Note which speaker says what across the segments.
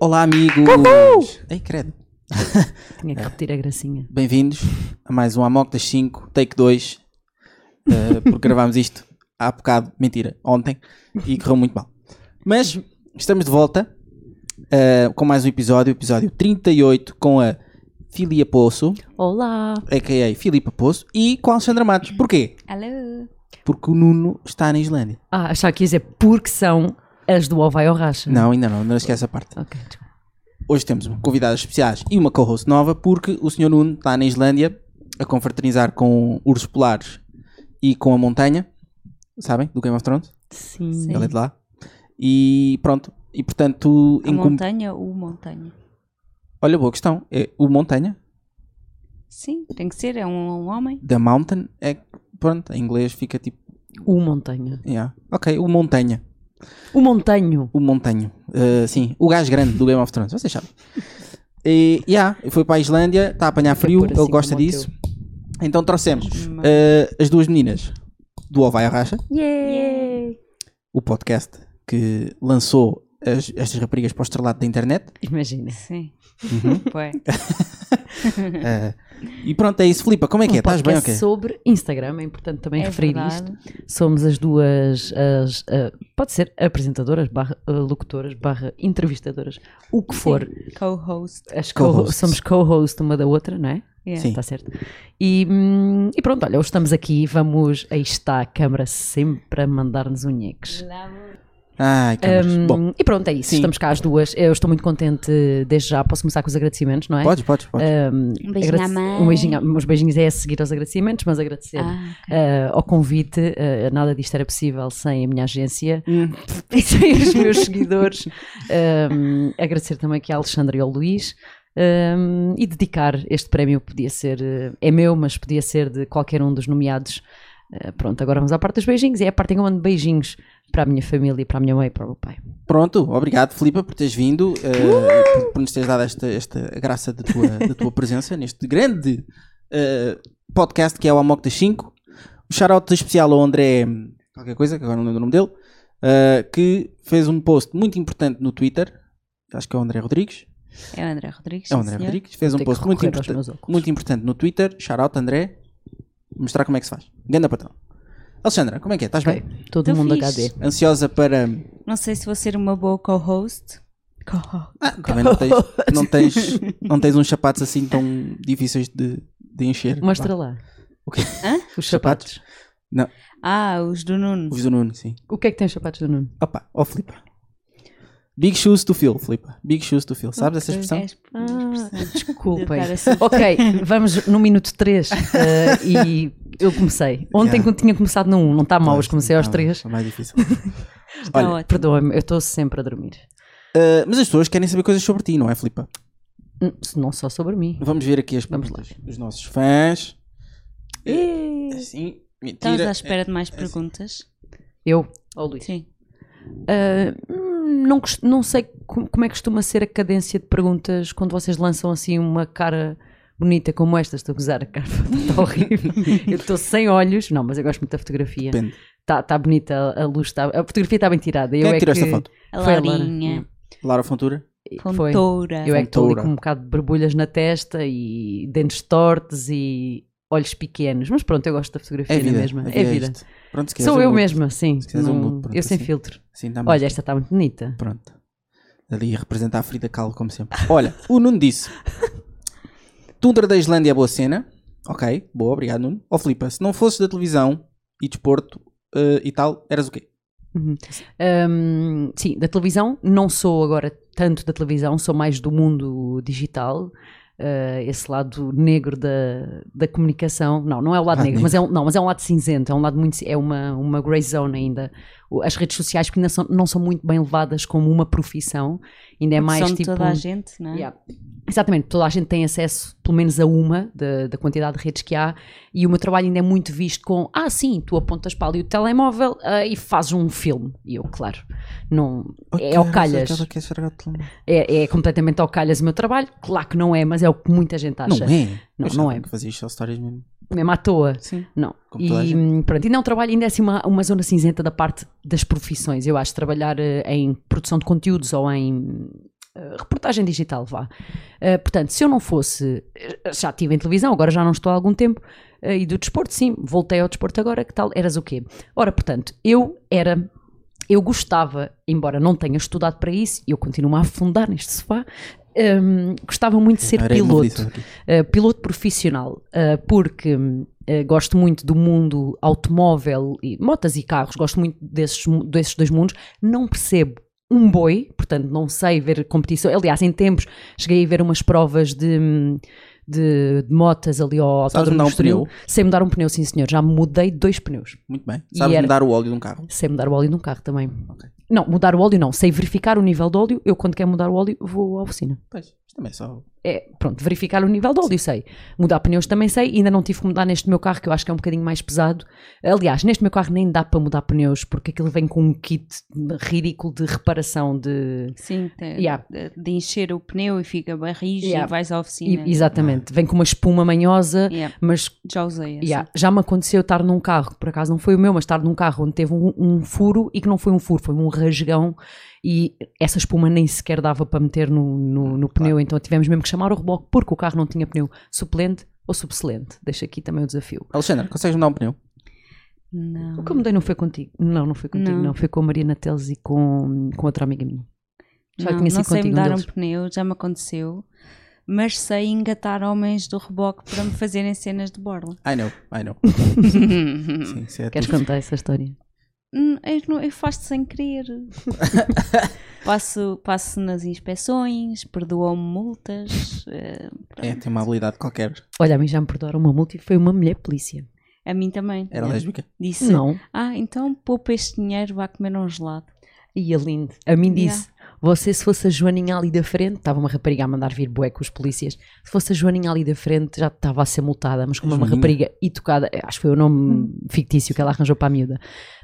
Speaker 1: Olá, amigos! Ei, credo.
Speaker 2: Tinha
Speaker 1: É.
Speaker 2: que repetir a gracinha.
Speaker 1: Bem-vindos a mais um Amok das 5, take 2. eh, porque gravámos isto há bocado, mentira, ontem, e correu muito mal. Mas estamos de volta eh, com mais um episódio, episódio 38, com a Filia Poço,
Speaker 2: Olá!
Speaker 1: a.k.a. Filipa Poço, e com a Alexandra Matos. Porquê?
Speaker 3: Alô?
Speaker 1: Porque o Nuno está na Islândia.
Speaker 2: Ah, achava que ia dizer porque são as do Ou Vai ou Racha.
Speaker 1: Não, ainda não, não esquece a parte.
Speaker 2: Ok, desculpa.
Speaker 1: Hoje temos convidadas especiais e uma co-host nova porque o Sr. Nuno está na Islândia a confraternizar com ursos polares e com a montanha, sabem? Do Game of Thrones.
Speaker 2: Sim.
Speaker 1: Ele é de lá. E pronto. E portanto,
Speaker 3: A
Speaker 1: incum-
Speaker 3: montanha ou montanha?
Speaker 1: olha, boa questão. É o Montanha,
Speaker 3: Sim, tem que ser, é um, um homem.
Speaker 1: The Mountain, é que, pronto, em inglês fica tipo.
Speaker 2: O Montanha.
Speaker 1: yeah. Ok, o Montanha.
Speaker 2: O Montanho.
Speaker 1: O Montanho. Uh, sim, o gajo grande do Game of Thrones, vocês sabem. E yeah, foi para a Islândia, está a apanhar frio,
Speaker 2: pôr assim
Speaker 1: ele gosta
Speaker 2: como o
Speaker 1: disso. Então trouxemos
Speaker 3: Mas-
Speaker 1: uh, as duas meninas do Ovai à Racha,
Speaker 3: Yay!
Speaker 1: o podcast que lançou as- estas raparigas para o estrelato da internet.
Speaker 2: Imagina.
Speaker 3: Sim.
Speaker 1: Uhum.
Speaker 3: Ué.
Speaker 1: Uh, e pronto, é isso. Filipa, como é que é?
Speaker 2: Um
Speaker 1: Estás bem ou
Speaker 2: podcast
Speaker 1: quê?
Speaker 2: sobre Instagram, é importante também
Speaker 3: é
Speaker 2: referir isto.
Speaker 3: verdade.
Speaker 2: Somos as duas, as, ah, pode ser apresentadoras, barra, ah, locutoras, barra entrevistadoras, o que for.
Speaker 3: Co-host.
Speaker 2: As co
Speaker 1: Co-hosts.
Speaker 2: somos co-host uma da outra, não é?
Speaker 3: Yeah.
Speaker 1: Sim.
Speaker 2: Está certo. E, hum, e pronto, olha, hoje estamos aqui, vamos. Aí está a câmara sempre a mandar-nos unheques.
Speaker 1: Ai, câmaras.
Speaker 2: Hum,
Speaker 1: Bom,
Speaker 2: e pronto, é isso.
Speaker 1: Sim.
Speaker 2: Estamos cá as duas. Eu estou muito contente desde já. Posso começar com os agradecimentos, não é?
Speaker 1: podes, podes, podes.
Speaker 3: Um beijinho à
Speaker 2: Agrade-
Speaker 3: mãe.
Speaker 2: Um beijinho, uns beijinhos é a seguir aos agradecimentos, mas agradecer
Speaker 3: Ah,
Speaker 2: ah, ao convite. ah, nada disto era possível sem a minha agência
Speaker 3: Hum.
Speaker 2: e sem os meus seguidores. Ahm, agradecer também aqui à Alexandra e ao Luís. ahm, e dedicar este prémio podia ser, eh, é meu, mas podia ser de qualquer um dos nomeados. Ah, pronto, agora vamos à parte dos beijinhos. E é a parte em que eu mando beijinhos para a minha família, para a minha mãe e para o meu pai.
Speaker 1: Pronto, obrigado Filipa por teres vindo eh, e por, por nos teres dado esta, esta graça da tua, da tua presença neste grande eh, podcast que é o Amok das 5. O shoutout especial ao André, hum, qualquer coisa, que agora não lembro o nome dele, eh, que fez um post muito importante no Twitter, acho que é o André Rodrigues.
Speaker 3: é o André Rodrigues.
Speaker 1: É o
Speaker 3: sim,
Speaker 1: André
Speaker 3: senhor.
Speaker 1: Rodrigues, fez um
Speaker 2: Tenho que
Speaker 1: post muito,
Speaker 2: recorrer aos
Speaker 1: importan-
Speaker 2: meus óculos.
Speaker 1: muito importante no Twitter. Shoutout André, mostrar como é que se faz. Ganda patrão. Alexandra, como é que é? Estás
Speaker 2: Ok,
Speaker 1: bem?
Speaker 2: Todo
Speaker 3: Então
Speaker 2: mundo
Speaker 3: fixe.
Speaker 2: HD.
Speaker 1: Ansiosa para.
Speaker 3: Não sei se vou ser uma boa co-host. Co-host.
Speaker 1: Ah, também não tens, não tens, não tens uns sapatos assim tão difíceis de, de encher.
Speaker 2: Mostra
Speaker 1: Vá.
Speaker 2: lá.
Speaker 1: O quê?
Speaker 2: Os sapatos.
Speaker 3: Ah, os do Nuno.
Speaker 1: Os do Nuno, sim.
Speaker 2: O que é que tem os sapatos do Nuno?
Speaker 1: Opa, ó Flipa. Big shoes to fill, Flipa. Big shoes to fill. Sabes essa expressão?
Speaker 2: é.
Speaker 3: És- expressão.
Speaker 2: desculpem.
Speaker 3: De estar assim.
Speaker 2: ok, vamos no minuto 3 e eu comecei. Ontem
Speaker 1: Yeah.
Speaker 2: quando tinha começado no 1, não está Tá mal, hoje comecei aos Então,
Speaker 1: Ah,
Speaker 2: 3.
Speaker 1: É mais difícil.
Speaker 3: Está
Speaker 2: Ah.
Speaker 1: Olha,
Speaker 3: ótimo.
Speaker 2: Perdoa-me, eu estou sempre a dormir.
Speaker 1: eh, mas as pessoas querem saber coisas sobre ti, não é, Flipa?
Speaker 2: Hum, se Não só sobre mim.
Speaker 1: Vamos ver aqui as
Speaker 2: Vamos
Speaker 1: perguntas dos nossos fãs.
Speaker 3: Ih,
Speaker 1: Assim, mentira.
Speaker 3: Estamos à espera de mais
Speaker 1: é-
Speaker 3: perguntas.
Speaker 2: Eu, ou Luís.
Speaker 3: Sim.
Speaker 2: Ah, hum, não, cos- não sei co- como é que costuma ser a cadência de perguntas quando vocês lançam assim uma cara bonita como esta. Estou a gozar, a cara está horrível. eu estou sem olhos. Não, mas eu gosto muito da fotografia.
Speaker 1: eh, Depende.
Speaker 2: Está tá bonita a- a luz, tá- a fotografia está bem tirada. eu
Speaker 1: Quem é
Speaker 2: é
Speaker 1: que tirou esta
Speaker 2: que-
Speaker 1: foto?
Speaker 3: A
Speaker 2: Foi a Laura.
Speaker 3: Laurinha.
Speaker 1: Laura Fontura?
Speaker 2: Foi.
Speaker 3: Fontoura.
Speaker 2: Eu é que estou ali com
Speaker 1: Fontoura.
Speaker 2: um bocado de borbulhas na testa e dentes tortos e olhos pequenos. Mas pronto, eu gosto da fotografia
Speaker 1: É vida.
Speaker 2: mesmo.
Speaker 1: a
Speaker 2: É vida.
Speaker 1: isto. Pronto, se quiseres
Speaker 2: Sou
Speaker 1: um
Speaker 2: eu
Speaker 1: look.
Speaker 2: mesma, sim.
Speaker 1: Se quiseres um
Speaker 2: Não-
Speaker 1: look, pronto,
Speaker 2: eu sem
Speaker 1: assim.
Speaker 2: filtro.
Speaker 1: Sim, dá mais
Speaker 2: Olha, esta está muito bonita.
Speaker 1: Pronto. Ali a representar a Frida Kahlo, como sempre. Olha, o Nuno disse: Tundra da Islândia é boa cena. Ok, boa, obrigado, Nuno. Ó, Filipa, se não fosses da televisão e desporto eh, e tal, eras o quê?
Speaker 2: Hum, sim, da televisão. Não sou agora tanto da televisão, sou mais do mundo digital. Uh, esse lado negro da, da comunicação. Não, não é o lado
Speaker 1: Lado
Speaker 2: negro, Mas, é um, não, mas é um lado cinzento, é um lado muito. É uma, uma grey zone ainda. O- As redes sociais porque ainda são- não são muito bem levadas como uma profissão, ainda é mais
Speaker 3: São de
Speaker 2: tipo.
Speaker 3: toda a gente,
Speaker 1: Uhum.
Speaker 3: não é?
Speaker 2: Yeah. Exatamente, toda a gente tem acesso pelo menos a uma da, da quantidade de redes que há e o meu trabalho ainda é muito visto com ah sim, tu apontas para ali o telemóvel ah, e fazes um filme, e eu claro não, é ao calhas
Speaker 1: Aquela que é estragar o telemóvel.
Speaker 2: é, é completamente ao calhas o meu trabalho, claro que não é mas é o que muita gente acha,
Speaker 1: Não é?
Speaker 2: Não,
Speaker 1: Eu
Speaker 2: não
Speaker 1: achava
Speaker 2: é.
Speaker 1: Que fazias só stories mesmo.
Speaker 2: mesmo à toa
Speaker 1: Sim.
Speaker 2: não.
Speaker 1: Como toda a
Speaker 2: E hum, pronto, ainda é um trabalho, ainda é assim uma, uma zona cinzenta da parte das profissões. Eu acho trabalhar eh, em produção de conteúdos ou em eh, reportagem digital, vá. Eh, portanto, se eu não fosse, eh, já estive em televisão, agora já não estou há algum tempo, eh, e do desporto, sim, voltei ao desporto agora, que tal, eras o quê? Ora, portanto, eu era, eu gostava, embora não tenha estudado para isso, e eu continuo a afundar neste sofá, ehm, gostava muito de ser
Speaker 1: Era
Speaker 2: piloto.
Speaker 1: imobilizador.
Speaker 2: Uh, piloto profissional, uh, porque hum, uh, gosto muito do mundo automóvel e motas e carros, gosto muito desses, mu- desses dois mundos, não percebo um boi, portanto não sei ver competição. Aliás, em tempos cheguei a ver umas provas de. hum, De, de motas ali ao
Speaker 1: Sabes
Speaker 2: autódromo
Speaker 1: mudar um
Speaker 2: do Estoril.
Speaker 1: pneu?
Speaker 2: Sem mudar um pneu, sim senhor. Já mudei dois pneus.
Speaker 1: Muito bem.
Speaker 2: E
Speaker 1: Sabes
Speaker 2: era-
Speaker 1: mudar o óleo de um carro.
Speaker 2: Sem mudar o óleo num carro também. Não, mudar o óleo não. Sei verificar o nível de óleo. Eu quando quero mudar o óleo vou à oficina.
Speaker 1: Pois, isto também é só.
Speaker 2: É, pronto, verificar o nível de óleo, sei. Mudar pneus também sei, ainda não tive que mudar neste meu carro, que eu acho que é um bocadinho mais pesado. Aliás, neste meu carro nem dá para mudar pneus, porque aquilo vem com um kit ridículo de reparação de...
Speaker 3: Sim, te-
Speaker 2: Yeah.
Speaker 3: de, de encher o pneu e fica bem rijo
Speaker 2: Yeah.
Speaker 3: e vais à
Speaker 2: e-
Speaker 3: oficina.
Speaker 2: exatamente, vem com uma espuma manhosa,
Speaker 3: Yeah,
Speaker 2: mas
Speaker 3: Já usei essa.
Speaker 2: Yeah, já me aconteceu estar num carro, que por acaso não foi o meu, mas estar num carro onde teve um, um furo e que não foi um furo, foi um rasgão e essa espuma nem sequer dava para meter no,
Speaker 3: Ah,
Speaker 2: no- no pneu, então tivemos mesmo que chamar o reboque porque o carro não tinha pneu suplente ou subselente. Deixa aqui também o desafio.
Speaker 1: Alexandra, consegues mudar um pneu?
Speaker 3: Não.
Speaker 2: O que eu mudei não foi contigo. Não, não foi contigo, não.
Speaker 3: Não.
Speaker 2: Foi com a Mariana Teles e com, com outra amiga minha. Já
Speaker 3: não,
Speaker 2: tinha sido
Speaker 3: não sei
Speaker 2: contigo. um
Speaker 3: mudar um
Speaker 2: deles.
Speaker 3: pneu, já me aconteceu. Mas sei engatar homens do reboque para me fazerem cenas de borla.
Speaker 1: I know, I know. Sim, isso é
Speaker 2: Queres
Speaker 1: tudo.
Speaker 2: contar essa história?
Speaker 3: Hum, Eu, não- eu faço sem querer. passo, passo nas inspeções, perdoam-me multas. eh,
Speaker 1: É, tem uma habilidade qualquer.
Speaker 2: Olha, a mim já me perdoaram uma multa e foi uma mulher polícia.
Speaker 3: a mim também.
Speaker 1: Era lésbica.
Speaker 3: Disse:
Speaker 2: Não.
Speaker 3: Ah, então poupa este dinheiro, vá comer um gelado.
Speaker 2: E a Linde, a mim
Speaker 3: Yeah.
Speaker 2: disse: Você, se fosse a Joaninha ali da frente, estava uma rapariga a mandar vir bué com os polícias. Se fosse a Joaninha ali da frente, já estava a ser multada. Mas como é uma
Speaker 1: Joaninha?
Speaker 2: rapariga educada, eh, acho que foi o nome fictício que ela arranjou para a miúda.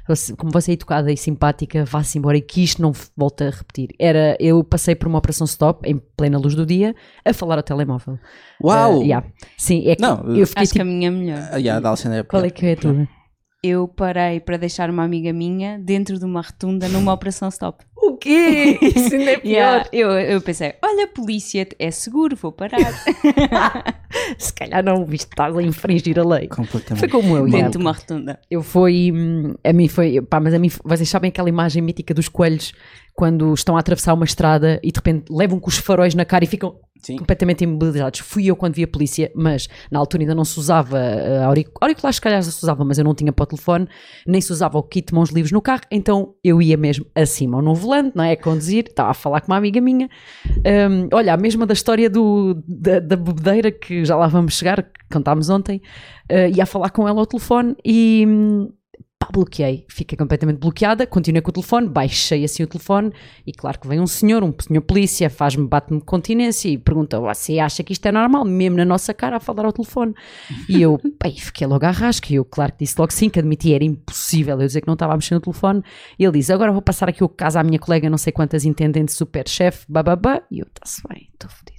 Speaker 2: Você- Como você é educada e simpática, vá-se embora e que isto não f- volte a repetir. Era, eu passei por uma operação stop, em plena luz do dia, a falar ao telemóvel.
Speaker 1: Uau!
Speaker 2: Ah, yeah. Sim, é que
Speaker 1: Não,
Speaker 2: eu fiquei
Speaker 3: Acho que a
Speaker 2: tipo.
Speaker 3: minha é melhor.
Speaker 1: Ah, yeah, da Alexandra é
Speaker 2: Qual é que é a tua?
Speaker 3: Eu parei para deixar uma amiga minha dentro de uma rotunda numa operação stop.
Speaker 2: O quê? Isso ainda é
Speaker 3: Yeah, eu, eu pensei, olha, polícia, é seguro, vou parar.
Speaker 2: Se calhar não, visto que estás a infringir a lei. Foi
Speaker 1: Completamente.
Speaker 2: como eu, yeah.
Speaker 3: dentro de uma rotunda.
Speaker 2: Eu fui. hum, A mim foi. Pá, mas a mim. Vocês sabem aquela imagem mítica dos coelhos quando estão a atravessar uma estrada e de repente levam com os faróis na cara e ficam
Speaker 1: Sim.
Speaker 2: completamente imobilizados. Fui eu quando vi a polícia, mas na altura ainda não se usava eh, auric- auriculares, se calhar já se usava, mas eu não tinha para o telefone, nem se usava o kit de mãos livres no carro, então eu ia mesmo acima ao no volante, não é? A conduzir, estava a falar com uma amiga minha. Hum, olha, a mesma da história do, da, da bebedeira, que já lá vamos chegar, que contámos ontem, eh, ia a falar com ela ao telefone e. hum, pá, bloqueei, fiquei completamente bloqueada, continuei com o telefone, baixei assim o telefone e claro que vem um senhor, um senhor polícia, faz-me, bate-me continência e pergunta, você acha que isto é normal? Mesmo na nossa cara a falar ao telefone. E eu, bem, fiquei logo à rasca e eu claro que disse logo sim, que admiti, era impossível eu dizer que não estava a mexer no telefone. E ele diz, agora vou passar aqui o caso à minha colega, não sei quantas intendente, super chefe, bababá. E eu, está-se bem, estou fodida.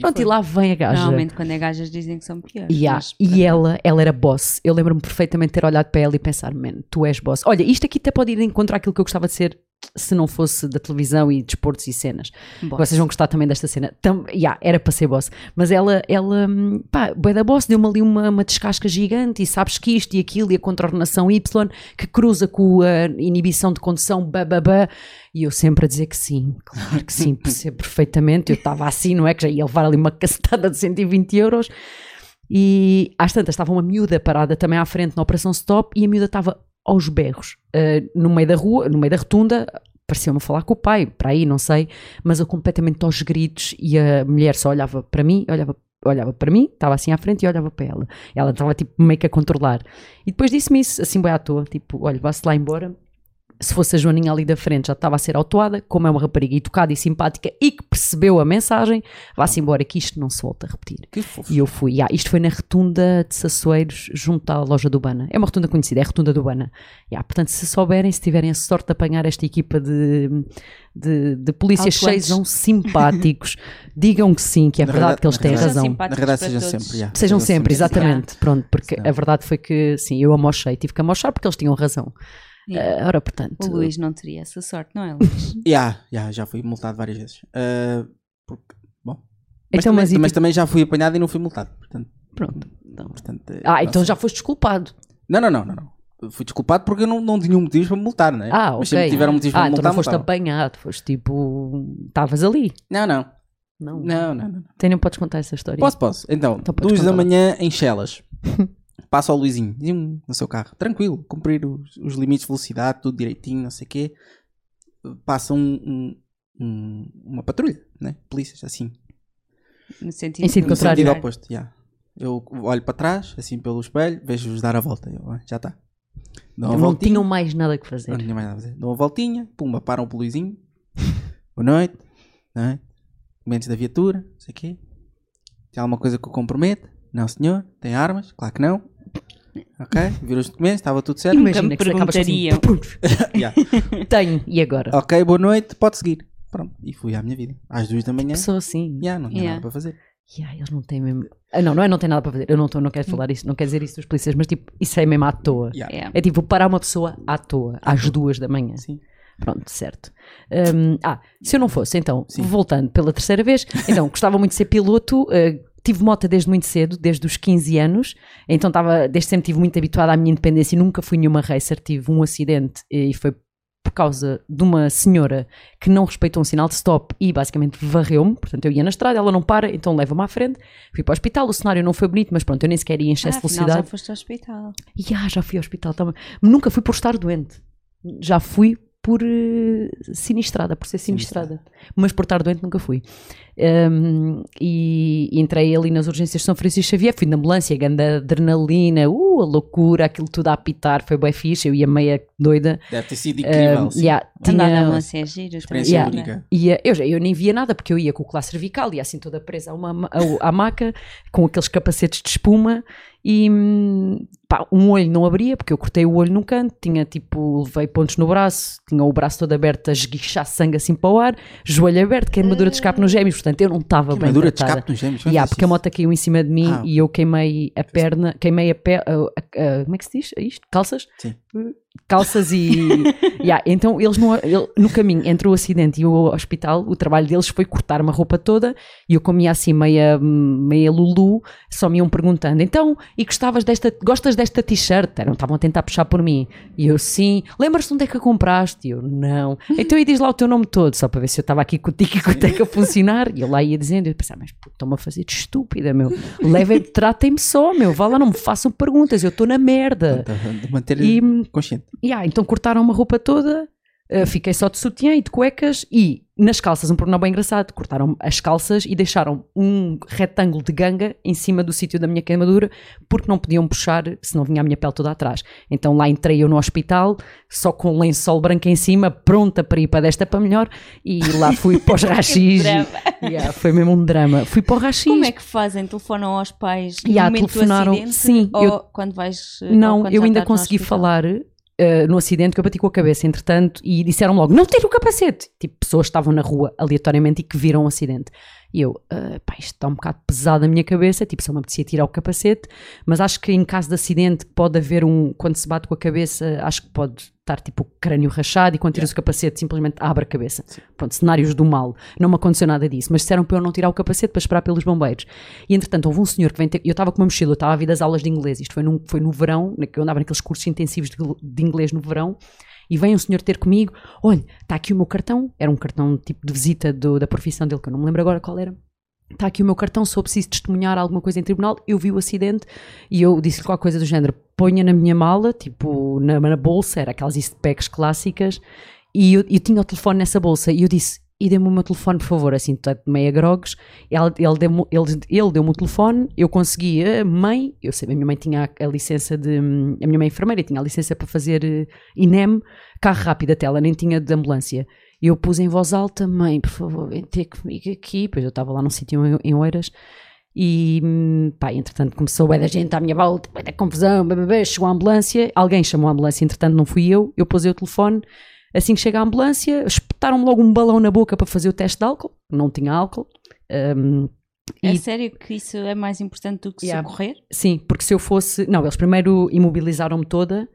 Speaker 2: Pronto, e lá vem a gaja.
Speaker 3: Normalmente quando é gajas dizem que são piores.
Speaker 2: Yeah,
Speaker 3: mas
Speaker 2: E ela, ela era boss. Eu lembro-me perfeitamente de ter olhado para ela e pensar: man, tu és boss. Olha, isto aqui até pode ir encontrar aquilo que eu gostava de ser se não fosse da televisão e desportos e cenas.
Speaker 3: Boss.
Speaker 2: é, Vocês vão gostar também desta cena. Tam, yeah, era para ser boss. Mas ela, ela hum, pá, bué da boss, deu-me ali uma, uma descasca gigante e sabes que isto e aquilo e a contraordenação Y que cruza com a inibição de condução, bababá. E eu sempre a dizer que sim, claro que sim, percebo perfeitamente. Eu estava assim, não é? Que já ia levar ali uma cacetada de 120 euros. E às tantas estava uma miúda parada também à frente na Operação Stop e a miúda estava aos berros, eh, no meio da rua, no meio da rotunda, pareceu-me a falar com o pai, para aí, não sei, mas eu completamente aos gritos e a mulher só olhava para mim, olhava olhava para mim, estava assim à frente e olhava para ela. Ela estava tipo meio que a controlar. E depois disse-me isso, assim bem à toa, tipo, olha, vá-se lá embora. Se fosse a Joaninha ali da frente já estava a ser autuada, como é uma rapariga educada e simpática e que percebeu a mensagem, vá-se embora que isto não se volta a repetir.
Speaker 1: Que fofo.
Speaker 2: E eu fui, yeah, isto foi na rotunda de Sassoeiros, junto à loja do Bana. É uma rotunda conhecida, é a rotunda do Bana. Yeah, portanto, se souberem, se tiverem a sorte de apanhar esta equipa de, de, de polícias,
Speaker 3: Autoantes.
Speaker 2: sejam simpáticos, digam que sim, que é
Speaker 1: Na
Speaker 2: verdade,
Speaker 1: verdade-
Speaker 2: que eles
Speaker 1: na
Speaker 2: têm
Speaker 1: verdade-
Speaker 2: razão.
Speaker 1: Na
Speaker 3: Simpáticos
Speaker 1: realidade,
Speaker 3: para
Speaker 1: sejam
Speaker 3: todos.
Speaker 1: sempre. yeah.
Speaker 2: Sejam sempre, exatamente, pronto, porque
Speaker 1: Sim.
Speaker 2: a verdade foi que, sim, eu amochei, tive que amochar porque eles tinham razão.
Speaker 3: Yeah.
Speaker 2: Ah, ora, portanto,
Speaker 3: O Luís não teria essa sorte, não é, Luís?
Speaker 1: Yeah, yeah, já fui multado várias vezes. Ah, porque- bom. Mas,
Speaker 2: Então,
Speaker 1: também,
Speaker 2: mas e
Speaker 1: mas também já fui apanhado e não fui multado. Portanto,
Speaker 2: pronto.
Speaker 1: portanto, eh,
Speaker 2: Ah,
Speaker 1: não
Speaker 2: então
Speaker 1: sei.
Speaker 2: já foste desculpado.
Speaker 1: Não, não, não, não. não. Fui desculpado porque eu não, não tinha um motivo para me multar, não é?
Speaker 2: Ah, ok.
Speaker 1: Mas sempre tiveram motivos para
Speaker 2: ah,
Speaker 1: me
Speaker 2: então
Speaker 1: multar,
Speaker 2: não foste
Speaker 1: multaram.
Speaker 2: apanhado, foste tipo. Estavas ali.
Speaker 1: Não, não.
Speaker 2: Não.
Speaker 1: Não, não, não.
Speaker 2: Então não podes contar essa história.
Speaker 1: Posso, posso. Então,
Speaker 2: Então podes
Speaker 1: duas da
Speaker 2: contar.
Speaker 1: manhã em Chelas. Passa ao Luizinho, diz-me no seu carro, tranquilo, cumprir os, os limites de velocidade, tudo direitinho, não sei o quê. Passa um, um- um- uma patrulha, né? Polícias, assim.
Speaker 3: No sentido,
Speaker 2: Em sentido
Speaker 1: no
Speaker 2: contrário. é?
Speaker 1: sentido oposto, já. Eu olho para trás, assim pelo espelho, vejo-os dar a volta. Eu, "Ah, já está. Dou uma
Speaker 2: Não
Speaker 1: voltinha.
Speaker 2: tinham mais nada que fazer.
Speaker 1: Não tinha mais nada a fazer. Dou uma voltinha, pumba, param o poluizinho. Boa noite. Boa noite. Documentos da viatura, não sei o quê. Tem alguma coisa que o compromete? Não, senhor. Tem armas? Claro que não. Ok, viram os documentos, estava tudo certo.
Speaker 3: Nunca
Speaker 2: Imagina
Speaker 3: me
Speaker 2: que se acabas assim,
Speaker 3: perguntariam.
Speaker 1: Yeah.
Speaker 2: Tenho, e agora?
Speaker 1: Ok, boa noite, pode seguir. Pronto, e fui à minha vida. Às duas da manhã,
Speaker 2: Pessoa assim.
Speaker 1: yeah, não tinha
Speaker 3: Yeah.
Speaker 1: nada para fazer.
Speaker 2: Yeah, eles não têm mesmo. Ah, não, não é não tem nada para fazer. Eu não, tô, não quero falar isso, não quero dizer isso dos polícias, mas tipo, isso é mesmo à toa.
Speaker 1: Yeah.
Speaker 3: Yeah.
Speaker 2: É tipo parar uma pessoa à toa, às duas da manhã.
Speaker 1: Sim.
Speaker 2: Pronto, certo. Hum, ah, se eu não fosse, então,
Speaker 1: Sim.
Speaker 2: voltando pela terceira vez, então, gostava muito de ser piloto. eh, Tive moto desde muito cedo, desde os 15 anos, então estava, desde sempre estive muito habituada à minha independência e nunca fui nenhuma racer. Tive um acidente e foi por causa de uma senhora que não respeitou um sinal de stop e basicamente varreu-me. Portanto, eu ia na estrada, ela não para, então leva-me à frente. Fui para o hospital, o cenário não foi bonito, mas pronto, eu nem sequer ia em
Speaker 3: Ah,
Speaker 2: excesso de
Speaker 3: afinal, já
Speaker 2: velocidade.
Speaker 3: foste ao hospital.
Speaker 2: E ah, já fui ao hospital também. Nunca fui por estar doente. Já fui por eh, sinistrada, por ser
Speaker 1: Sinistrada.
Speaker 2: sinistrada. Mas por estar doente nunca fui. Ehm, e, e entrei ali nas urgências de São Francisco Xavier, fui na ambulância, grande adrenalina, uh, a loucura, aquilo tudo a apitar, foi bem fixe, eu ia meia doida.
Speaker 1: Deve ter sido incrível.
Speaker 2: Ehm,
Speaker 1: sim.
Speaker 2: yeah,
Speaker 3: Andar na
Speaker 2: tinha-
Speaker 3: ambulância é giro.
Speaker 1: Experiência
Speaker 2: Yeah.
Speaker 3: também, não é?
Speaker 1: única.
Speaker 2: ia, eu, já- eu nem via nada, porque eu ia com o colar cervical, ia assim toda presa a uma, ma- ao- à maca, com aqueles capacetes de espuma, e hum, pá, um olho não abria, porque eu cortei o olho num canto, tinha tipo, levei pontos no braço, tinha o braço todo aberto a esguichar sangue assim para o ar, joelho aberto, queimadura de escape nos gêmeos, portanto eu não estava bem
Speaker 1: Queimadura Ah. de
Speaker 2: tratada.
Speaker 1: escape nos gêmeos. um
Speaker 2: E há,
Speaker 1: fantástico.
Speaker 2: porque é a moto caiu em cima de mim
Speaker 1: Ah.
Speaker 2: e eu queimei a perna, queimei a perna, como é que se diz isto? Calças?
Speaker 1: Sim.
Speaker 2: Calças e. Ya, Então eles no, ele- no caminho entre o acidente e o hospital, o trabalho deles foi cortar uma roupa toda e eu comia assim meia, meia lulu, só me iam perguntando: então, e gostavas desta, gostas desta t-shirt? Eram- Estavam a tentar puxar por mim. E eu, sim. Lembras-te onde é que a compraste? E eu, não. Então, e diz lá o teu nome todo, só para ver se eu estava aqui com o tico-teca a funcionar. E eu lá ia dizendo, eu pensava, mas puto, estão-me a fazer de estúpida, meu. Levem, tratem-me só, meu. Vá lá, não me façam perguntas, eu estou na merda.
Speaker 1: Portanto, De manter
Speaker 2: E,
Speaker 1: consciente.
Speaker 2: yeah, então cortaram uma roupa toda, uh, fiquei só de sutiã e de cuecas e nas calças, um pormenor bem engraçado, cortaram as calças e deixaram um retângulo de ganga em cima do sítio da minha queimadura porque não podiam puxar, senão vinha a minha pele toda atrás. Então lá entrei eu no hospital, só com um lençol branco em cima, pronta para ir para desta para melhor e lá fui para os rachis.
Speaker 3: drama.
Speaker 2: Yeah, foi mesmo um drama. Fui para o rachis.
Speaker 3: Como é que fazem? Telefonam aos pais no
Speaker 2: Yeah,
Speaker 3: momento do
Speaker 2: telefonaram.
Speaker 3: acidente?
Speaker 2: Sim,
Speaker 3: ou
Speaker 2: eu-
Speaker 3: quando vais... ou
Speaker 2: Não,
Speaker 3: eh, quando
Speaker 2: eu
Speaker 3: já
Speaker 2: ainda
Speaker 3: estás no
Speaker 2: consegui
Speaker 3: hospital?
Speaker 2: falar eh, no acidente que eu bati com a cabeça, entretanto, e disseram logo: não tira o capacete. Tipo, pessoas que estavam na rua aleatoriamente e que viram o acidente. E eu, "Ah, pá, isto está um bocado pesado na minha cabeça, tipo, só me apetecia tirar o capacete, mas acho que em caso de acidente pode haver um. Quando se bate com a cabeça, acho que pode estar tipo o crânio rachado e quando tiras o capacete simplesmente abre a cabeça. Pronto, cenários do mal. Não me aconteceu nada disso, mas disseram para eu não tirar o capacete para esperar pelos bombeiros. E entretanto houve um senhor que vem ter. Eu estava com uma mochila, eu estava a vir das aulas de inglês, isto foi, num, foi no verão, na- que eu andava naqueles cursos intensivos de, de inglês no verão. E vem um senhor ter comigo, olha, está aqui o meu cartão, era um cartão tipo de visita do- da profissão dele, que eu não me lembro agora qual era, está aqui o meu cartão, se eu preciso testemunhar alguma coisa em tribunal, eu vi o acidente e eu disse-lhe qualquer coisa do género, ponha na minha mala, tipo, na, na bolsa, era aquelas east packs clássicas, e eu, eu tinha o telefone nessa bolsa, e eu disse, e dê-me o meu telefone, por favor, assim, tanto meia grogues, ele, ele deu-me ele, ele deu o telefone, eu consegui, a mãe, eu sabia, a minha mãe tinha a, a licença de, hum, a minha mãe é enfermeira, e tinha a licença para fazer eh, INEM, carro rápido até, ela nem tinha de ambulância, e eu pus em voz alta, mãe, por favor, vem ter comigo aqui. Pois eu estava lá num sítio em, em Oeiras. E, hum, pá, entretanto começou bué da gente à minha volta, bué da confusão, blá, blá, blá, chegou a ambulância, alguém chamou a ambulância, entretanto não fui eu, eu pusei o telefone, assim que chega a ambulância, espetaram-me logo um balão na boca para fazer o teste de álcool, não tinha álcool, Hum,
Speaker 3: É
Speaker 2: E-
Speaker 3: sério que isso é mais importante do que
Speaker 2: Yeah.
Speaker 3: socorrer?
Speaker 2: Sim, porque se eu fosse. Não, eles primeiro imobilizaram-me toda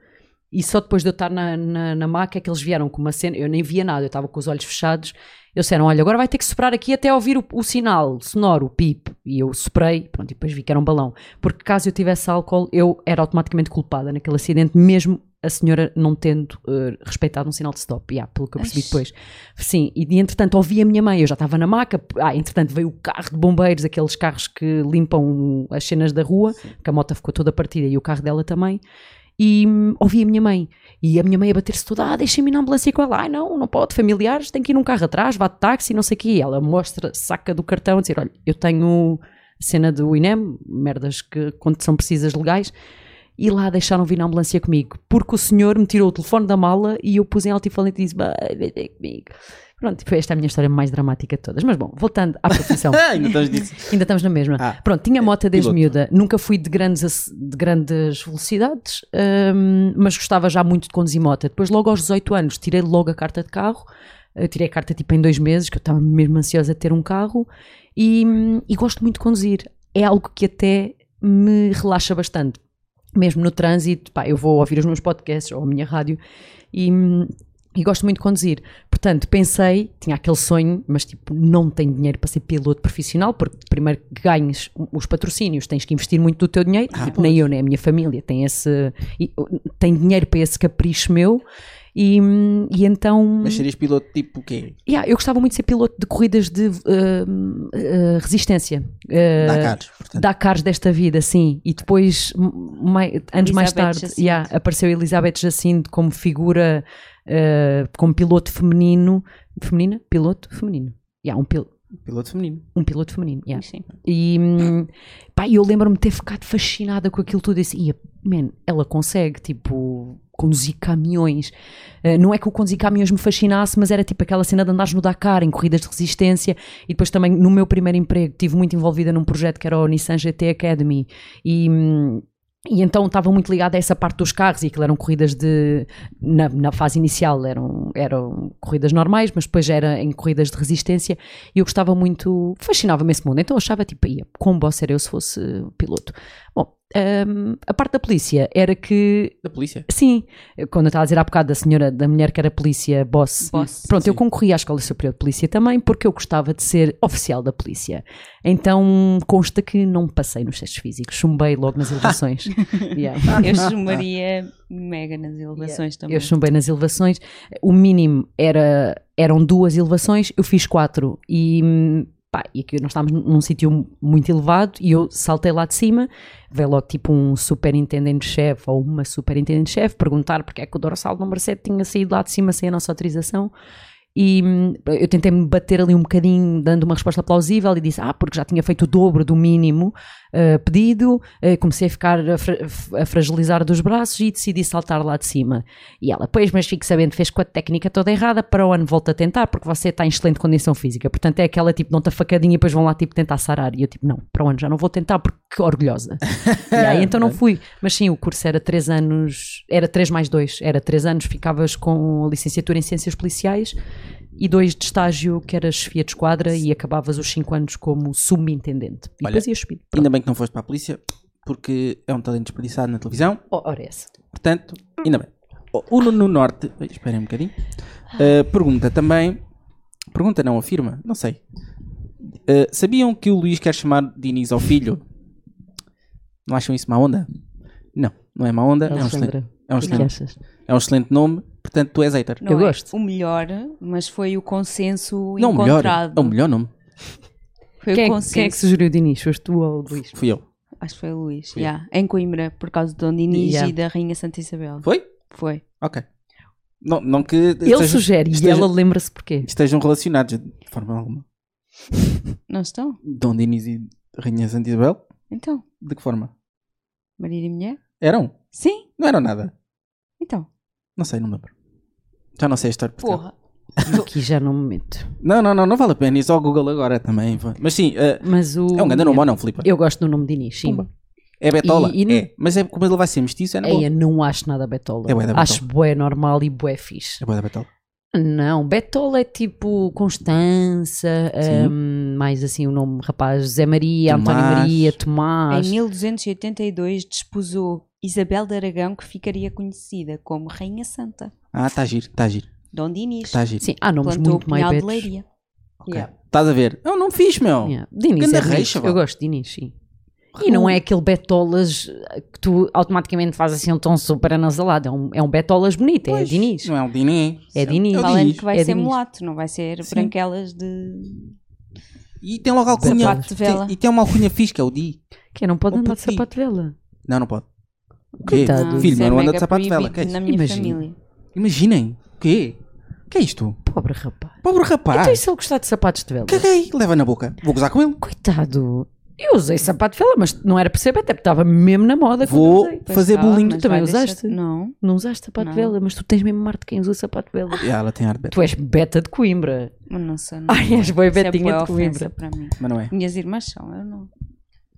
Speaker 2: E só depois de eu estar na, na, na maca é que eles vieram com uma cena. Eu nem via nada, eu estava com os olhos fechados. Eles disseram: Olha, agora vai ter que soprar aqui até ouvir o, o sinal sonoro, o pip. E eu soprei, pronto, e depois vi que era um balão. Porque caso eu tivesse álcool, eu era automaticamente culpada naquele acidente, mesmo a senhora não tendo eh, respeitado um sinal de stop, yeah, pelo que eu percebi
Speaker 3: Ai.
Speaker 2: depois. Sim, e de- entretanto ouvi a minha mãe, eu já estava na maca, ah, entretanto veio o carro de bombeiros, aqueles carros que limpam as cenas da rua, que a moto ficou toda partida e o carro dela também, e hum, ouvi a minha mãe, e a minha mãe a bater-se toda, ah, deixem-me ir na ambulância com ela, ai não, não pode, familiares, tem que ir num carro atrás, vá de táxi, não sei o quê, E ela mostra, saca do cartão, a dizer, olha, eu tenho cena do INEM, merdas que quando são precisas legais, e lá deixaram vir na ambulância comigo, porque o senhor me tirou o telefone da mala e eu pus em alto-falante e disse: "Bah, vai ter comigo. Pronto, foi esta a minha história mais dramática de todas. Mas bom, voltando à profissão,
Speaker 1: Ah, ainda estás disso.
Speaker 2: ainda estamos na mesma.
Speaker 1: Ah,
Speaker 2: Pronto, tinha moto desde
Speaker 1: piloto.
Speaker 2: miúda, nunca fui de grandes, ac- de grandes velocidades, hum, mas gostava já muito de conduzir moto. Depois, logo aos 18 anos, tirei logo a carta de carro. Eu tirei a carta tipo em dois meses, que eu estava mesmo ansiosa de ter um carro e, hum, e gosto muito de conduzir. É algo que até me relaxa bastante. Mesmo no trânsito, pá, eu vou ouvir os meus podcasts ou a minha rádio e, hum, e gosto muito de conduzir. Portanto, pensei, tinha aquele sonho, mas tipo, não tenho dinheiro para ser piloto profissional, porque primeiro que ganhes os patrocínios, tens que investir muito do teu dinheiro,
Speaker 1: Ah,
Speaker 2: tipo,
Speaker 1: pois.
Speaker 2: nem eu, nem a minha família tem esse e, uh, tem dinheiro para esse capricho meu. E, hum, e então
Speaker 1: Mas serias piloto tipo o quê?
Speaker 2: Yeah, eu gostava muito de ser piloto de corridas de hum, uh, resistência. Uh,
Speaker 1: Dakares, portanto.
Speaker 2: Dakares desta vida, sim. E depois, m- mai- anos mais
Speaker 3: Elizabeth
Speaker 2: tarde,
Speaker 3: Jacinto.
Speaker 2: yeah, apareceu Elizabeth Jacinto como figura, eh, como piloto feminino. Feminina? Piloto feminino. Yeah, um, pil-
Speaker 1: Piloto feminino.
Speaker 2: um piloto feminino. yeah.
Speaker 3: Sim.
Speaker 2: E hum, pá, eu lembro-me de ter ficado fascinada com aquilo tudo. E assim, ia, man, ela consegue, tipo, conduzir caminhões. Eh, não é que o conduzir caminhões me fascinasse, mas era tipo aquela cena de andares no Dakar, em corridas de resistência. E depois também, no meu primeiro emprego, estive muito envolvida num projeto que era o Nissan GT Academy. E. hum, e então estava muito ligada a essa parte dos carros e aquilo eram corridas de. Na, na fase inicial eram, eram corridas normais, mas depois era em corridas de resistência e eu gostava muito. Fascinava-me esse mundo. Então eu achava tipo, ia, como boss era eu se fosse piloto. Bom, hum, a parte da polícia era que.
Speaker 1: Da polícia.
Speaker 2: Sim, quando eu estava a dizer há bocado da senhora, da mulher que era polícia boss,
Speaker 3: Boss.
Speaker 2: Pronto, eu
Speaker 1: Sim.
Speaker 2: concorri à Escola Superior de Polícia também porque eu gostava de ser oficial da polícia. Então consta que não passei nos testes físicos, chumbei logo nas elevações. Yeah.
Speaker 3: Eu sumaria mega nas elevações também.
Speaker 2: eh, Eu chumbei nas elevações. O mínimo era, eram duas elevações, eu fiz quatro. E, hum, pá, e aqui nós estávamos num sítio muito elevado e eu saltei lá de cima. Veio logo tipo um superintendente-chefe ou uma superintendente-chefe perguntar porque é que o dorsal número 7 tinha saído lá de cima sem a nossa autorização. E hum, eu tentei me bater ali um bocadinho, dando uma resposta plausível, e disse: Ah, porque já tinha feito o dobro do mínimo eh, pedido. eh, comecei a ficar a, fra- a fragilizar dos braços e decidi saltar lá de cima. E ela: Pois, mas fique sabendo, fez com a técnica toda errada. Para o ano volta a tentar, porque você está em excelente condição física. Portanto, é aquela tipo, não te facadinha e depois vão lá tipo tentar sarar. E eu, tipo, não, para o ano já não vou tentar, porque que orgulhosa. e aí então não fui. Mas sim, o curso era 3 anos, era 3 mais 2, era 3 anos, ficavas com a licenciatura em Ciências Policiais e dois de estágio, que era chefia de esquadra, e acabavas os 5 anos como subintendente. E
Speaker 1: Olha,
Speaker 2: depois ias subir. Pronto.
Speaker 1: Ainda bem que não foste para a polícia, porque é um talento desperdiçado na televisão.
Speaker 2: Oh, ora essa.
Speaker 1: Portanto, ainda bem. O Nuno Norte, Ai, esperem um bocadinho, Uh, pergunta também, pergunta não, afirma, não sei. Uh, sabiam que o Luís quer chamar Diniz ao filho? Não acham isso má onda? Não, não é má onda, é um, excelente,
Speaker 2: Alexandra,
Speaker 1: é um
Speaker 2: o que é que
Speaker 1: excelente,
Speaker 2: achas?
Speaker 1: é um excelente nome, portanto tu és hater.
Speaker 3: Não
Speaker 2: Eu
Speaker 3: é
Speaker 2: gosto.
Speaker 3: O melhor, mas foi o consenso
Speaker 1: Não, o melhor,
Speaker 3: encontrado.
Speaker 1: é o melhor nome,
Speaker 3: Foi
Speaker 2: Quem,
Speaker 3: o
Speaker 2: é- quem é que
Speaker 3: consenso.
Speaker 2: sugeriu o Dinis? Foste tu ou o Luís?
Speaker 1: fui eu.
Speaker 3: Acho que foi o Luís. yeah, Em Coimbra, por causa do Dom Dinis
Speaker 2: Yeah.
Speaker 3: e da Rainha Santa Isabel.
Speaker 1: Foi?
Speaker 3: Foi.
Speaker 1: Ok. Não, não que
Speaker 2: Ele
Speaker 1: estejam-
Speaker 2: sugere e
Speaker 1: esteja-
Speaker 2: ela lembra-se porquê.
Speaker 1: estejam relacionados de forma alguma.
Speaker 3: Não estão?
Speaker 1: Dom Diniz e Rainha Santa Isabel,
Speaker 3: Então,
Speaker 1: de que forma?
Speaker 3: marido e mulher?
Speaker 1: Eram?
Speaker 3: Sim,
Speaker 1: Não eram nada.
Speaker 3: então.
Speaker 1: Não sei, não me lembro. Já não sei a história. portuguesa.
Speaker 3: Porra.
Speaker 2: Aqui já não me meto.
Speaker 1: Não, não, não, não vale a pena. Isso ao Google agora também. vá. Mas sim, eh,
Speaker 2: Mas o,
Speaker 1: é um grande nome ou não, Filipe?
Speaker 2: Eu gosto do nome Dinis, sim.
Speaker 1: Pumba. É Betola?
Speaker 2: E- e-
Speaker 1: É. Mas é como ele vai ser mestiço, é na boa.
Speaker 2: Eia, não acho nada Betola.
Speaker 1: É bué da Betola.
Speaker 2: acho bué normal e bué fixe.
Speaker 1: É boa da Betola.
Speaker 2: Não, Betola é tipo Constança,
Speaker 1: Sim.
Speaker 2: hum, mais assim o nome rapaz, José Maria,
Speaker 1: Tomás.
Speaker 2: António Maria, Tomás.
Speaker 3: Em 1282 desposou Isabel de Aragão, que ficaria conhecida como Rainha Santa.
Speaker 1: Ah, está giro, está giro.
Speaker 3: Dom Dinis.
Speaker 1: Está giro.
Speaker 2: Sim, há nomes
Speaker 3: plantou o
Speaker 2: muito mais
Speaker 3: Pinhal de
Speaker 2: betos.
Speaker 3: Leiria.
Speaker 1: Ok.
Speaker 3: Yeah.
Speaker 1: Estás a ver? É Eu não fiz, meu.
Speaker 2: Yeah. Dinis
Speaker 1: Ganda
Speaker 2: é rico.
Speaker 1: reixa, vá.
Speaker 2: Eu gosto de Dinis, sim. E não é aquele betolas eh, que tu automaticamente fazes assim um tom super anasalado. É um, é um betolas bonito, é
Speaker 1: Pois,
Speaker 2: Dinis.
Speaker 1: Não é o Diné.
Speaker 2: É Dinis.
Speaker 1: Eu
Speaker 3: Falando
Speaker 1: diz,
Speaker 3: que vai
Speaker 2: é
Speaker 3: ser
Speaker 2: Dinis.
Speaker 3: mulato, não vai ser
Speaker 1: Sim.
Speaker 3: branquelas de.
Speaker 1: E tem logo a alcunha.
Speaker 3: Sapato de vela.
Speaker 1: tem- e tem uma alcunha fixe, que é o Di.
Speaker 2: Que não pode
Speaker 1: Ou
Speaker 2: andar de
Speaker 1: puti.
Speaker 2: sapato de vela.
Speaker 1: Não, não pode. O quê?
Speaker 2: Coitado. Não,
Speaker 1: Filho,
Speaker 3: isso é
Speaker 1: mas não anda
Speaker 3: mega
Speaker 1: de sapato de vela.
Speaker 3: proibido
Speaker 1: que é isso?
Speaker 3: Na minha
Speaker 2: Imagina.
Speaker 3: família.
Speaker 1: Imaginem. O quê? O que é isto?
Speaker 2: Pobre rapaz.
Speaker 1: Pobre
Speaker 2: Então e
Speaker 1: rapaz.
Speaker 2: se ele gostar de sapatos de vela?
Speaker 1: Caguei. Leva na boca. Vou gozar com ele.
Speaker 2: Coitado. Eu usei sapato de vela, mas não era para ser beta, porque estava mesmo na moda quando
Speaker 1: Vou
Speaker 2: usei.
Speaker 3: Pois
Speaker 1: fazer
Speaker 3: tá,
Speaker 1: bullying.
Speaker 3: mas
Speaker 2: também
Speaker 3: vai deixar-
Speaker 2: usaste?
Speaker 3: Não.
Speaker 2: Não usaste sapato de
Speaker 3: Não.
Speaker 2: vela, mas tu tens mesmo mar de quem usa sapato de vela.
Speaker 1: Ah, ela tem ar de beta.
Speaker 2: Tu és beta de Coimbra.
Speaker 3: mas Não sei. Não.
Speaker 2: Ai, és boi
Speaker 3: Isso é
Speaker 2: betinha
Speaker 3: bué
Speaker 2: de
Speaker 3: ofensa
Speaker 2: Coimbra.
Speaker 3: para mim.
Speaker 1: Mas não é.
Speaker 3: Minhas irmãs são, eu não.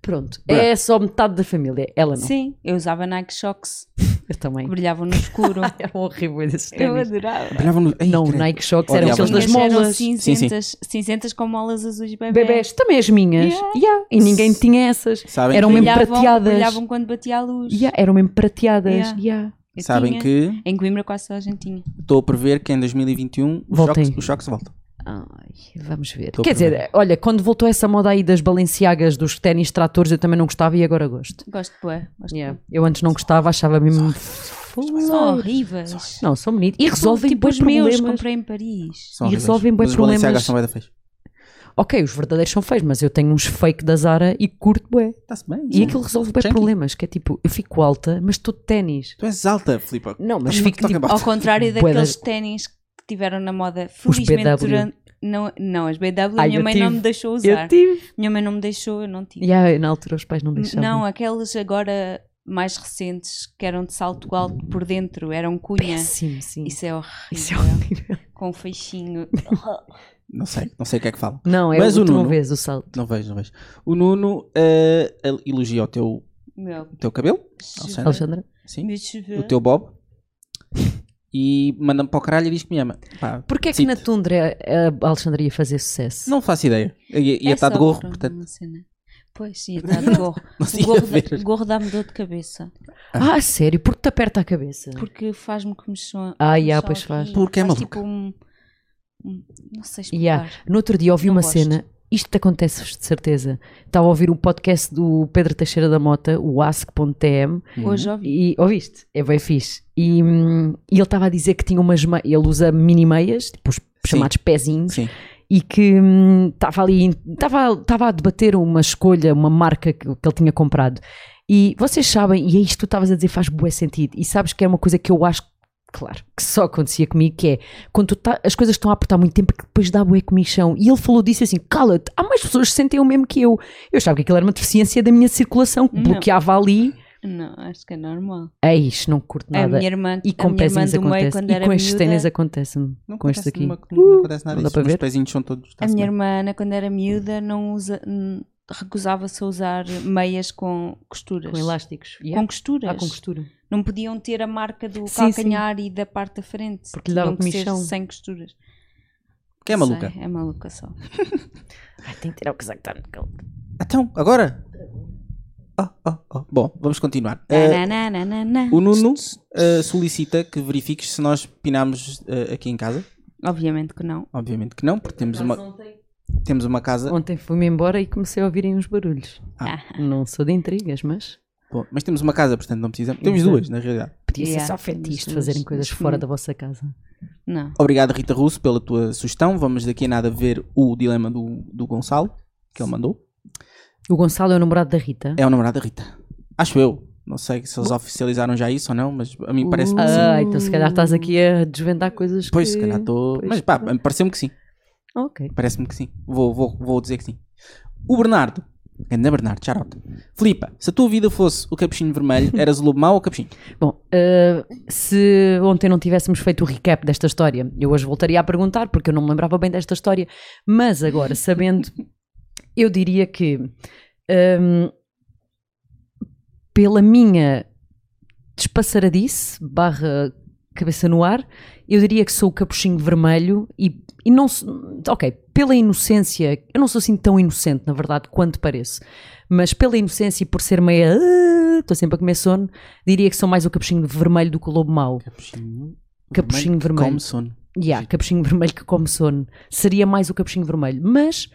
Speaker 2: Pronto.
Speaker 1: Bruh.
Speaker 2: É só metade da família. Ela não.
Speaker 3: Sim, eu usava Nike Shocks,
Speaker 2: Eu
Speaker 3: que
Speaker 2: também.
Speaker 3: brilhavam no escuro.
Speaker 2: Eram horríveis é esses
Speaker 3: eu
Speaker 2: ténis.
Speaker 3: adorava.
Speaker 1: Brilhavam no... Ei,
Speaker 2: Não,
Speaker 1: credo.
Speaker 2: Nike Shocks eram
Speaker 1: Odiava
Speaker 2: aqueles das
Speaker 1: Nike.
Speaker 3: Minhas eram
Speaker 2: molas.
Speaker 3: cinzentas, cinzentas com molas azuis bebê.
Speaker 2: Bebés, também as minhas.
Speaker 3: Yeah.
Speaker 2: Yeah. E ninguém tinha essas.
Speaker 1: Sabem
Speaker 2: Eram
Speaker 1: que...
Speaker 2: um mesmo
Speaker 3: Brilhavam,
Speaker 2: prateadas.
Speaker 3: brilhavam quando batia a luz.
Speaker 2: Yeah, eram mesmo prateadas.
Speaker 3: Yeah.
Speaker 2: Yeah.
Speaker 3: Eu
Speaker 1: Sabem
Speaker 3: tinha.
Speaker 1: que...
Speaker 3: Em Coimbra quase toda a gente tinha.
Speaker 1: Estou a prever que em 2021 o
Speaker 2: Voltem.
Speaker 1: choque, o choque se volta.
Speaker 2: Ai, vamos ver.
Speaker 1: Tô
Speaker 2: Quer dizer,
Speaker 1: perdendo.
Speaker 2: olha, quando voltou essa moda aí das balenciagas, dos ténis tratores, eu também não gostava e agora gosto.
Speaker 3: Gosto de bué. Gosto de
Speaker 2: Yeah. Eu antes não gostava, achava mesmo.
Speaker 3: bué. São horríveis.
Speaker 2: Não, são bonitos. E resolvem
Speaker 3: tipo
Speaker 2: bem
Speaker 3: os meus,
Speaker 2: problemas.
Speaker 3: comprei em Paris.
Speaker 1: São
Speaker 2: E
Speaker 1: horríveis.
Speaker 2: resolvem bué
Speaker 1: Mas os Balenciagas
Speaker 2: problemas.
Speaker 1: são bué da feios.
Speaker 2: Ok, os verdadeiros são feios, mas eu tenho uns fake da Zara e curto bué.
Speaker 1: Está-se bem.
Speaker 2: E aquilo resolve bem
Speaker 1: Chunky.
Speaker 2: problemas, que é tipo, eu fico alta, mas estou de ténis.
Speaker 1: Tu és alta, Filipa.
Speaker 2: Não, mas
Speaker 1: Estás-me
Speaker 2: fico
Speaker 1: a tocar
Speaker 2: tipo-
Speaker 1: baixo.
Speaker 3: Ao contrário
Speaker 2: Bué
Speaker 3: daqueles
Speaker 2: da-
Speaker 3: ténis que tiveram na moda, felizmente
Speaker 2: BW.
Speaker 3: durante. Não, não, as BW
Speaker 2: Ai,
Speaker 3: minha
Speaker 2: eu
Speaker 3: mãe não
Speaker 2: tive.
Speaker 3: me deixou usar.
Speaker 2: tive.
Speaker 3: Minha mãe não me deixou, eu não tive.
Speaker 2: Yeah, na altura os pais não é deixavam.
Speaker 3: Não, aqueles agora mais recentes que eram de salto alto por dentro, eram cunha.
Speaker 2: Péssimo, sim.
Speaker 3: Isso é horrível.
Speaker 2: Isso é horrível.
Speaker 3: Com feixinho.
Speaker 1: Não sei, não sei o que é que falam.
Speaker 2: Não, é
Speaker 1: Mas
Speaker 2: a
Speaker 1: o
Speaker 2: última
Speaker 1: Nuno-
Speaker 2: vez o salto.
Speaker 1: Não vejo, não vejo. O Nuno eh, ele elogia o teu,
Speaker 3: Meu,
Speaker 1: o teu cabelo,
Speaker 3: chuva.
Speaker 2: Alexandra?
Speaker 1: sim,
Speaker 3: Meu chuva.
Speaker 1: o teu bob, e manda-me para o caralho e diz que me ama. Pá,
Speaker 2: Porquê é que
Speaker 1: Cito.
Speaker 2: na Tundra a Alexandra ia fazer sucesso?
Speaker 1: não faço ideia. Eu Ia, ia
Speaker 3: É
Speaker 1: estar de
Speaker 3: só
Speaker 1: gorro,
Speaker 3: para
Speaker 1: portanto,
Speaker 3: uma cena. Pois, ia estar de gorro.
Speaker 1: não
Speaker 3: O
Speaker 1: se ia
Speaker 3: gorro, da-
Speaker 1: ver.
Speaker 3: gorro dá-me dor de cabeça.
Speaker 2: Ah, sério? Porque te aperta a cabeça?
Speaker 3: Porque faz-me que me soa.
Speaker 2: Ah,
Speaker 3: que me
Speaker 2: já,
Speaker 3: soa
Speaker 2: pois
Speaker 3: aqui,
Speaker 2: faz.
Speaker 1: Porque é
Speaker 3: faz
Speaker 1: maluca.
Speaker 3: tipo um, um- Não sei explicar.
Speaker 2: Yeah. No outro dia ouvi
Speaker 3: Não
Speaker 2: uma
Speaker 3: gosto.
Speaker 2: cena, isto te acontece de certeza. Estava a ouvir um podcast do Pedro Teixeira da Mota, o ask.tm,
Speaker 3: Hoje ouvi.
Speaker 2: e ouviste? É bem fixe. E, hum, e ele estava a dizer que tinha umas. mei- Ele usa mini meias, tipo os chamados pezinhos,
Speaker 1: Sim,
Speaker 2: e que hum, estava ali, estava estava a debater uma escolha, uma marca que, que ele tinha comprado. E vocês sabem, e é isto que tu estavas a dizer faz bué sentido, e sabes que é uma coisa que eu acho, claro, que só acontecia comigo, que é quando tu tá- as coisas estão a apertar muito tempo é que depois dá bué comichão. E ele falou disso assim, cala-te, há mais pessoas que sentem o mesmo que eu. Eu achava que aquilo era uma deficiência da minha circulação, que
Speaker 3: Não.
Speaker 2: bloqueava ali.
Speaker 3: Não, acho que é normal.
Speaker 2: É isto, não curto
Speaker 3: A
Speaker 2: nada.
Speaker 3: minha irmã,
Speaker 2: E
Speaker 3: a
Speaker 2: com
Speaker 3: minha irmã
Speaker 2: pezinhos
Speaker 3: do meio,
Speaker 2: acontece,
Speaker 3: quando
Speaker 2: e
Speaker 3: era
Speaker 2: com estes
Speaker 3: miúda,
Speaker 2: ténis acontece-me,
Speaker 1: não
Speaker 2: com
Speaker 1: acontece
Speaker 2: este aqui. Uh,
Speaker 1: nenhuma- não acontece nada
Speaker 2: não dá
Speaker 1: disso.
Speaker 2: para
Speaker 1: Os
Speaker 2: ver?
Speaker 1: pezinhos são todos.
Speaker 3: A
Speaker 1: está-se
Speaker 3: minha
Speaker 1: bem.
Speaker 3: irmã, Ana, quando era miúda, não usa, hum, recusava-se a usar meias com costuras.
Speaker 2: Com elásticos.
Speaker 3: Com
Speaker 2: Yeah.
Speaker 3: costuras.
Speaker 2: Ah, com costura.
Speaker 3: Não podiam ter a marca do
Speaker 2: Sim,
Speaker 3: calcanhar e da parte da frente.
Speaker 2: Porque lhe dava
Speaker 3: Tinham que ser
Speaker 2: comichão.
Speaker 3: sem costuras.
Speaker 1: Que é
Speaker 3: Sei,
Speaker 1: maluca.
Speaker 3: é maluca só.
Speaker 2: Ai, tem que tirar o casaco que está no caldo.
Speaker 1: Então, agora?
Speaker 2: Oh,
Speaker 1: Ah, ah, ah. Bom, vamos continuar. Eh,
Speaker 3: Na, Tá, na, na, na, na.
Speaker 1: O Nuno eh, solicita que verifiques se nós pinámos eh, aqui em casa.
Speaker 3: Obviamente que não.
Speaker 1: Obviamente que não, porque temos uma,
Speaker 2: Ontem,
Speaker 1: temos uma casa.
Speaker 2: fui-me embora e comecei a ouvirem uns barulhos.
Speaker 1: Ah.
Speaker 2: Não sou de intrigas, mas
Speaker 1: Bom, mas temos uma casa, portanto não precisamos. Temos
Speaker 2: Exato.
Speaker 1: duas, na realidade.
Speaker 2: podia ser
Speaker 3: Yeah,
Speaker 2: só hum.
Speaker 3: mas-
Speaker 2: fetiche de
Speaker 3: mas-
Speaker 2: fazerem coisas
Speaker 3: mas-
Speaker 2: fora da vossa casa.
Speaker 3: Não.
Speaker 1: Obrigado, Rita Russo, pela tua sugestão. Vamos daqui a nada ver o dilema do, do Gonçalo, que ele mandou.
Speaker 2: O Gonçalo é o namorado da Rita.
Speaker 1: É o namorado da Rita. Acho eu. Não sei se eles oficializaram já isso ou não, mas a mim parece que sim.
Speaker 2: Ah, então se calhar estás aqui a desvendar coisas
Speaker 1: É. Pois,
Speaker 2: que...
Speaker 1: se calhar estou.
Speaker 2: pois,
Speaker 1: Mas pá,
Speaker 2: tá.
Speaker 1: pareceu-me que sim.
Speaker 2: Ok.
Speaker 1: Parece-me que sim. Vou, vou, vou dizer que sim. O Bernardo. Ganda Bernardo, charote. Filipa, se a tua vida fosse o capuchinho vermelho, eras o lobo mau ou o capuchinho?
Speaker 2: Bom, ah, se ontem não tivéssemos feito o recap desta história, eu hoje voltaria a perguntar, porque eu não me lembrava bem desta história. Mas agora, sabendo, eu diria que hum, pela minha despassaradice barra cabeça no ar, eu diria que sou o capuchinho vermelho e, e não se- ok, pela inocência, eu não sou assim tão inocente, na verdade, quanto pareço, mas pela inocência e por ser meia estou sempre a comer sono. Diria que sou mais o capuchinho vermelho do que o lobo mau.
Speaker 1: Capuchinho.
Speaker 2: Capuchinho vermelho.
Speaker 1: Como sono.
Speaker 2: Yeah, capuchinho vermelho que come sono. Seria mais o capuchinho vermelho, mas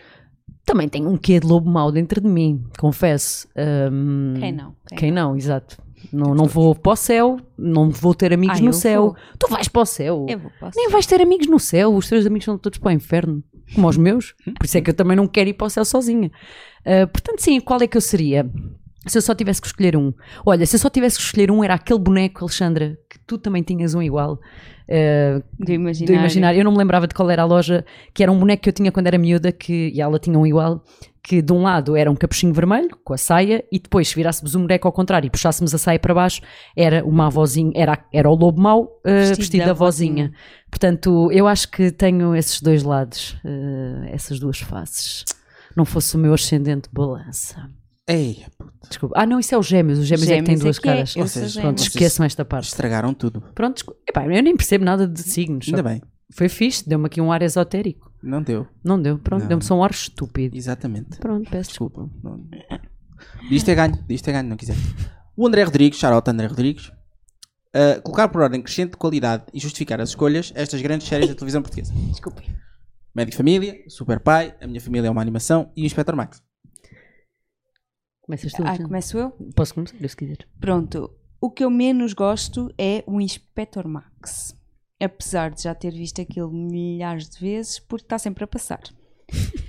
Speaker 2: também tem um quê de lobo mau dentro de mim, confesso. Ahm,
Speaker 3: Quem não? é? Quem
Speaker 2: Quem não, exato. Não, não vou para o céu, não vou ter amigos
Speaker 3: Ah,
Speaker 2: no
Speaker 3: assim. eu
Speaker 2: céu.
Speaker 3: vou.
Speaker 2: Tu vais para o céu.
Speaker 3: não? Eu vou, posso.
Speaker 2: Nem vais ter amigos no céu, os teus amigos são todos para o inferno, como os meus. Por isso é que eu também não quero ir para o céu sozinha. Ah, portanto, sim, qual é que eu seria? Se eu só tivesse que escolher um. Olha, se eu só tivesse que escolher um, era aquele boneco, Alexandra, que tu também tinhas um igual. ah,
Speaker 3: Do
Speaker 2: do
Speaker 3: imaginário.
Speaker 2: imaginário. Eu não me lembrava de qual era a loja, que era um boneco que eu tinha quando era miúda, que, e ela tinha um igual, que de um lado era um capuchinho vermelho, com a saia, e depois, se virássemos o boneco ao contrário e puxássemos a saia para baixo, era uma avózinha, era, era o lobo mau uh, vestido,
Speaker 3: Vestido
Speaker 2: da
Speaker 3: da
Speaker 2: avózinha.
Speaker 3: avózinha.
Speaker 2: Portanto, eu acho que tenho esses dois lados, uh, essas duas faces. Não fosse o meu ascendente balança.
Speaker 1: Ei,
Speaker 2: Desculpa. Ah, não, isso é os gêmeos. Os gêmeos, é que têm
Speaker 3: Gêmeos é
Speaker 2: duas
Speaker 3: que é.
Speaker 2: caras.
Speaker 3: Eu
Speaker 1: Ou seja,
Speaker 3: sou
Speaker 2: Pronto,
Speaker 3: gêmeos.
Speaker 2: esqueçam esta parte.
Speaker 1: estragaram tudo.
Speaker 2: Pronto, desculpa. Epá, eu nem percebo nada de signos.
Speaker 1: Ainda bem.
Speaker 2: Foi fixe, deu-me aqui um ar esotérico.
Speaker 1: Não deu.
Speaker 2: Não deu, pronto,
Speaker 1: Não.
Speaker 2: deu-me só um ar estúpido.
Speaker 1: Exatamente.
Speaker 2: Pronto, peço desculpa.
Speaker 1: Não- Diz-te é ganho, diz-te é ganho, não quiser. O André Rodrigues, shoutout André Rodrigues, uh, colocar por ordem crescente de qualidade e justificar as escolhas estas grandes séries da televisão portuguesa.
Speaker 2: Desculpem.
Speaker 1: Médico Família, Super Pai, A Minha Família é uma Animação e o Inspector Max.
Speaker 2: Começas tu,
Speaker 3: Ah,
Speaker 2: Alexandre?
Speaker 3: começo eu?
Speaker 2: Posso começar? Eu, se quiser.
Speaker 3: Pronto. O que eu menos gosto é o Inspector Max. Apesar de já ter visto aquilo milhares de vezes, porque está sempre a passar.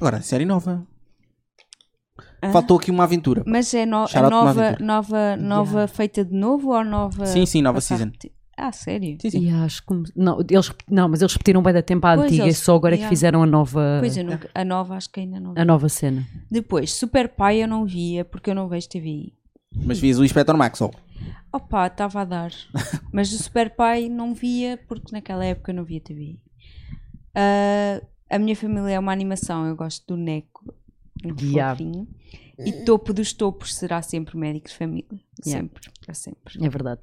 Speaker 1: Agora, série nova.
Speaker 2: Ah.
Speaker 3: Hã?
Speaker 1: Faltou aqui uma aventura.
Speaker 3: Mas é no- a
Speaker 1: Shout out
Speaker 3: nova,
Speaker 1: Mavitor.
Speaker 3: nova, nova
Speaker 2: Yeah.
Speaker 3: feita de novo ou nova.
Speaker 1: Sim, sim, nova
Speaker 3: passar
Speaker 1: season.
Speaker 3: repeti- Ah, sério?
Speaker 1: Sim, sim.
Speaker 2: E acho que. come- Não, eles, rep- não, mas eles repetiram bem da tempo à
Speaker 3: Pois,
Speaker 2: antiga
Speaker 3: eles-
Speaker 2: e só agora é que
Speaker 3: yeah.
Speaker 2: fizeram a nova,
Speaker 3: Pois é. eu nunca. A nova acho que ainda não. vi.
Speaker 2: a nova cena.
Speaker 3: Depois, Super Pai eu não via porque eu não vejo TVI.
Speaker 1: Mas vias o Inspector Max, ó.
Speaker 3: Opa, estava a dar. Mas o Super Pai não via porque naquela época eu não via TVI. Ah, a minha família é uma animação, eu gosto do Neco. Um
Speaker 2: Yeah.
Speaker 3: fofinho. E topo dos topos será sempre médico de família.
Speaker 2: Yeah.
Speaker 3: Sempre, para sempre.
Speaker 2: É verdade.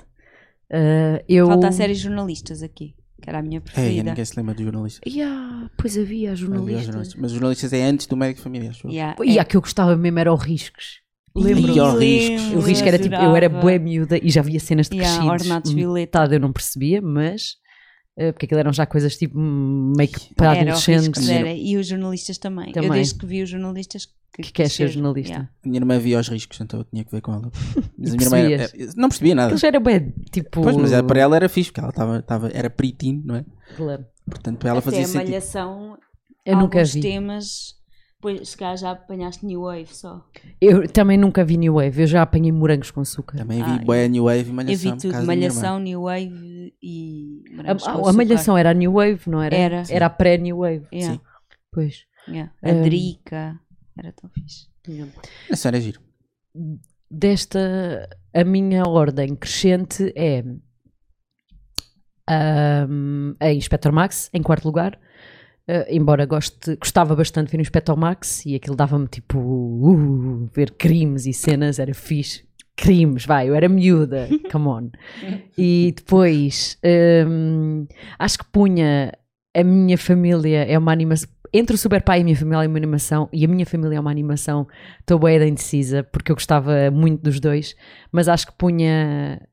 Speaker 2: Ah, eu... É,
Speaker 3: Falta a série jornalistas aqui, que era a minha
Speaker 1: Ei,
Speaker 3: preferida.
Speaker 1: ninguém se lembra dos jornalistas.
Speaker 2: Yeah, pois havia a
Speaker 1: Ali aos
Speaker 2: jornalista.
Speaker 1: jornalistas. Mas os jornalistas é antes do Médico Família, acho eu.
Speaker 3: Yeah,
Speaker 2: tipo- E a que eu gostava mesmo era o Riscos.
Speaker 1: lembro-me.
Speaker 2: Lembro-me.
Speaker 1: E o
Speaker 2: O
Speaker 1: Riscos.
Speaker 2: risco era tipo, eu era bué miúda e já via cenas de
Speaker 3: Yeah,
Speaker 2: crescidos.
Speaker 3: ornatos
Speaker 2: Hum,
Speaker 3: violeta.
Speaker 2: metade eu não percebia, mas. eh, Porque aquilo eram já coisas tipo hum, meio que para
Speaker 3: Era o
Speaker 2: adolescentes.
Speaker 3: Riscos, era. E os jornalistas também.
Speaker 2: Também.
Speaker 3: Eu desde que vi os jornalistas que,
Speaker 2: que quer ser
Speaker 3: cresceram,
Speaker 2: jornalista.
Speaker 3: yeah.
Speaker 1: A minha irmã via os riscos, então eu tinha que ver com ela. Mas
Speaker 2: E
Speaker 1: a minha irmã era- é,
Speaker 2: percebias?
Speaker 1: não percebia nada.
Speaker 2: Aquilo já era bem tipo.
Speaker 1: Pois, mas era- para ela era fixe, porque ela tava, tava, era pretinho, não é?
Speaker 2: Claro.
Speaker 1: Portanto, para ela
Speaker 3: Até
Speaker 1: fazia
Speaker 3: a
Speaker 1: sentido.
Speaker 3: malhação,
Speaker 2: Eu nunca
Speaker 3: alguns
Speaker 2: vi.
Speaker 3: temas, pois se calhar já apanhaste New Wave só.
Speaker 2: Eu também nunca vi New Wave. Eu já apanhei morangos com açúcar.
Speaker 1: Também vi
Speaker 3: Ah,
Speaker 1: ah, Boy New Wave e Malhação.
Speaker 3: eu vi
Speaker 1: por
Speaker 3: tudo,
Speaker 1: causa da minha irmã.
Speaker 3: malhação, New Wave e...
Speaker 2: A,
Speaker 3: morangos
Speaker 2: a-
Speaker 3: com
Speaker 2: a
Speaker 3: açúcar.
Speaker 2: Malhação era a New Wave, não era?
Speaker 3: Era.
Speaker 2: Era a pré-New Wave.
Speaker 3: Yeah,
Speaker 1: Sim.
Speaker 2: Pois.
Speaker 3: yeah. A
Speaker 2: Um,
Speaker 3: Drica, era tão fixe.
Speaker 1: A série é giro.
Speaker 2: Desta. A minha ordem crescente é. ahm, a Inspector Max, em quarto lugar. Uh, embora goste, gostava bastante de ver o Inspector Max e aquilo dava-me tipo uh, ver crimes e cenas, era fixe. Crimes, vai, eu era miúda, come on. E depois um, acho que punha a minha família é uma animação. Entre o Super Pai e a minha família é uma animação, e a minha família é uma animação, estou bem da indecisa, porque eu gostava muito dos dois, mas acho que punha.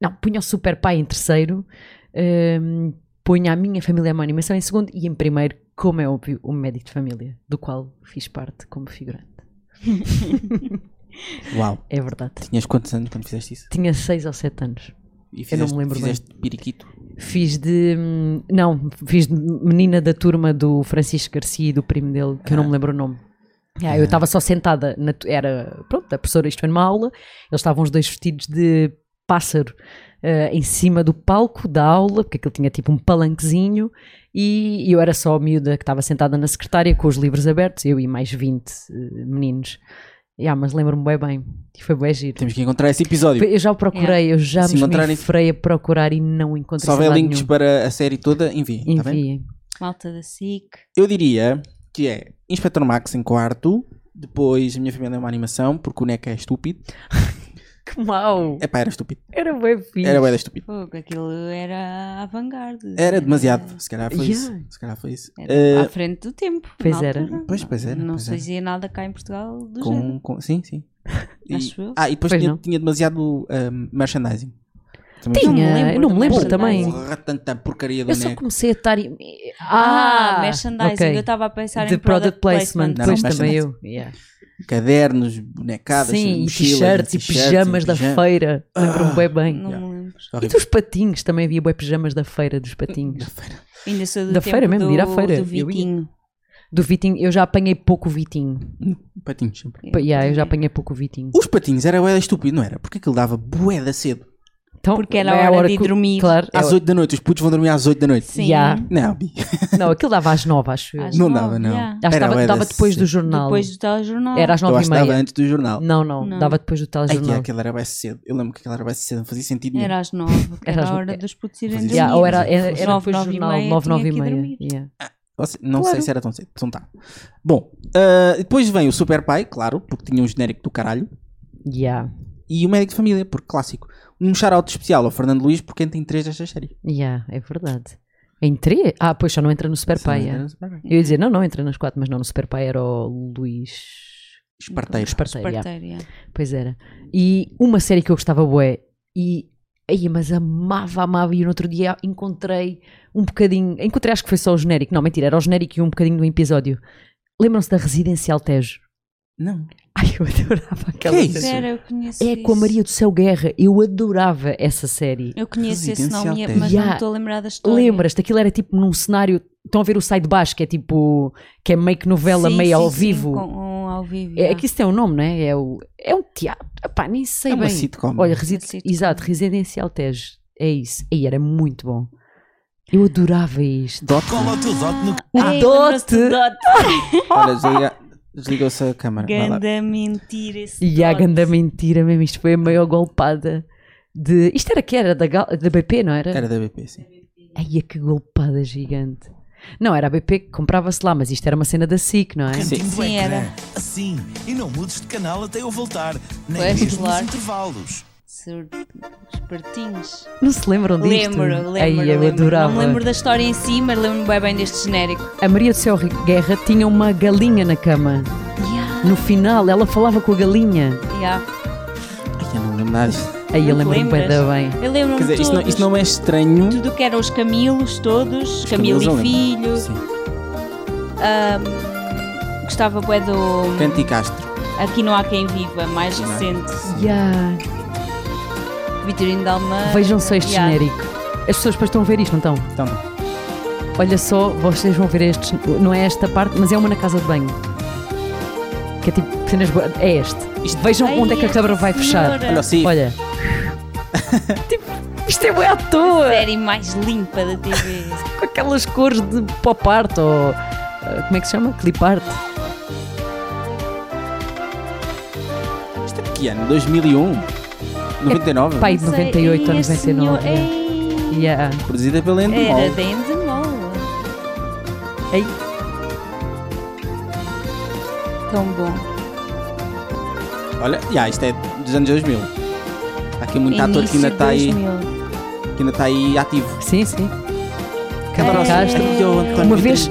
Speaker 2: Não, punha o Super Pai em terceiro, um, punha a minha família é uma animação em segundo, e em primeiro, como é óbvio, o médico de família, do qual fiz parte como figurante.
Speaker 1: Uau.
Speaker 2: É verdade.
Speaker 1: Tinhas quantos anos quando fizeste isso?
Speaker 2: Tinha seis ou sete anos.
Speaker 1: E
Speaker 2: Eu não me
Speaker 1: fizeste,
Speaker 2: lembro bem.
Speaker 1: fizeste periquito.
Speaker 2: Fiz de. hum, Não, fiz de menina da turma do Francisco Garcia e do primo dele, que eu não me lembro o nome. Ah, Eu estava só sentada, na tu- era. Pronto, a professora, isto foi numa aula, eles estavam os dois vestidos de pássaro eh, em cima do palco da aula, porque aquilo tinha tipo um palanquezinho, e eu era só a miúda que estava sentada na secretária com os livros abertos, eu e mais 20 eh, meninos. Ah, mas lembro-me bem bem, e foi bem giro.
Speaker 1: Temos que encontrar esse episódio.
Speaker 2: Eu já o procurei, eu já
Speaker 1: Se
Speaker 2: me
Speaker 1: encontrarem-
Speaker 2: esmifrei a procurar e não encontrei
Speaker 1: Se houver
Speaker 2: lado
Speaker 1: links
Speaker 2: nenhum.
Speaker 1: para a série toda, enviem. tá bem?
Speaker 2: Enviem.
Speaker 3: Malta da SIC,
Speaker 1: Eu diria que é Inspector Max em quarto, depois A Minha Família é uma Animação, porque o Neca é estúpido.
Speaker 2: Que mau!
Speaker 1: Epá, era estúpido.
Speaker 2: Era bem fixe.
Speaker 1: Era bué da estúpido.
Speaker 3: fogo, aquilo era avant-garde.
Speaker 1: Era demasiado. Se calhar foi
Speaker 2: Yeah.
Speaker 1: isso. Se calhar foi isso.
Speaker 3: Era
Speaker 1: Eh,
Speaker 3: à frente do tempo.
Speaker 2: Pois
Speaker 3: na
Speaker 2: era.
Speaker 3: altura.
Speaker 1: Pois, pois era,
Speaker 3: Não
Speaker 1: pois
Speaker 3: se
Speaker 1: era.
Speaker 3: dizia nada cá em Portugal do género.
Speaker 1: com, com- sim, sim. E-
Speaker 3: Acho eu.
Speaker 1: Ah, e depois
Speaker 2: Pois
Speaker 1: tinha,
Speaker 2: não.
Speaker 1: tinha demasiado ahm, merchandising. Também
Speaker 3: Tinha,
Speaker 2: Tinha, eu não me lembro
Speaker 3: merchandising.
Speaker 2: também.
Speaker 1: Porra, tanta porcaria do
Speaker 2: Eu só
Speaker 1: Neco.
Speaker 2: comecei a estar. em-
Speaker 3: Ah,
Speaker 2: Ah,
Speaker 3: merchandising.
Speaker 2: ok.
Speaker 3: Eu estava a pensar
Speaker 2: De
Speaker 3: em product, placement.
Speaker 1: Não,
Speaker 2: pois
Speaker 1: não,
Speaker 2: também
Speaker 1: merchandising.
Speaker 2: eu. yeah.
Speaker 1: Cadernos, bonecadas,
Speaker 2: Sim, e
Speaker 1: mochilas,
Speaker 2: t-shirts e
Speaker 1: t-shirts,
Speaker 2: pijamas da
Speaker 1: pijama.
Speaker 2: feira. Lembro-me bem bem.
Speaker 3: Não
Speaker 1: Yeah.
Speaker 3: me lembro.
Speaker 2: E
Speaker 1: Horrível.
Speaker 2: dos patinhos, também havia bué pijamas da feira dos patinhos.
Speaker 3: Ainda sou do
Speaker 2: Da
Speaker 3: tempo
Speaker 2: feira mesmo, de ir à
Speaker 3: do-
Speaker 2: feira.
Speaker 3: Do
Speaker 2: Eu ia.
Speaker 3: Vitinho.
Speaker 2: Do Vitinho, eu já apanhei pouco Vitinho.
Speaker 1: Patinhos sempre.
Speaker 2: Pa- yeah, eu já apanhei pouco Vitinho.
Speaker 1: Os patinhos era bué da estúpido, não era? Porque aquilo dava bué da cedo.
Speaker 2: Então,
Speaker 3: Porque era
Speaker 2: é
Speaker 3: a hora de ir
Speaker 2: que-
Speaker 3: dormir.
Speaker 2: Claro, é a-
Speaker 1: Às 8 da noite, os putos vão dormir às 8 da noite.
Speaker 3: Sim.
Speaker 2: Yeah.
Speaker 1: Não, bi.
Speaker 2: não, aquilo dava às nove, acho eu.
Speaker 3: Às
Speaker 2: Acho
Speaker 1: não
Speaker 3: nove,
Speaker 1: dava, não.
Speaker 3: yeah.
Speaker 2: que
Speaker 1: Era bué
Speaker 2: dava,
Speaker 1: da
Speaker 2: dava depois
Speaker 1: cedo.
Speaker 2: do jornal.
Speaker 3: Depois do telejornal.
Speaker 2: Era às
Speaker 1: Eu
Speaker 2: nove
Speaker 1: acho
Speaker 2: e
Speaker 1: que dava
Speaker 2: meia.
Speaker 1: antes do jornal.
Speaker 2: Não, não,
Speaker 3: Não.
Speaker 2: dava depois do
Speaker 1: Ai, que
Speaker 2: telejornal.
Speaker 1: aquilo era bué cedo. Eu lembro que aquilo era bué cedo, não fazia sentido nenhum.
Speaker 3: Era às nove. que
Speaker 2: Era
Speaker 3: Era
Speaker 2: às
Speaker 3: a
Speaker 2: no-
Speaker 3: hora dos putos irem
Speaker 1: Fazia
Speaker 3: dormir.
Speaker 2: Yeah, ou era, era, era depois
Speaker 3: Nove,
Speaker 2: do
Speaker 3: nove e
Speaker 2: jornal,
Speaker 3: meia,
Speaker 2: 9, 9 e
Speaker 3: tinha que ir
Speaker 2: meia.
Speaker 3: dormir.
Speaker 2: yeah.
Speaker 1: Ou se- Não
Speaker 3: Claro.
Speaker 1: sei se era tão cedo. Então tá. Bom, ah, depois vem o Super Pai, claro, porque tinha um genérico do caralho.
Speaker 2: Yeah,
Speaker 1: E o Médico de Família, porque clássico. Um shout-out especial ao Fernando Luís, porque tem três destas séries.
Speaker 2: yeah, é verdade. Entrei? Ah, pois já não entra no Super Pai. é. Então, yeah.
Speaker 1: Esparteiro.
Speaker 2: Eu ia dizer, não, não entra nas quatro, mas não, no Super Pai era o Luís Esparteiro. yeah.
Speaker 3: Esparteiro, yeah.
Speaker 2: Pois era. E uma série que eu gostava bué e aí mas amava, amava e no outro dia encontrei um bocadinho, encontrei acho que foi só o genérico, não, mentira, era o genérico e um bocadinho do episódio. Lembram-se da Residencial Tejo?
Speaker 1: Não.
Speaker 2: Ai, eu adorava aquela
Speaker 1: Que é
Speaker 2: série.
Speaker 1: Isso.
Speaker 3: Era, eu conheço
Speaker 2: É com a
Speaker 3: isso.
Speaker 2: Maria do Céu Guerra, eu adorava essa série.
Speaker 3: Eu conheço esse
Speaker 1: Residencial
Speaker 3: nome,
Speaker 1: Tejo.
Speaker 3: mas
Speaker 2: Yeah.
Speaker 3: não estou a lembrar da história.
Speaker 2: Lembras-te, aquilo era tipo num cenário, estão a ver o sai de baixo, que é tipo, que é meio que novela,
Speaker 3: Sim,
Speaker 2: meio
Speaker 3: sim,
Speaker 2: ao
Speaker 3: sim,
Speaker 2: vivo.
Speaker 3: com- um ao vivo.
Speaker 2: É, é
Speaker 3: yeah.
Speaker 2: que isso tem um nome, não é? É, o, é um teatro. Epá, nem sei
Speaker 1: É uma
Speaker 2: bem.
Speaker 1: sitcom.
Speaker 2: Olha, reside,
Speaker 3: É sitcom.
Speaker 2: exato, Residencial Tejo. É isso. Aí era muito bom. Eu adorava isto.
Speaker 1: Dot.
Speaker 4: Cola o teu dote no
Speaker 2: O
Speaker 3: Ai,
Speaker 2: dote.
Speaker 3: lembras-te do dote.
Speaker 1: Olha, desliga- desligou-se a câmara. Vai lá.
Speaker 3: Ganda mentira esse
Speaker 2: E a
Speaker 3: dote.
Speaker 2: ganda mentira mesmo. Isto foi a maior golpada de. Isto era que era? Da, Gal- da BP, não era?
Speaker 1: Era da BP, sim.
Speaker 2: Ai, é que golpada gigante. Não, era a BP que comprava-se lá, mas isto era uma cena da SIC, não é?
Speaker 4: cantinho do
Speaker 3: Sim,
Speaker 4: ecrã.
Speaker 3: era.
Speaker 4: Assim, e não mudes de canal até eu voltar, nem
Speaker 3: Pois,
Speaker 4: mesmo
Speaker 3: claro.
Speaker 4: nos intervalos.
Speaker 3: Sur- Espertinhos.
Speaker 2: Não se lembram disto?
Speaker 3: Lembro, lembro.
Speaker 2: Ai, eu
Speaker 3: lembro.
Speaker 2: adorava.
Speaker 3: Não me lembro da história em si, mas lembro-me bem, bem deste genérico.
Speaker 2: A Maria do Céu Guerra tinha uma galinha na cama. No final, ela falava com a galinha.
Speaker 3: Yeah.
Speaker 1: Ai, eu não lembro nada disto.
Speaker 2: Aí eu
Speaker 3: Não te
Speaker 2: lembro-me bué da bem.
Speaker 3: Eu lembro-me
Speaker 1: Quer dizer,
Speaker 3: todos.
Speaker 1: isto não, isto não é estranho.
Speaker 3: Tudo que eram os Camilos, todos. Camilo
Speaker 1: Camelos eu
Speaker 3: e
Speaker 1: lembro.
Speaker 3: Filho.
Speaker 1: Sim.
Speaker 3: ahm, gostava bué do...
Speaker 1: Canti Castro.
Speaker 3: Aqui não há quem viva, mais
Speaker 1: Aqui não há.
Speaker 3: recente.
Speaker 2: Yeah.
Speaker 3: Vitorino de Almeida.
Speaker 2: Vejam só este
Speaker 3: Yeah.
Speaker 2: genérico. As pessoas depois estão a ver isto, não estão?
Speaker 1: Então,
Speaker 2: Ah. Olha só, vocês vão ver este. Não é esta parte, mas é uma na casa de banho. Que é tipo cenas boas. É este. Vejam
Speaker 3: Ai,
Speaker 2: onde é que a câmara vai fechar.
Speaker 3: senhora.
Speaker 1: olha o Cif.
Speaker 2: Olha. tipo, isto é bué à toa.
Speaker 3: série mais limpa da TV.
Speaker 2: Com aquelas cores de pop art ou. ah, Como é que se chama? Clip art.
Speaker 1: Isto é de que ano? 2001? 99?
Speaker 2: Pai de 98 ou 99.
Speaker 3: Ei,
Speaker 2: Yeah.
Speaker 1: Produzida pela
Speaker 2: É,
Speaker 1: Endemol.
Speaker 3: é. Era da Endemol.
Speaker 2: Ei,
Speaker 3: Tão bom.
Speaker 1: Olha, já, isto é dos anos 2000. Há aqui muito ator que ainda
Speaker 3: Início
Speaker 1: está aí,
Speaker 3: 2000.
Speaker 1: que ainda tá aí ativo. é
Speaker 2: sim, sim. Câmara
Speaker 3: Ei.
Speaker 2: Castro. Uma vez-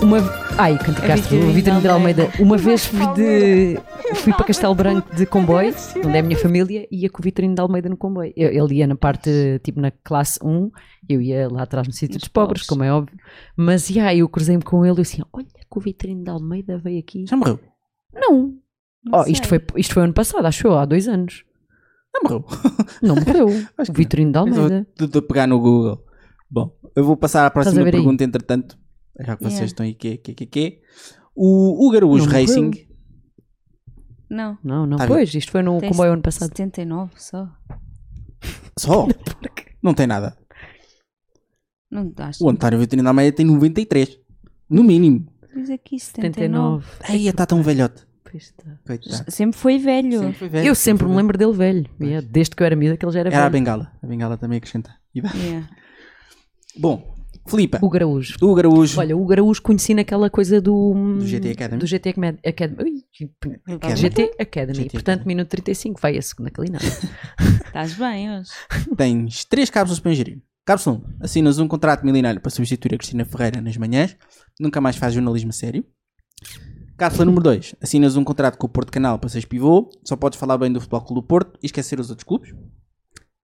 Speaker 2: Uma... Ai, Canto
Speaker 3: A
Speaker 2: Castro,
Speaker 3: Vitorino
Speaker 2: Vitorino de
Speaker 3: de Almeida.
Speaker 2: É Almeida. Uma vez fui, de... fui para Castelo Branco de comboio, onde é a minha família, e ia com o Vitorino de Almeida no comboio. Eu- Ele ia na parte, tipo na classe 1, eu ia lá atrás no sítio dos pobres,
Speaker 3: pobres.
Speaker 2: como é óbvio. Mas, já, eu cruzei-me com ele e eu assim, olha que o Vitorino de Almeida veio aqui.
Speaker 1: Já morreu.
Speaker 2: Não.
Speaker 3: Não
Speaker 2: Oh,
Speaker 3: sei.
Speaker 2: isto, foi, isto foi ano passado, acho eu, há dois anos.
Speaker 1: Já morreu.
Speaker 2: Não morreu.
Speaker 1: Acho
Speaker 2: o
Speaker 1: que
Speaker 2: Vitorino de Almeida.
Speaker 1: Tudo a pegar no Google. Bom, eu vou passar à
Speaker 2: Estás a
Speaker 1: próxima
Speaker 2: ver aí?
Speaker 1: pergunta, entretanto. Já que vocês
Speaker 3: Yeah.
Speaker 1: estão aí, que, é, que, que, que. O, o Garujo
Speaker 2: Não morreu.
Speaker 1: Racing,
Speaker 3: Não.
Speaker 2: Não, não.
Speaker 1: Tá bem.
Speaker 2: pois, isto foi no
Speaker 3: Tem
Speaker 2: comboio ano passado.
Speaker 3: 79 só.
Speaker 1: só, não tem nada.
Speaker 3: Não acho.
Speaker 1: O António Vitorino da Almeida tem 93. No mínimo.
Speaker 3: Diz aqui 79.
Speaker 2: 79.
Speaker 1: Aí está tão velhote.
Speaker 2: Pois está.
Speaker 1: Coitado.
Speaker 3: Sempre foi velho.
Speaker 1: Sempre foi velho,
Speaker 2: Eu sempre me
Speaker 1: foi velho.
Speaker 2: lembro dele velho. yeah, desde que eu era miúda que ele já era,
Speaker 1: Era a
Speaker 2: velho.
Speaker 1: Bengala. A Bengala também acrescenta. idade.
Speaker 3: Yeah.
Speaker 1: Bom, Filipa,
Speaker 2: O Graújo.
Speaker 1: o Garujo.
Speaker 2: Olha, o Graújo conheci naquela coisa do...
Speaker 1: Do GT Academy.
Speaker 2: Do GT Acme- Academy. Ui, que-
Speaker 1: Academy.
Speaker 2: GT Academy.
Speaker 1: GT
Speaker 2: Portanto,
Speaker 1: Academy.
Speaker 2: minuto 35. Vai a segunda calinada.
Speaker 3: Estás bem hoje.
Speaker 1: Tens três cápsulas para ingerir. Cápsula 1. Assinas um contrato milionário para substituir a Cristina Ferreira nas manhãs. Nunca mais faz jornalismo sério. Cápsula número 2. Assinas um contrato com o Porto Canal para seres pivô, só podes falar bem do Futebol Clube do Porto e esquecer os outros clubes.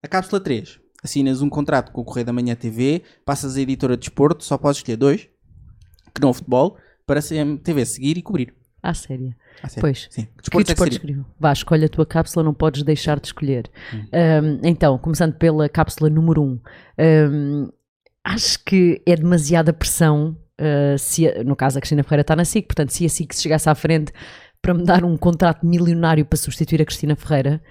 Speaker 1: A cápsula 3. Assinas um contrato com o Correio da Manhã TV, passas a editora de desporto, só podes escolher dois, que não o futebol, para a TV seguir e cobrir.
Speaker 2: À séria.
Speaker 1: Ah, sério?
Speaker 2: Pois.
Speaker 1: Sim. Que
Speaker 2: Que
Speaker 1: desporto é que
Speaker 2: desporto
Speaker 1: seria?
Speaker 2: escolheu? Vá, escolhe a tua cápsula, não podes deixar de escolher.
Speaker 1: Uhum.
Speaker 2: Ahm, então, começando pela cápsula número 1. Um, Ahm, acho que é demasiada pressão. ah, se a- no caso, a Cristina Ferreira está na SIC, portanto, se a SIC se chegasse à frente para me dar um contrato milionário para substituir a Cristina Ferreira,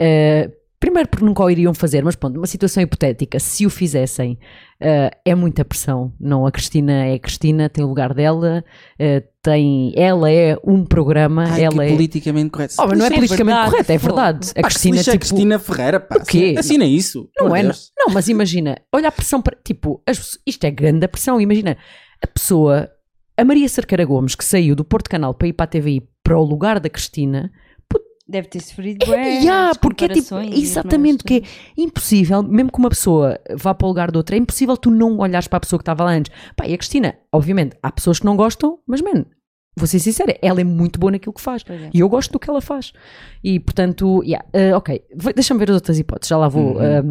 Speaker 2: ah, primeiro porque nunca o iriam fazer, mas pronto, uma situação hipotética, se o fizessem, ah, é muita pressão. Não, a Cristina é a Cristina, tem o lugar dela, ah, tem, ela é um programa,
Speaker 1: Ai,
Speaker 2: ela
Speaker 1: que
Speaker 2: é.
Speaker 1: politicamente correto.
Speaker 2: Oh, mas não é
Speaker 3: Isso é
Speaker 2: politicamente
Speaker 3: verdade,
Speaker 2: correto, é
Speaker 3: fogo.
Speaker 2: verdade. A
Speaker 1: Pá, que se
Speaker 2: Cristina,
Speaker 1: lixe a
Speaker 2: tipo,
Speaker 1: Cristina Ferreira, pá.
Speaker 2: O quê?
Speaker 1: Assina isso.
Speaker 2: não
Speaker 1: por
Speaker 2: é, não,
Speaker 1: Deus.
Speaker 2: não, mas imagina, olha a pressão para, tipo, as pessoas- isto é grande a pressão, imagina, a pessoa, a Maria Cerqueira Gomes, que saiu do Porto Canal para ir para a TVI para o lugar da Cristina,
Speaker 3: Deve ter sofrido bem.
Speaker 2: yeah, porque é tipo, exatamente, que é impossível, mesmo que uma pessoa vá para o lugar de outra, é impossível tu não olhares para a pessoa que estava lá antes. Pá, e a Cristina, obviamente, há pessoas que não gostam, mas, mano, vou ser sincera, ela é muito boa naquilo que faz.
Speaker 3: Pois é.
Speaker 2: E eu gosto do que ela faz. E portanto, yeah, eh, ok, Vai- deixa-me ver as outras hipóteses, já lá vou. eh,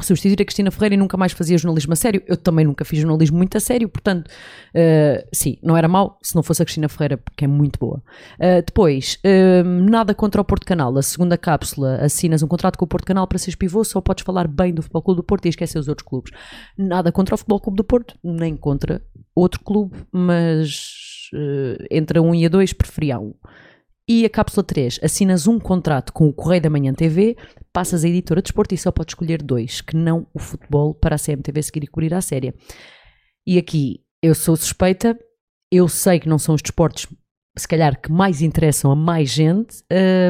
Speaker 2: substituir a Cristina Ferreira e nunca mais fazia jornalismo a sério. Eu também nunca fiz jornalismo muito a sério, portanto, eh, sim, não era mau se não fosse a Cristina Ferreira, porque é muito boa. Eh, depois, eh, nada contra o Porto Canal. A segunda cápsula, assinas um contrato com o Porto Canal para seres pivô, só podes falar bem do Futebol Clube do Porto e esquecer os outros clubes. Nada contra o Futebol Clube do Porto, nem contra outro clube, mas eh, entre a 1 e a 2 preferia a 1. E a cápsula 3, assinas um contrato com o Correio da Manhã TV, passas a editora de esporte e só podes escolher dois, que não o futebol, para a CMTV seguir e cobrir à séria. E aqui, eu sou suspeita, eu sei que não são os desportos, se calhar, que mais interessam a mais gente,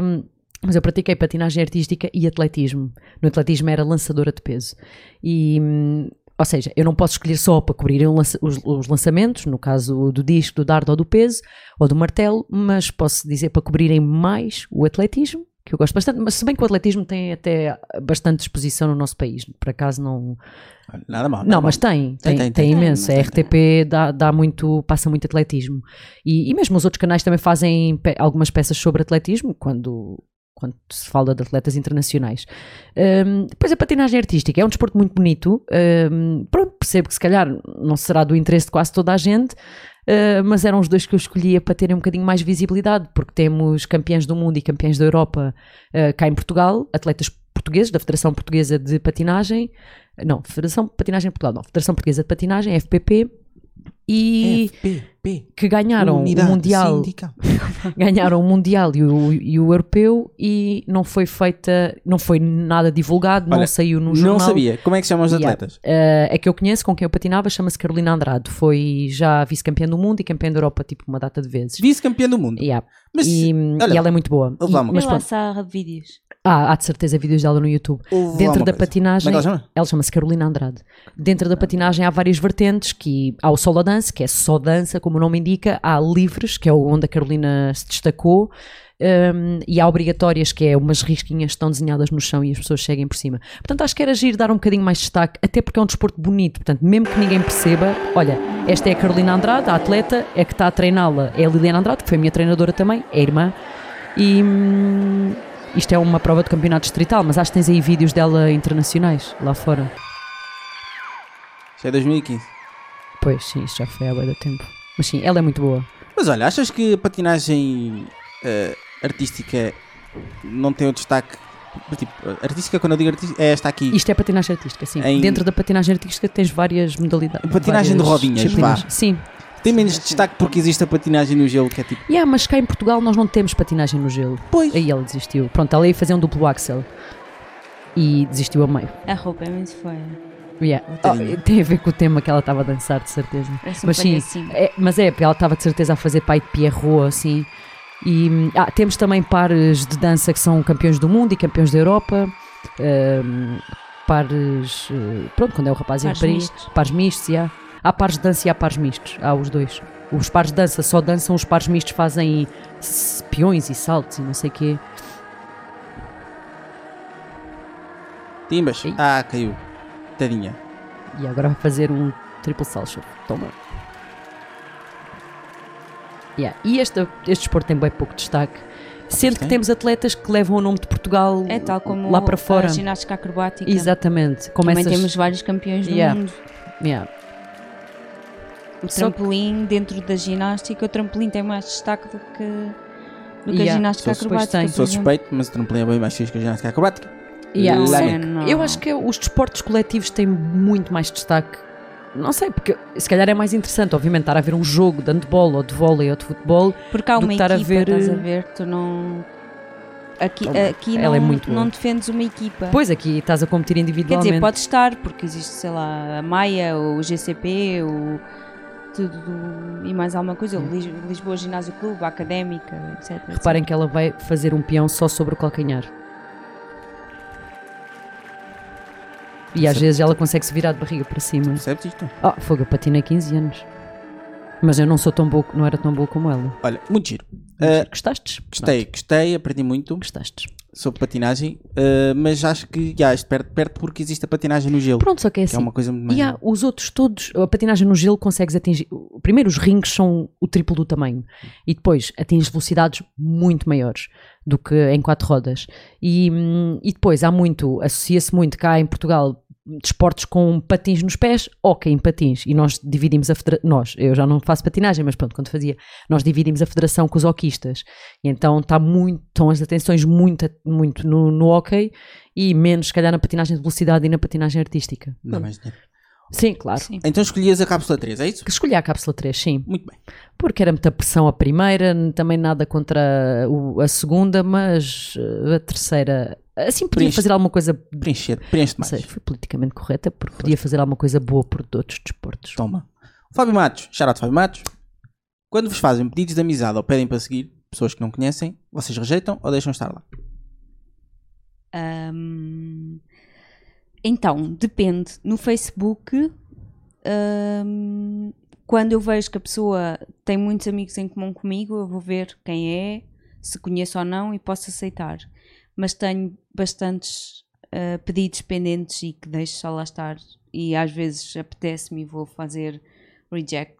Speaker 2: hum, mas eu pratiquei patinagem artística e atletismo. No atletismo era lançadora de peso. E, hum, ou seja, eu não posso escolher só para cobrir um lança- os, os lançamentos, no caso do disco, do dardo ou do peso, ou do martelo, mas posso dizer para cobrirem mais o atletismo, que eu gosto bastante, mas se bem que o atletismo tem até bastante exposição no nosso país, por acaso não,
Speaker 1: Olha, Nada mal. nada
Speaker 2: não,
Speaker 1: mal.
Speaker 2: mas
Speaker 1: Tem,
Speaker 2: tem,
Speaker 1: tem,
Speaker 2: tem, tem,
Speaker 1: tem.
Speaker 2: imenso.
Speaker 1: Tem,
Speaker 2: a
Speaker 1: mas tem,
Speaker 2: RTP dá, dá muito, passa muito atletismo. E, e mesmo os outros canais também fazem pe- algumas peças sobre atletismo, quando, quando se fala de atletas internacionais. Hum, depois a patinagem artística é um desporto muito bonito. Hum, pronto, percebo que se calhar não será do interesse de quase toda a gente, Uh, mas eram os dois que eu escolhia para terem um bocadinho mais visibilidade, porque temos campeões do mundo e campeões da Europa uh, cá em Portugal, atletas portugueses da Federação Portuguesa de Patinagem, não, Federação de Patinagem de Portugal, não, Federação Portuguesa de Patinagem, FPP, e
Speaker 1: FPP.
Speaker 2: que ganharam
Speaker 1: Unidade
Speaker 2: o um Mundial
Speaker 1: Sindical.
Speaker 2: ganharam o Mundial e o, e o Europeu e não foi feita, não foi nada divulgado,
Speaker 1: Olha,
Speaker 2: não saiu no um jornal.
Speaker 1: Não sabia. Como é que se chamam os
Speaker 2: Yeah.
Speaker 1: atletas?
Speaker 2: Eh, a que eu conheço, com quem eu patinava, chama-se Carolina Andrade. Foi já vice-campeã do mundo e campeã da Europa, tipo, uma data de vezes.
Speaker 1: Vice-campeã do mundo.
Speaker 2: Yeah.
Speaker 1: Mas
Speaker 2: e,
Speaker 1: olha,
Speaker 2: e ela é muito boa.
Speaker 1: ouve
Speaker 2: E-
Speaker 1: lá uma
Speaker 2: mas
Speaker 3: Mas
Speaker 2: pronto,
Speaker 3: lançar vídeos.
Speaker 2: há, há de certeza vídeos dela no YouTube.
Speaker 1: ouve lá
Speaker 2: Dentro
Speaker 1: uma
Speaker 2: da
Speaker 1: coisa.
Speaker 2: patinagem,
Speaker 1: Como é que ela chama?
Speaker 2: chama-se Carolina Andrade. Dentro da patinagem há várias vertentes, que há o solo dance, que é só dança, como o nome indica, há livres, que é onde a Carolina se destacou, hum, e há obrigatórias, que é umas risquinhas que estão desenhadas no chão e as pessoas seguem por cima. Portanto, acho que era giro dar um bocadinho mais destaque, até porque é um desporto bonito, portanto, mesmo que ninguém perceba, olha, esta é a Carolina Andrade, a atleta, é que está a treiná-la, é a Liliana Andrade, que foi a minha treinadora também, é a irmã, e... hum, isto é uma prova de campeonato distrital, mas acho que tens aí vídeos dela internacionais, lá fora.
Speaker 1: Isso é 2015.
Speaker 2: Pois, sim, isto já foi há bué da tempo. Mas sim, ela é muito boa.
Speaker 1: Mas olha, achas que a patinagem eh, artística não tem o destaque? Tipo, artística, quando eu digo artística, é esta aqui.
Speaker 2: Isto é patinagem artística, sim.
Speaker 1: Em-
Speaker 2: Dentro da patinagem artística tens várias modalidades.
Speaker 1: Patinagem de
Speaker 2: várias
Speaker 1: rodinhas,
Speaker 2: disciplinas.
Speaker 1: vá.
Speaker 2: Sim.
Speaker 1: Tem menos destaque porque existe a patinagem no gelo, que é tipo.
Speaker 2: Yeah, ah, mas cá em Portugal nós não temos patinagem no gelo.
Speaker 1: Pois.
Speaker 2: Aí ela desistiu. Pronto, ela ia fazer um duplo axel. E desistiu a meio.
Speaker 3: A roupa é muito feia.
Speaker 2: Yeah.
Speaker 1: Coitadinha.
Speaker 2: Oh, tem a ver com o tema que ela estava a dançar, de certeza.
Speaker 3: Parece um
Speaker 2: mas sim,
Speaker 3: palhacinho.
Speaker 2: é, mas é, porque ela estava de certeza a fazer pai de Pierrot, assim. E hum, ah, temos também pares de dança que são campeões do mundo e campeões da Europa. Hum, pares. eh, Pronto, quando é o rapaz e a
Speaker 3: Pares
Speaker 2: rapariga.
Speaker 3: mistos.
Speaker 2: Pares mistos, yeah. Há pares de dança e há pares mistos. Há os dois. Os pares de dança só dançam, os pares mistos fazem s- peões e saltos e não sei o quê.
Speaker 1: Timbas.
Speaker 2: Ei.
Speaker 1: Ah, caiu. Tadinha.
Speaker 2: E agora vai fazer um triple salsa. Toma. Yeah. E este, este desporto tem bem pouco destaque. Sendo que
Speaker 1: Tem.
Speaker 2: temos atletas que levam o nome de Portugal
Speaker 3: É tal como
Speaker 2: lá para fora.
Speaker 3: a ginástica acrobática.
Speaker 2: Exatamente. Como
Speaker 3: Também
Speaker 2: essas-
Speaker 3: temos vários campeões do
Speaker 2: Yeah.
Speaker 3: mundo.
Speaker 2: Yeah.
Speaker 3: O
Speaker 2: Só que-
Speaker 3: trampolim dentro da ginástica, o trampolim tem mais destaque do que, do que
Speaker 2: Yeah.
Speaker 3: a ginástica
Speaker 2: Sou- pois
Speaker 3: acrobática.
Speaker 2: tem.
Speaker 3: por
Speaker 1: Sou
Speaker 3: exemplo. é
Speaker 1: suspeito, mas o trampolim é bem mais fixe que a ginástica acrobática.
Speaker 2: Yeah.
Speaker 3: Não,
Speaker 1: Lá
Speaker 2: Só-
Speaker 1: Lanek.
Speaker 3: não.
Speaker 2: Eu acho que os desportos coletivos têm muito mais destaque. Não sei, porque se calhar é mais interessante, obviamente, estar a ver um jogo de handball ou de vôlei ou de futebol.
Speaker 3: Porque há
Speaker 2: do
Speaker 3: uma
Speaker 2: que estar
Speaker 3: equipa,
Speaker 2: a ver- eh,
Speaker 3: estás a ver, tu não... Aqui,
Speaker 2: Toma,
Speaker 3: aqui
Speaker 2: ela
Speaker 3: não,
Speaker 2: é muito boa.
Speaker 3: não defendes uma equipa.
Speaker 2: Pois aqui estás a competir
Speaker 3: Quer
Speaker 2: individualmente.
Speaker 3: dizer, pode estar, porque existe, sei lá, a Maia, o GCP, o... Tudo do- e mais alguma coisa, o Lis- Lisboa Ginásio Clube, a Académica, etc. etc.
Speaker 2: Reparem que ela vai fazer um peão só sobre o calcanhar. E às
Speaker 1: Certo.
Speaker 2: vezes ela consegue se virar de barriga para cima.
Speaker 1: Percebes isto?
Speaker 2: Ah, fogo, eu patinei 15 anos. Mas eu não sou tão boa, não era tão boa como ela.
Speaker 1: Olha, muito giro. Ah,
Speaker 2: Gostaste?
Speaker 1: gostei, gostei, aprendi muito
Speaker 2: Pronto, Gostaste.
Speaker 1: sobre patinagem, ah, mas acho que já, isto perto, perto porque existe a patinagem no gelo.
Speaker 2: Pronto, só que é
Speaker 1: que
Speaker 2: assim.
Speaker 1: é uma coisa muito mais.
Speaker 2: E há os outros todos, a patinagem no gelo consegues atingir. o- Primeiro, os rings são o triplo do tamanho e depois atinges velocidades muito maiores do que em quatro rodas. E, hum, e depois há muito, associa-se muito cá em Portugal desportos com patins nos pés, ok, em patins. E nós dividimos a federação, nós, eu já não faço patinagem, mas pronto, quando fazia, nós dividimos a federação com os hoquistas. E então está muito, estão as atenções muito, a- muito no, no hockey e menos, se calhar, na patinagem de velocidade e na patinagem artística.
Speaker 1: Dá mais dinheiro.
Speaker 2: Sim, claro.
Speaker 3: Sim.
Speaker 1: Então escolhias a cápsula 3, é isso?
Speaker 2: Que escolhi a cápsula 3, sim.
Speaker 1: Muito bem.
Speaker 2: Porque era muita pressão a primeira, n- também nada contra o- a segunda, mas eh, a terceira. Assim, podia
Speaker 1: Preenche-
Speaker 2: fazer alguma coisa. Não
Speaker 1: Preenche, preenche mais.
Speaker 2: sei, foi politicamente correta, porque podia fazer alguma coisa boa por outros desportos.
Speaker 1: Toma. Fábio Matos, shout Fábio Matos. Quando vos fazem pedidos de amizade ou pedem para seguir pessoas que não conhecem, vocês rejeitam ou deixam estar lá?
Speaker 3: Ahm, então, depende. No Facebook, ahm, quando eu vejo que a pessoa tem muitos amigos em comum comigo, eu vou ver quem é, se conheço ou não e posso aceitar. Mas tenho bastantes ah, pedidos pendentes e que deixo só lá estar. E às vezes apetece-me e vou fazer reject.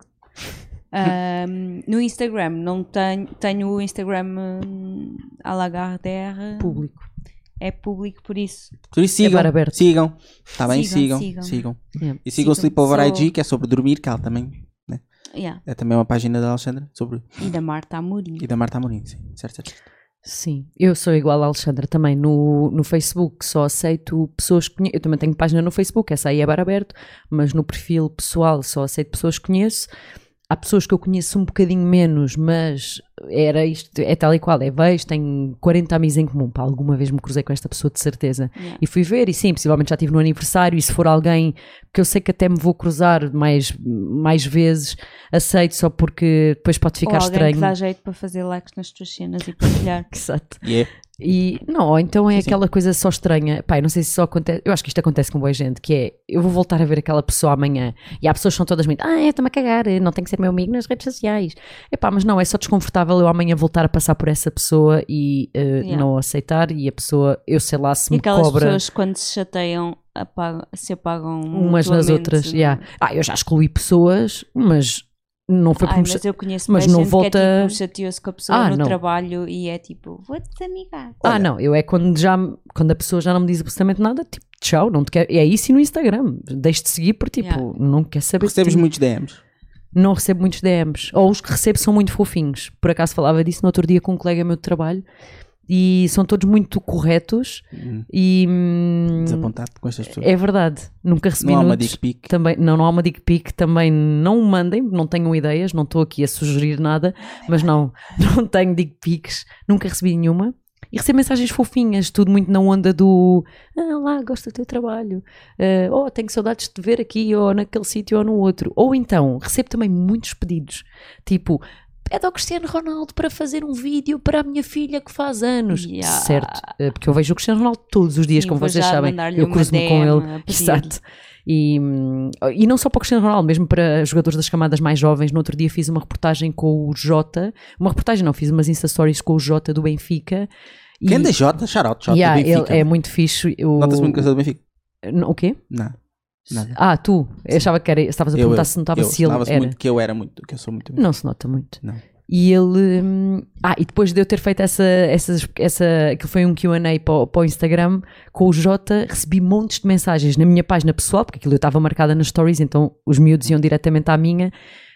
Speaker 3: Ahm, no Instagram, não tenho, tenho o Instagram hum, à la Gardère
Speaker 2: Público.
Speaker 3: é público, por isso.
Speaker 1: Por isso sigam.
Speaker 2: É bar aberto.
Speaker 1: sigam. Está bem? Sigam.
Speaker 3: Sigam,
Speaker 1: Sigam.
Speaker 3: sigam.
Speaker 2: Yeah.
Speaker 1: E sigam o
Speaker 3: Sigam.
Speaker 1: Sleepover
Speaker 3: Sou-
Speaker 1: IG, que é sobre dormir, que ela também.
Speaker 3: Yeah.
Speaker 1: É também uma página da Alexandra sobre.
Speaker 3: E da Marta Amorim.
Speaker 1: E da Marta Amorim, sim. Certo, certo. certo.
Speaker 2: Sim, eu sou igual a Alexandra também. No, no Facebook só aceito pessoas que conheço. Eu também tenho página no Facebook, essa aí é bar aberto, mas no perfil pessoal só aceito pessoas que conheço. Há pessoas que eu conheço um bocadinho menos, mas era isto, é tal e qual, é vejo, tenho 40 amigos em comum, pá, alguma vez me cruzei com esta pessoa de certeza.
Speaker 3: Yeah.
Speaker 2: E fui ver, e sim, possivelmente já estive no aniversário, e se for alguém que eu sei que até me vou cruzar mais, mais vezes, aceito só porque depois pode
Speaker 3: Ou
Speaker 2: ficar
Speaker 3: alguém
Speaker 2: estranho.
Speaker 3: que dá jeito para fazer likes nas tuas cenas e partilhar.
Speaker 2: Exato.
Speaker 1: E é.
Speaker 2: E não, ou então é
Speaker 1: Sim, sim.
Speaker 2: aquela coisa só estranha. Pai, não sei se só acontece. Eu acho que isto acontece com boa gente, que é eu vou voltar a ver aquela pessoa amanhã e há pessoas que são todas muito, ah, é, estou-me a cagar, eh, não tem que ser meu amigo nas redes sociais. Epá, mas não, é só desconfortável eu amanhã voltar a passar por essa pessoa e eh,
Speaker 3: Yeah.
Speaker 2: não aceitar e a pessoa, eu sei lá, se
Speaker 3: E
Speaker 2: me
Speaker 3: aquelas
Speaker 2: cobra
Speaker 3: pessoas quando se chateiam apagam- se apagam
Speaker 2: umas nas
Speaker 3: mutuamente. né?
Speaker 2: outras. yeah. Ah, eu já excluí pessoas, mas não foi por
Speaker 3: Ai,
Speaker 2: me
Speaker 3: mas eu conheço
Speaker 2: mas
Speaker 3: mais
Speaker 2: não
Speaker 3: gente
Speaker 2: volta-
Speaker 3: que é tipo, chateou-se com a pessoa
Speaker 2: Ah,
Speaker 3: no
Speaker 2: não.
Speaker 3: trabalho e é tipo, vou-te desamigar.
Speaker 2: Ah, não, eu é quando já quando a pessoa já não me diz absolutamente nada, tipo, tchau, não te quero. É isso e no Instagram. Deixo de seguir porque tipo,
Speaker 3: Yeah.
Speaker 2: não quer saber. de
Speaker 1: Recebes
Speaker 2: ti.
Speaker 1: muitos DMs.
Speaker 2: Não recebo muitos DMs. Ou os que recebo são muito fofinhos. Por acaso falava disso no outro dia com um colega meu de trabalho e são todos muito corretos
Speaker 1: Hum,
Speaker 2: e hum,
Speaker 1: Desapontado com estas pessoas.
Speaker 2: é verdade. Nunca recebi
Speaker 1: não há uma
Speaker 2: nudes.
Speaker 1: dick pic.
Speaker 2: Também, não, não há uma dick pic, também não mandem, não tenham ideias, não estou aqui a sugerir nada, mas não, não tenho dick pics, nunca recebi nenhuma. E recebo mensagens fofinhas, tudo muito na onda do ah, lá, gosto do teu trabalho, eh, oh, tenho saudades de te ver aqui, ou naquele sítio, ou no outro. Ou então, recebo também muitos pedidos, tipo, pede ao Cristiano Ronaldo para fazer um vídeo para a minha filha que faz anos.
Speaker 3: Yeah.
Speaker 2: Certo, eh, porque eu vejo o Cristiano Ronaldo todos os dias,
Speaker 3: Sim,
Speaker 2: como
Speaker 3: vou
Speaker 2: vocês
Speaker 3: já
Speaker 2: sabem,
Speaker 3: mandar-lhe
Speaker 2: eu
Speaker 3: uma
Speaker 2: cruzo-me com
Speaker 3: DM
Speaker 2: ele.
Speaker 3: a pedir-lhe.
Speaker 2: Exato. E, hum, e não só para o Cristiano Ronaldo, mesmo para jogadores das camadas mais jovens. No outro dia fiz uma reportagem com o Jota. Uma reportagem não, fiz umas Insta Stories com o Jota do Benfica. E-
Speaker 1: Quem da Jota? Shoutout, Jota
Speaker 2: Yeah,
Speaker 1: do Benfica.
Speaker 2: ele é muito fixe. O,
Speaker 1: Nota-se muito que eu sou do Benfica.
Speaker 2: N- O quê?
Speaker 1: Não. Nada.
Speaker 2: Ah, tu? Eu achava que era. Estavas a
Speaker 1: Eu,
Speaker 2: perguntar
Speaker 1: eu.
Speaker 2: se notava
Speaker 1: Eu,
Speaker 2: se ele
Speaker 1: notava-se
Speaker 2: era.
Speaker 1: muito que eu era muito, que eu sou muito.
Speaker 2: Não se nota muito.
Speaker 1: Não.
Speaker 2: E ele. hum, Ah, e depois de eu ter feito essa. essas essa aquilo foi um QA para, o- para o Instagram com o Jota, recebi montes de mensagens na minha página pessoal, porque aquilo eu estava marcada nas stories, então os miúdos iam diretamente à minha.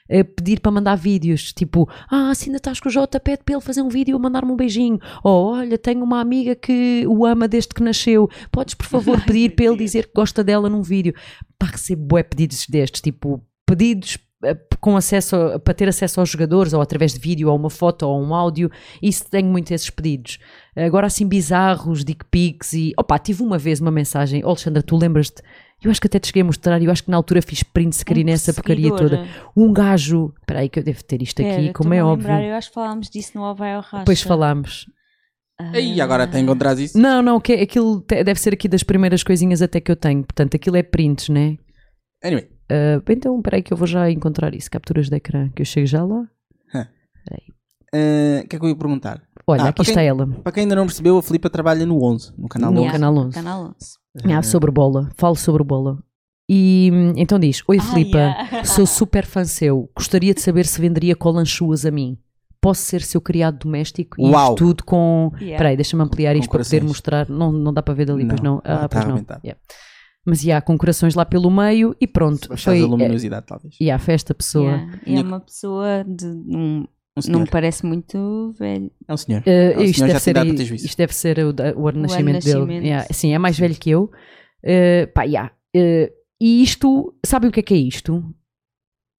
Speaker 2: A pedir para mandar vídeos, tipo, ah, se ainda estás com o Jota, pede para ele fazer um vídeo ou mandar-me um beijinho. Ou olha, tenho uma amiga que o ama desde que nasceu, podes por favor pedir para ele dizer que gosta dela num vídeo. Pá, recebo bué pedidos destes, tipo, pedidos eh, com acesso a- para ter acesso aos jogadores ou através de vídeo ou uma foto ou um áudio isso tenho muito esses pedidos agora assim bizarros, dick pics e opá, tive uma vez uma mensagem "Oh, Alexandra, tu lembras-te? Eu acho que até te cheguei a mostrar eu acho que na altura fiz print
Speaker 3: um
Speaker 2: screen nessa porcaria
Speaker 3: né?
Speaker 2: toda um gajo, espera aí que eu devo ter isto aqui como é óbvio,
Speaker 3: Lembrar, eu acho que falámos disso no Ovaio Ah, Racha.
Speaker 2: depois falámos
Speaker 1: E agora até encontrás isso.
Speaker 2: não, não, que, é, aquilo te- deve ser aqui das primeiras coisinhas até que eu tenho portanto aquilo é prints, né?
Speaker 1: Anyway,
Speaker 2: Ah, então espera aí que eu vou já encontrar isso capturas de ecrã, que eu chego já lá
Speaker 1: eh, o que é que eu ia perguntar?
Speaker 2: olha,
Speaker 1: Ah,
Speaker 2: aqui
Speaker 1: para quem-
Speaker 2: está ela
Speaker 1: Para quem ainda não percebeu, a Filipa trabalha no 11, no canal Eh,
Speaker 2: No
Speaker 1: 11.
Speaker 2: Canal 11.
Speaker 3: Canal 11.
Speaker 2: Ah, sobre bola, falo sobre bola. E hum, então diz: Oi Filipa,
Speaker 3: yeah.
Speaker 2: sou super fã seu. Gostaria de saber se venderia colanchuas a mim. Posso ser seu criado doméstico? E
Speaker 1: Uau.
Speaker 2: isto tudo com.
Speaker 3: Yeah.
Speaker 2: Peraí, deixa-me ampliar
Speaker 1: Com
Speaker 2: isto para poder
Speaker 1: corações.
Speaker 2: mostrar. Não, não dá para ver dali, pois
Speaker 1: Não.
Speaker 2: não. Ah,
Speaker 1: Ah,
Speaker 2: pois
Speaker 1: tá
Speaker 2: não.
Speaker 1: arrebentado.
Speaker 2: Yeah. Mas já, com corações lá pelo meio e pronto.
Speaker 1: Baixas
Speaker 2: Foi. eh,
Speaker 1: a luminosidade, talvez. Um
Speaker 2: E yeah, foi esta pessoa.
Speaker 3: Yeah. E é uma pessoa de. Num,
Speaker 1: Um
Speaker 3: não
Speaker 1: senhor.
Speaker 3: me parece muito velho.
Speaker 1: É um senhor.
Speaker 2: Eh,
Speaker 1: Ah, o
Speaker 2: isto,
Speaker 1: senhor
Speaker 2: deve
Speaker 1: já tem
Speaker 2: ser,
Speaker 1: idade
Speaker 2: aí-
Speaker 1: para ter juízo.
Speaker 2: isto deve ser o, da- o ano de nascimento dele.
Speaker 3: nascimento.
Speaker 2: Yeah, Sim, é mais velho que eu. Eh, pá, yeah. Eh, e isto, sabem o que é que é isto?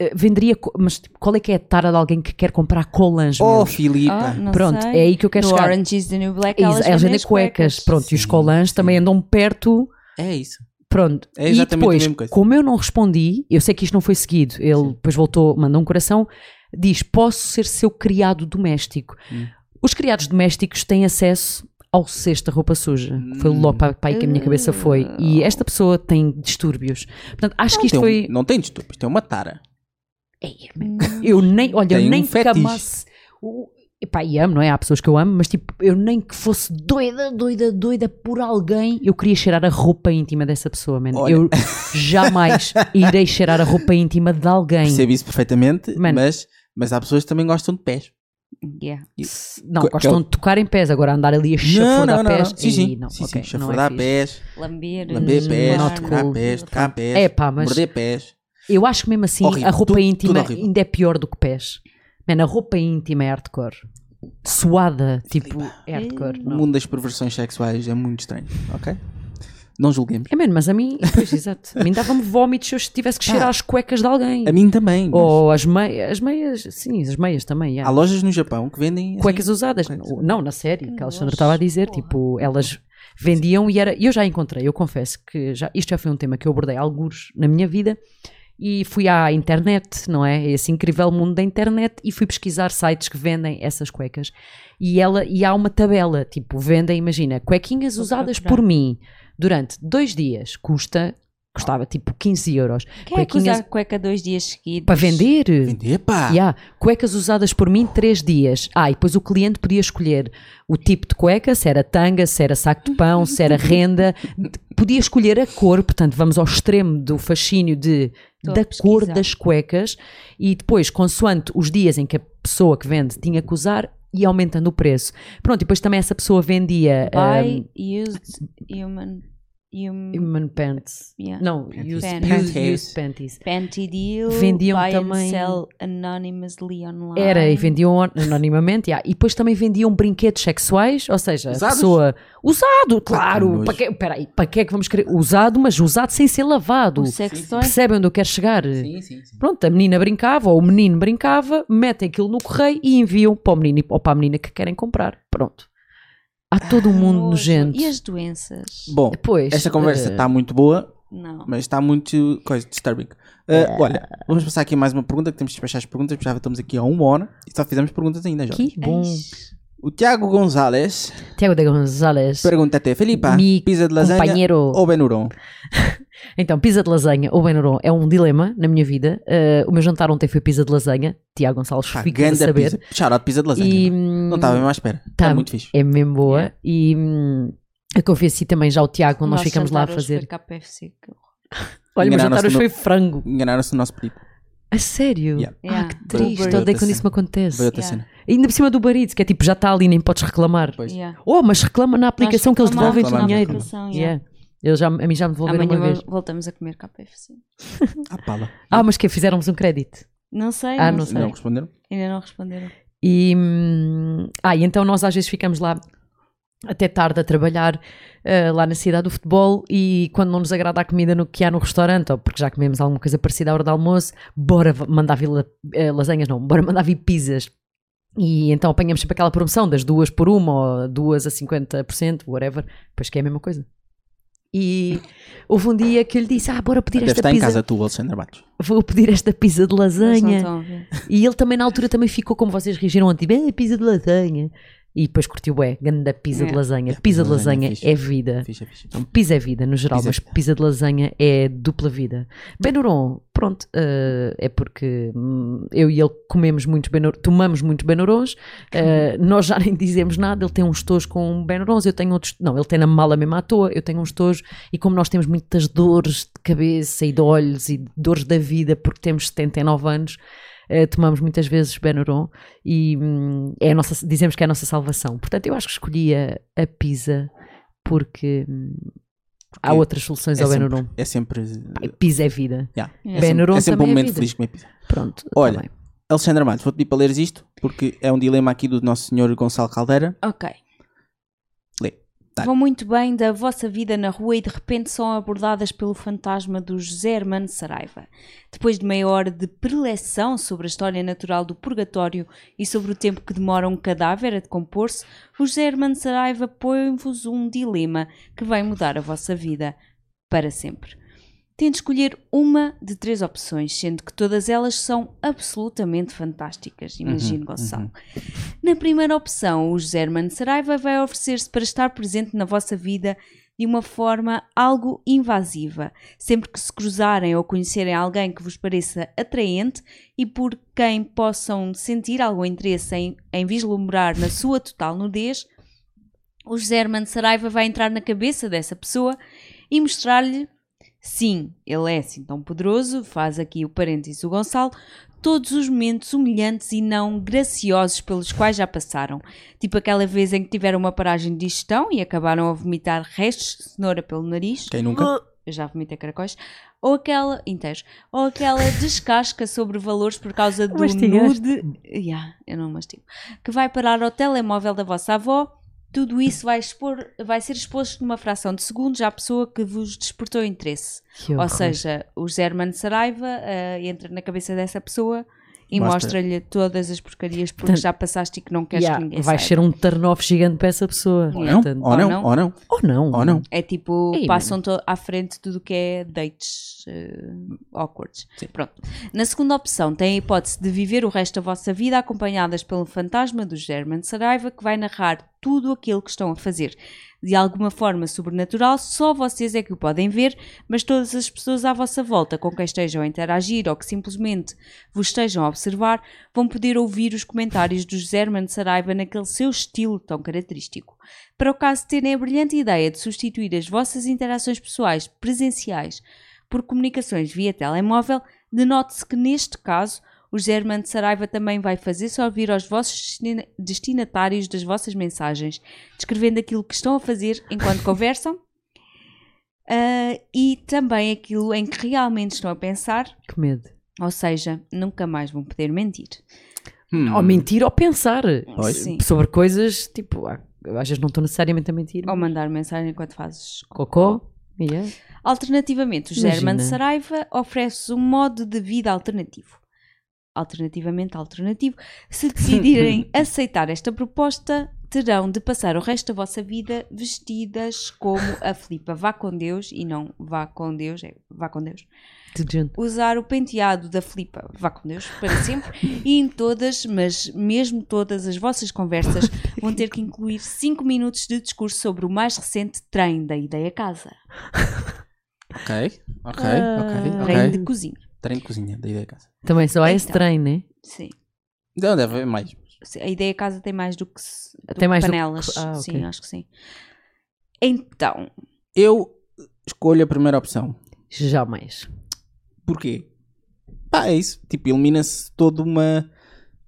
Speaker 2: Eh, venderia, co- mas tipo, qual é que é a tara de alguém que quer comprar colãs?
Speaker 1: Oh,
Speaker 2: meus?
Speaker 1: Filipa!
Speaker 3: Ah, não
Speaker 2: Pronto,
Speaker 3: sei.
Speaker 2: é aí que eu quero
Speaker 3: No
Speaker 2: chegar. É
Speaker 3: Orange is the New Black,
Speaker 2: Eles
Speaker 3: elas
Speaker 2: elas
Speaker 3: vendem
Speaker 2: vendem
Speaker 3: as
Speaker 2: cuecas, pronto, e os
Speaker 1: Sim,
Speaker 2: colãs
Speaker 1: sim.
Speaker 2: também andam perto,
Speaker 1: É isso.
Speaker 2: pronto.
Speaker 1: É
Speaker 2: e
Speaker 1: exatamente a
Speaker 2: depois,
Speaker 1: mesma coisa.
Speaker 2: como eu não respondi, eu sei que isto não foi seguido, ele depois voltou, mandou um coração, diz, posso ser seu criado doméstico.
Speaker 1: Hum.
Speaker 2: Os criados domésticos têm acesso ao cesto da roupa suja. Foi
Speaker 1: Hum.
Speaker 2: logo para, para aí que a minha cabeça foi. E esta pessoa tem distúrbios. Portanto, acho que isto
Speaker 1: Tem um-
Speaker 2: foi... É,
Speaker 1: Não tem distúrbios, tem uma tara.
Speaker 2: Ei,
Speaker 3: Hum.
Speaker 2: eu nem, olha,
Speaker 1: Tem
Speaker 2: eu
Speaker 1: um
Speaker 2: nem que
Speaker 1: fetiche.
Speaker 2: amasse. o- Epá, e amo, não é? Há pessoas que eu amo, mas tipo, eu nem que fosse doida, doida, doida por alguém, eu queria cheirar a roupa íntima dessa pessoa, man.
Speaker 1: Olha.
Speaker 2: Eu jamais irei cheirar a roupa íntima de alguém.
Speaker 1: Percebo isso perfeitamente,
Speaker 2: Mano.
Speaker 1: mas, mas há pessoas que também gostam de pés.
Speaker 3: Yeah.
Speaker 2: Não,
Speaker 1: Que- é
Speaker 2: gostam de tocar em pés, agora andar ali a chafurdar pés.
Speaker 1: Sim,
Speaker 2: Ih,
Speaker 1: sim.
Speaker 2: não,
Speaker 1: sim,
Speaker 2: ok,
Speaker 1: sim.
Speaker 2: não é
Speaker 1: Chafurdar
Speaker 2: fixe.
Speaker 1: pés,
Speaker 3: Lamber,
Speaker 1: lamber
Speaker 2: Hum,
Speaker 1: pés,
Speaker 2: not
Speaker 1: tocar
Speaker 2: cool.
Speaker 1: pés, tocar pés,
Speaker 2: É pá, mas
Speaker 1: morder pés.
Speaker 2: eu acho que mesmo assim
Speaker 1: Horrível,
Speaker 2: a roupa
Speaker 1: tudo-
Speaker 2: íntima
Speaker 1: tudo horrível.
Speaker 2: ainda é pior do que pés. Man, a roupa íntima é hardcore. Suada, tipo, é hardcore.
Speaker 1: O
Speaker 2: não.
Speaker 1: mundo das perversões sexuais é muito estranho, ok? Não julguemos.
Speaker 2: É mesmo, mas a mim, pois exato, a mim dava-me vómitos se eu tivesse que cheirar as cuecas de alguém.
Speaker 1: A mim também. mas
Speaker 2: Ou as meias, as meias, sim, as meias também.
Speaker 1: Há
Speaker 2: Oh, Yeah.
Speaker 1: lojas no Japão que vendem. assim,
Speaker 2: Cuecas usadas,
Speaker 1: cuecas.
Speaker 2: não, na série, que a Alexandra
Speaker 3: nojo,
Speaker 2: estava a dizer,
Speaker 3: porra.
Speaker 2: tipo, elas vendiam e era. Eu já encontrei, eu confesso que já, isto já foi um tema que eu abordei alguns na minha vida e fui à internet, não é? Esse incrível mundo da internet e fui pesquisar sites que vendem essas cuecas e, ela, e há uma tabela, tipo, vendem, imagina, cuequinhas
Speaker 3: Vou
Speaker 2: usadas
Speaker 3: procurar.
Speaker 2: por mim durante dois dias, custa, custava tipo 15 euros.
Speaker 3: Quem é que
Speaker 2: Cuequinhas-
Speaker 3: usa a cueca dois dias seguidos?
Speaker 2: Para vender?
Speaker 1: Vender,
Speaker 3: Ah.
Speaker 1: pá!
Speaker 2: Yeah. Cuecas usadas por mim três dias. Ah, e depois o cliente podia escolher o tipo de cueca, se era tanga, se era saco de pão, se era renda. De- Podia escolher a cor, portanto, vamos ao extremo do fascínio de,
Speaker 3: Estou a
Speaker 2: da cor
Speaker 3: pesquisar.
Speaker 2: das cuecas e depois, consoante os dias em que a pessoa que vende tinha que usar, ia aumentando o preço. Pronto, e depois também essa pessoa vendia
Speaker 3: Buy
Speaker 2: hum,
Speaker 3: used human,
Speaker 2: um,
Speaker 3: human
Speaker 2: human pants.
Speaker 3: yeah.
Speaker 2: Não, use,
Speaker 3: Panties.
Speaker 2: use- use panties.
Speaker 3: panty deal,
Speaker 2: Vendiam
Speaker 3: buy
Speaker 2: também-
Speaker 3: and sell anonymously online.
Speaker 2: Era, e vendiam an- anonimamente, yeah. e depois também vendiam brinquedos sexuais, ou seja, a
Speaker 1: Usados?
Speaker 2: pessoa. Usado, claro!
Speaker 1: nojo.
Speaker 2: Para que, peraí, para que é que vamos querer? Usado, mas usado sem ser lavado.
Speaker 3: O sex toy.
Speaker 2: Percebem onde eu quero chegar?
Speaker 1: é? Sim, sim, sim.
Speaker 2: Pronto, a menina brincava, ou o menino brincava, metem aquilo no correio e enviam para o menino e- ou para a menina que querem comprar. Pronto. Há todo um mundo
Speaker 3: Nojo.
Speaker 2: nojento.
Speaker 3: E as doenças?
Speaker 1: Bom,
Speaker 2: Depois,
Speaker 1: esta conversa tá
Speaker 2: eh,
Speaker 1: está muito boa,
Speaker 3: Não.
Speaker 1: mas está muito. coisa, disturbing. Eh, Olha, vamos passar aqui a mais uma pergunta, que temos de despachar as perguntas, porque já estamos aqui há uma hora e só fizemos perguntas ainda, Jorge.
Speaker 2: Que bom.
Speaker 3: Eish.
Speaker 1: O Tiago Gonzalez
Speaker 2: Tiago de Gonzalez,
Speaker 1: pergunta-te, Filipa,
Speaker 2: Mi
Speaker 1: pizza de lasanha
Speaker 2: companheiro.
Speaker 1: ou Benuron?
Speaker 2: Então, pizza de lasanha ou Benuron é um dilema na minha vida. Uh, o meu jantar ontem foi pizza de lasanha. Tiago Gonçalves,
Speaker 1: Pá,
Speaker 2: fica a
Speaker 1: ganda
Speaker 2: saber.
Speaker 1: pizza. Shout out pizza de lasanha.
Speaker 2: E,
Speaker 1: Não estava mesmo à espera. Está
Speaker 2: tá.
Speaker 1: muito fixe.
Speaker 2: É mesmo boa. E hum, eu convenci também já o Tiago quando nós, ficamos lá a
Speaker 3: jantar hoje
Speaker 2: fazer.
Speaker 3: Foi KFC. que horror.
Speaker 2: Olha, o meu
Speaker 1: Enganaram-se
Speaker 2: jantar hoje
Speaker 1: no-
Speaker 2: foi frango.
Speaker 1: Enganaram-se no nosso pedido.
Speaker 2: A sério?
Speaker 1: Yeah.
Speaker 2: Ah,
Speaker 3: Yeah.
Speaker 2: que triste.
Speaker 3: Uber.
Speaker 2: Odeio quando isso me acontece.
Speaker 1: Veio outra
Speaker 3: Yeah.
Speaker 1: cena.
Speaker 2: Ainda por cima do Uber Eats, que é tipo, já está ali, nem podes reclamar.
Speaker 1: Pois.
Speaker 3: Yeah.
Speaker 2: Oh, mas reclama na aplicação que eles
Speaker 3: Nós
Speaker 2: devolvem
Speaker 3: reclamamos
Speaker 2: o
Speaker 1: reclamamos
Speaker 3: na
Speaker 2: dinheiro.
Speaker 3: aplicação, yeah.
Speaker 2: Yeah. Eles já, a mim já me devolveram
Speaker 3: Amanhã
Speaker 2: uma vez.
Speaker 3: vol- voltamos a comer KFC.
Speaker 1: Ah, pala.
Speaker 2: Ah, mas que fizeram-vos um crédito.
Speaker 3: Não sei,
Speaker 2: Ah,
Speaker 3: não,
Speaker 2: não
Speaker 3: sei.
Speaker 2: sei.
Speaker 1: Não responderam?
Speaker 3: Ainda não responderam.
Speaker 2: E, hum, ah, e então nós às vezes ficamos lá até tarde a trabalhar ah, lá na cidade do futebol e quando não nos agrada a comida no que há no restaurante ou porque já comemos alguma coisa parecida à hora do almoço, bora v- mandar vir la- eh, lasanhas, não, bora mandar vir pizzas. E então apanhamos sempre aquela promoção das duas por uma ou duas a 50%, whatever, pois que é a mesma coisa. E houve um dia que eu lhe disse, ah, bora pedir
Speaker 1: Deve
Speaker 2: esta
Speaker 1: estar em
Speaker 2: pizza,
Speaker 1: casa tu, Alexandre Matos.
Speaker 2: vou pedir esta pizza de
Speaker 3: Eles não
Speaker 2: lasanha.
Speaker 3: estão a ver.
Speaker 2: E ele também na altura também ficou como vocês reagiram ontem, bem, pizza de lasanha. E depois curtiu, é, ganda pizza de
Speaker 3: É.
Speaker 2: lasanha. Pizza de lasanha
Speaker 1: fixe. Então,
Speaker 2: é vida.
Speaker 1: Fixa, fixa.
Speaker 2: Pizza é vida no geral,
Speaker 1: Pizza é
Speaker 2: mas
Speaker 1: vida.
Speaker 2: pizza de lasanha é dupla vida. Benuron, pronto, eh, é porque hum, eu e ele comemos muitos Benur, tomamos muitos Benurons, eh, nós já nem dizemos nada, ele tem uns tojos com Benurons, eu tenho outros, não, ele tem na mala mesmo à toa, eu tenho uns tojos e como nós temos muitas dores de cabeça e de olhos e dores da vida porque temos 79 anos, eh, tomamos muitas vezes Benuron e hum, é a nossa, dizemos que é a nossa salvação. Portanto, eu acho que escolhi a, a pizza porque hum, há
Speaker 1: Porque
Speaker 2: outras soluções
Speaker 1: é
Speaker 2: ao
Speaker 1: sempre-
Speaker 2: Benuron.
Speaker 1: É sempre. yeah.
Speaker 2: Pizza é vida.
Speaker 1: É
Speaker 2: Ben
Speaker 1: sempre,
Speaker 2: Hurón
Speaker 1: é sempre um
Speaker 2: também é
Speaker 1: momento
Speaker 2: vida.
Speaker 1: feliz comer pizza.
Speaker 2: Pronto. tá
Speaker 1: Olha,
Speaker 2: bem.
Speaker 1: Alexandre Matos, vou-te pedir para leres isto, porque é um dilema aqui do nosso senhor Gonçalo Caldeira.
Speaker 3: Ok.
Speaker 1: Lê. Dá-lhe.
Speaker 3: Vão muito bem da vossa vida na rua e de repente são abordadas pelo fantasma do José Hermano Saraiva. Depois de meia hora de preleção sobre a história natural do purgatório e sobre o tempo que demora um cadáver a decompor-se, o José Hermano Saraiva põe-vos um dilema que vai mudar a vossa vida para sempre. Tem de escolher uma de três opções, sendo que todas elas são absolutamente fantásticas. Imagino, Gonçalo. Na primeira opção, o José Hermano Saraiva vai oferecer-se para estar presente na vossa vida de uma forma algo invasiva, sempre que se cruzarem ou conhecerem alguém que vos pareça atraente e por quem possam sentir algum interesse em, em vislumbrar na sua total nudez, o José Hermano Saraiva vai entrar na cabeça dessa pessoa e mostrar-lhe, sim, ele é assim tão poderoso, faz aqui o parênteses o Gonçalo, todos os momentos humilhantes e não graciosos pelos quais já passaram. Tipo aquela vez em que tiveram uma paragem de digestão e acabaram a vomitar restos de cenoura pelo nariz.
Speaker 1: Quem nunca?
Speaker 2: Uh,
Speaker 3: Eu já vomitei caracóis. Ou aquela, inteiros, ou aquela descasca sobre valores por causa do
Speaker 2: Mastigaste?
Speaker 3: nude. Yeah, eu não mastigo. Que vai parar ao telemóvel da vossa avó. Tudo isso vai, expor, vai ser exposto numa fração de segundos à pessoa que vos despertou interesse.
Speaker 2: Que
Speaker 3: Ou
Speaker 2: horror.
Speaker 3: seja, o German Saraiva ah, entra na cabeça dessa pessoa e
Speaker 1: Mostra.
Speaker 3: mostra-lhe todas as porcarias porque
Speaker 2: Portanto,
Speaker 3: já passaste e que não queres
Speaker 2: Yeah,
Speaker 3: que ninguém
Speaker 2: vai
Speaker 3: saiba.
Speaker 2: ser um turn-off gigante para essa pessoa.
Speaker 1: Ou não?
Speaker 2: Portanto,
Speaker 1: Ou
Speaker 3: Ou
Speaker 1: não?
Speaker 3: não.
Speaker 1: Ou não?
Speaker 2: então, ou não.
Speaker 1: Ou não?
Speaker 3: É tipo,
Speaker 2: Ei,
Speaker 3: passam to- à frente tudo o que é dates eh, awkward. Pronto. Na segunda opção, têm a hipótese de viver o resto da vossa vida acompanhadas pelo fantasma do German Saraiva, que vai narrar tudo aquilo que estão a fazer. De alguma forma sobrenatural, só vocês é que o podem ver, mas todas as pessoas à vossa volta, com quem estejam a interagir ou que simplesmente vos estejam a observar, vão poder ouvir os comentários do German Saraiva naquele seu estilo tão característico. Para o caso de terem a brilhante ideia de substituir as vossas interações pessoais presenciais por comunicações via telemóvel, denote-se que neste caso o German de Saraiva também vai fazer-se ouvir aos vossos destina- destinatários das vossas mensagens, descrevendo aquilo que estão a fazer enquanto conversam ah, e também aquilo em que realmente estão a pensar,
Speaker 2: Que medo.
Speaker 3: ou seja, nunca mais vão poder mentir.
Speaker 1: Hum.
Speaker 2: Ou mentir ou pensar
Speaker 1: Pois.
Speaker 3: Sim.
Speaker 2: sobre coisas tipo, ah, às vezes não estou necessariamente a mentir.
Speaker 3: Ou mandar mensagem enquanto fazes
Speaker 2: Cocó. Yeah.
Speaker 3: Alternativamente, o German
Speaker 2: Imagina.
Speaker 3: Saraiva oferece um modo de vida alternativo. Alternativamente, alternativo. Se decidirem aceitar esta proposta, terão de passar o resto da vossa vida vestidas como a Filipa Vá com Deus, e não Vá com Deus, é Vá com Deus.
Speaker 2: Tudo junto.
Speaker 3: Usar o penteado da Filipa Vá com Deus, para sempre, e em todas, mas mesmo todas as vossas conversas vão ter que incluir 5 minutos de discurso sobre o mais recente trem da Ideia Casa.
Speaker 1: Ok, ok,
Speaker 2: Ah.
Speaker 1: ok,
Speaker 3: Trem
Speaker 1: ok.
Speaker 3: de cozinha.
Speaker 1: Trem de cozinha, da ideia de casa.
Speaker 2: Também só é esse
Speaker 3: Então.
Speaker 2: trem, né?
Speaker 3: Sim.
Speaker 1: Não, deve haver mais.
Speaker 3: Sim, A ideia casa tem mais do que, se- do
Speaker 2: Tem
Speaker 3: que
Speaker 2: mais do que-
Speaker 3: panelas.
Speaker 2: ah, ok.
Speaker 3: Sim, acho que sim. Então,
Speaker 1: Eu escolho a primeira opção.
Speaker 2: Jamais.
Speaker 1: Porquê? pá, é isso. Tipo, elimina-se toda uma.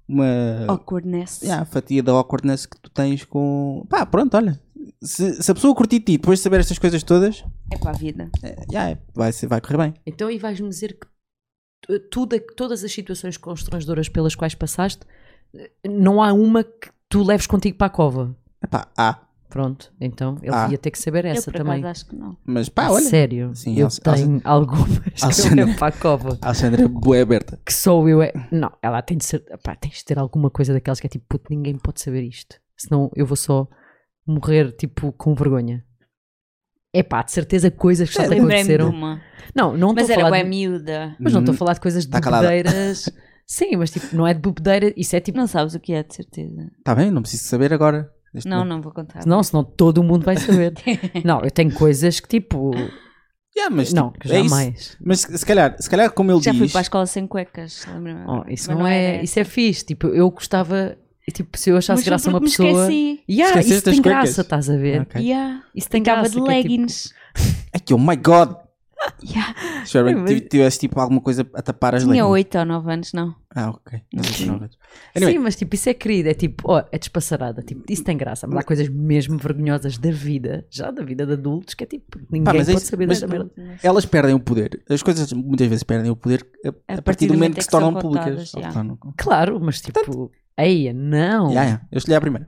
Speaker 1: uma
Speaker 3: Awkwardness.
Speaker 1: Ah. yeah, fatia da awkwardness que tu tens com. Pá, pronto, olha. Se, se a pessoa curtir ti depois de saber estas coisas todas,
Speaker 3: É para a vida.
Speaker 1: eh, yeah, é, vai, ser- vai correr bem.
Speaker 2: Então, e vais-me dizer que tu- tudo, a- todas as situações constrangedoras pelas quais passaste, eh, não há uma que tu leves contigo para a cova.
Speaker 1: Epá, ah, há.
Speaker 2: Pronto, então ele
Speaker 1: Ah.
Speaker 2: ia ter que saber essa
Speaker 3: eu, por
Speaker 2: também.
Speaker 3: acaso, acho que não.
Speaker 1: Mas pá,
Speaker 2: A
Speaker 1: olha.
Speaker 2: Sério,
Speaker 1: Sim,
Speaker 2: eu
Speaker 1: Alce- Alce-
Speaker 2: tenho algumas que eu
Speaker 1: Alexandra-
Speaker 2: levo para a cova.
Speaker 1: A Alexandra é bué aberta.
Speaker 2: Que sou eu é. Não, ela tem de ser. Pá, tens de ter alguma coisa daquelas que é tipo, puto, ninguém pode saber isto. Senão eu vou só morrer, tipo, com vergonha. É pá, de certeza coisas que só
Speaker 1: É,
Speaker 2: te
Speaker 3: Lembrei-me de
Speaker 2: aconteceram.
Speaker 3: uma.
Speaker 2: Não, não
Speaker 3: Mas
Speaker 2: estou a
Speaker 3: era
Speaker 2: falar
Speaker 3: bué
Speaker 2: de-
Speaker 3: miúda.
Speaker 2: Mas não estou a falar de coisas de
Speaker 1: Tá calada.
Speaker 2: bebedeiras. Sim, mas tipo, não é de bebedeira. Isso é tipo.
Speaker 3: Não sabes o que é, de certeza.
Speaker 1: Está Tá bem, não preciso saber agora. Neste
Speaker 3: Não,
Speaker 1: momento.
Speaker 3: não vou contar.
Speaker 2: Não, senão todo o mundo vai saber. não, eu tenho coisas que tipo.
Speaker 1: Yeah, mas,
Speaker 2: Não,
Speaker 1: tipo,
Speaker 2: que
Speaker 1: é isso.
Speaker 2: jamais.
Speaker 1: Mas se se calhar, se calhar como ele
Speaker 3: Já fui
Speaker 1: diz,
Speaker 3: para a escola sem cuecas, lembra-me.
Speaker 2: Oh,
Speaker 3: agora.
Speaker 2: isso
Speaker 3: Mas
Speaker 2: não, é.
Speaker 3: era
Speaker 2: Isso é fixe. Tipo, eu gostava. Tipo, se eu
Speaker 3: essa.
Speaker 2: achasse
Speaker 3: Mas
Speaker 2: graça
Speaker 3: foi
Speaker 2: a uma
Speaker 3: porque
Speaker 2: pessoa.
Speaker 3: Me esqueci.
Speaker 2: Yeah,
Speaker 1: Esqueceste
Speaker 2: isso tem
Speaker 1: as cuecas?
Speaker 2: graça, estás a ver?
Speaker 1: Ok.
Speaker 3: Yeah.
Speaker 2: Isso tem
Speaker 3: Estava
Speaker 2: graça.
Speaker 3: de
Speaker 2: que é, tipo,
Speaker 3: leggings.
Speaker 1: Ai, que oh my god!
Speaker 3: Yeah.
Speaker 1: Espera,
Speaker 2: Não, mas-
Speaker 1: tu tiveste tipo alguma coisa a tapar as
Speaker 3: Tinha
Speaker 1: leis.
Speaker 3: 8 ou 9 anos, não.
Speaker 1: Ah, ok. Não sei se
Speaker 3: Sim.
Speaker 1: não vejo. Anyway.
Speaker 2: Sim, mas tipo, isso é querido, é tipo, ó, é despassarada, tipo, isso tem graça,
Speaker 1: Hum.
Speaker 2: mas há coisas mesmo vergonhosas da vida, já da vida de adultos, que é tipo, ninguém
Speaker 1: Pá, mas
Speaker 2: pode
Speaker 1: é isso-
Speaker 2: saber
Speaker 1: mas-
Speaker 2: desta merda.
Speaker 1: Elas perdem o poder. As coisas muitas vezes perdem o poder a, a partir, do momento que se
Speaker 3: são
Speaker 1: tornam públicas.
Speaker 3: contadas, já.
Speaker 1: Ou tornam-
Speaker 2: Claro, mas tipo, eia, não,
Speaker 1: Já, já. Eu escolhi a primeira.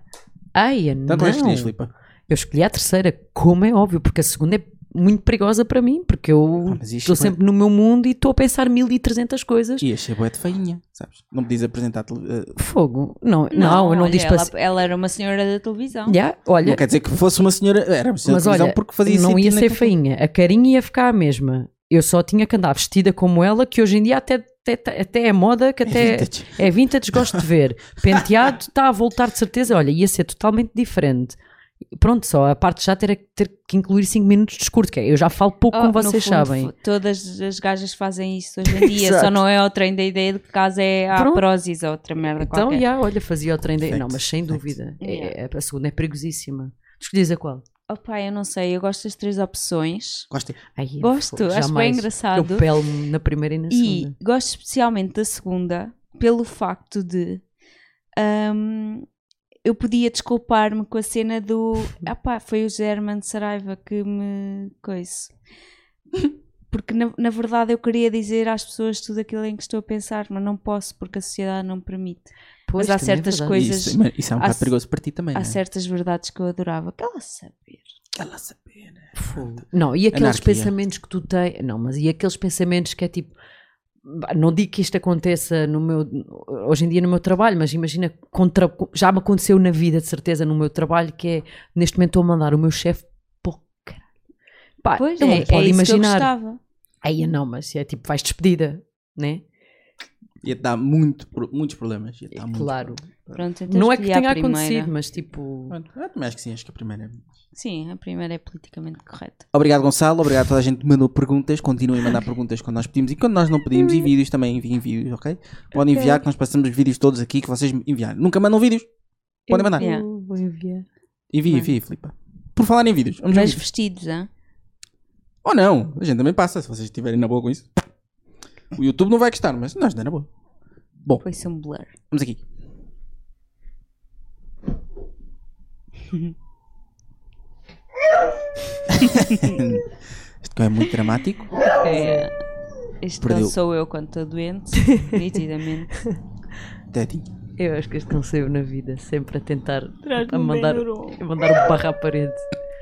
Speaker 2: eia,
Speaker 1: Então qual é que
Speaker 2: não.
Speaker 1: escolhias, Filipa?
Speaker 2: Eu escolhi a terceira, como é óbvio, porque a segunda é muito perigosa para mim, porque eu
Speaker 1: Ah, mas isto
Speaker 2: estou
Speaker 1: é-
Speaker 2: sempre no meu mundo e estou a pensar 1300 coisas.
Speaker 1: E achei boa de feinha, sabes? Não podias apresentar. tele- eh,
Speaker 2: Fogo, não, não, eu não
Speaker 3: olha,
Speaker 2: disse para.
Speaker 3: ela, ela era uma senhora da televisão.
Speaker 2: Yeah, olha,
Speaker 1: Não quer dizer que fosse uma senhora. Era uma senhora
Speaker 2: Mas
Speaker 1: de televisão
Speaker 2: olha,
Speaker 1: porque fazia
Speaker 2: não
Speaker 1: sentido
Speaker 2: ia ser
Speaker 1: naquele-
Speaker 2: feinha. A carinha ia ficar a mesma. Eu só tinha que andar vestida como ela, que hoje em dia até, até, até é moda, que até
Speaker 1: vintage.
Speaker 2: é vintage, gosto de ver. Penteado está a voltar de certeza. Olha, ia ser totalmente diferente. Pronto, só a parte já ter, ter que incluir 5 minutos de discurso, que é, eu já falo pouco,
Speaker 3: Oh,
Speaker 2: como
Speaker 3: no
Speaker 2: vocês
Speaker 3: fundo,
Speaker 2: sabem.
Speaker 3: fo- Todas as gajas fazem isso hoje em dia, só
Speaker 2: Exato.
Speaker 3: não é o trem da ideia de que caso é a
Speaker 2: Pronto.
Speaker 3: prosis ou outra merda
Speaker 2: Então, já,
Speaker 3: qualquer.
Speaker 2: olha, fazia o trem daí.
Speaker 1: Perfeito,
Speaker 2: Não, mas sem
Speaker 1: perfeito.
Speaker 2: dúvida. É-
Speaker 3: Yeah.
Speaker 2: é- a segunda é perigosíssima. Tu escolhias a qual?
Speaker 3: Opa, eu não sei, eu gosto das três opções.
Speaker 1: Gostei.
Speaker 2: Ai, é,
Speaker 3: Gosto,
Speaker 2: fogo,
Speaker 3: acho bem
Speaker 2: jamais.
Speaker 3: engraçado.
Speaker 2: Eu pelo-me na primeira e na
Speaker 3: E
Speaker 2: segunda.
Speaker 3: gosto especialmente da segunda pelo facto de hum, eu podia desculpar-me com a cena do ah pá, foi o German Saraiva que me coisa. Porque na, na verdade eu queria dizer às pessoas tudo aquilo em que estou a pensar, mas não posso porque a sociedade não me permite.
Speaker 2: Pois,
Speaker 3: mas há
Speaker 2: também é
Speaker 3: certas
Speaker 2: verdade.
Speaker 3: coisas-
Speaker 1: Isso, mas isso é um
Speaker 3: há
Speaker 1: bocado
Speaker 3: c-
Speaker 1: perigoso para ti também.
Speaker 3: Há
Speaker 1: não é?
Speaker 3: certas verdades que eu adorava. Que ela saber.
Speaker 1: Ela sabia, né?
Speaker 2: Não, e aqueles
Speaker 1: Anarquia.
Speaker 2: pensamentos que tu tens. Não, mas e aqueles pensamentos que é tipo. bah, Não digo que isto aconteça no meu, hoje em dia no meu trabalho, mas imagina, contra, já me aconteceu na vida, de certeza, no meu trabalho, que é neste momento estou a mandar o meu chefe para o caralho. Pá,
Speaker 3: Pois é,
Speaker 2: ele
Speaker 3: é
Speaker 2: não pode
Speaker 3: isso que eu
Speaker 2: então imaginar.
Speaker 3: gostava.
Speaker 2: Aí não, mas é tipo, vais despedida, né?
Speaker 1: Ia te dar muito, pro- muitos problemas. Ia te
Speaker 2: É
Speaker 1: dar muito
Speaker 2: claro.
Speaker 3: Pronto, então
Speaker 2: Não é que
Speaker 3: escolhi a
Speaker 2: tenha
Speaker 3: primeira.
Speaker 2: acontecido, mas tipo.
Speaker 1: Pronto, eu também acho que sim, acho que a primeira.
Speaker 3: Sim, a primeira é politicamente correta.
Speaker 1: Obrigado, Gonçalo. Obrigado a toda a gente que mandou perguntas. Continuem a mandar perguntas quando nós pedimos e quando nós não pedimos. E vídeos também. Enviem vídeos, ok? Podem enviar, que nós passamos os vídeos todos aqui que vocês me enviarem. Nunca mandam vídeos. Podem mandar.
Speaker 3: Yeah.
Speaker 2: Eu vou enviar.
Speaker 1: Envia, envia, Filipa. Por falar em vídeos, vamos ver.
Speaker 3: Mas
Speaker 1: vídeos.
Speaker 3: vestidos, hã?
Speaker 1: Ou não, a gente também passa, se vocês estiverem na boa com isso. O YouTube não vai gostar, mas nós não é na boa.
Speaker 3: Foi-se um blur.
Speaker 1: Vamos aqui. Isto é muito dramático.
Speaker 3: É, Este
Speaker 1: Perdeu.
Speaker 3: não sou eu quando estou doente, nitidamente.
Speaker 1: Tadinho.
Speaker 2: Eu acho que este conselho na vida, sempre a tentar
Speaker 3: Traz-me
Speaker 2: a
Speaker 3: um
Speaker 2: mandar,
Speaker 3: Benuron.
Speaker 2: a mandar um barra à parede.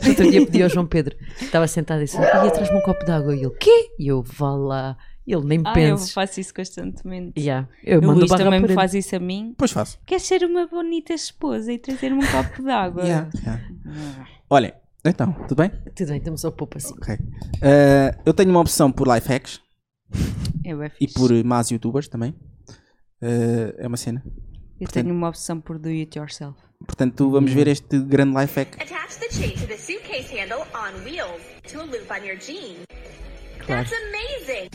Speaker 2: Outro dia pedi ao João Pedro, estava sentado e disse: E atrás-me um copo de água. E ele: Quê? E eu: Vá lá. E ele: Nem
Speaker 3: Ah, eu
Speaker 2: penses.
Speaker 3: faço isso constantemente.
Speaker 2: Yeah, eu
Speaker 3: o
Speaker 2: mando
Speaker 3: Luís
Speaker 2: barra à
Speaker 3: também me
Speaker 2: parede.
Speaker 3: faz isso a mim.
Speaker 1: Pois faço.
Speaker 3: Quer ser uma bonita esposa e trazer-me um copo de água? Ah,
Speaker 1: Yeah, yeah. Olhem, então, tudo bem?
Speaker 2: Tudo bem, estamos ao pouco assim.
Speaker 1: Ok. Eh, eu tenho uma opção por life hacks
Speaker 3: Eu, é
Speaker 1: e
Speaker 3: fixe.
Speaker 1: por más youtubers também. Eh, é uma cena.
Speaker 3: eu tenho uma opção por do it yourself.
Speaker 1: Portanto, vamos ver este grande life hack.
Speaker 5: Attach the chain to the suitcase handle on wheels to a loop on your jean. That's amazing!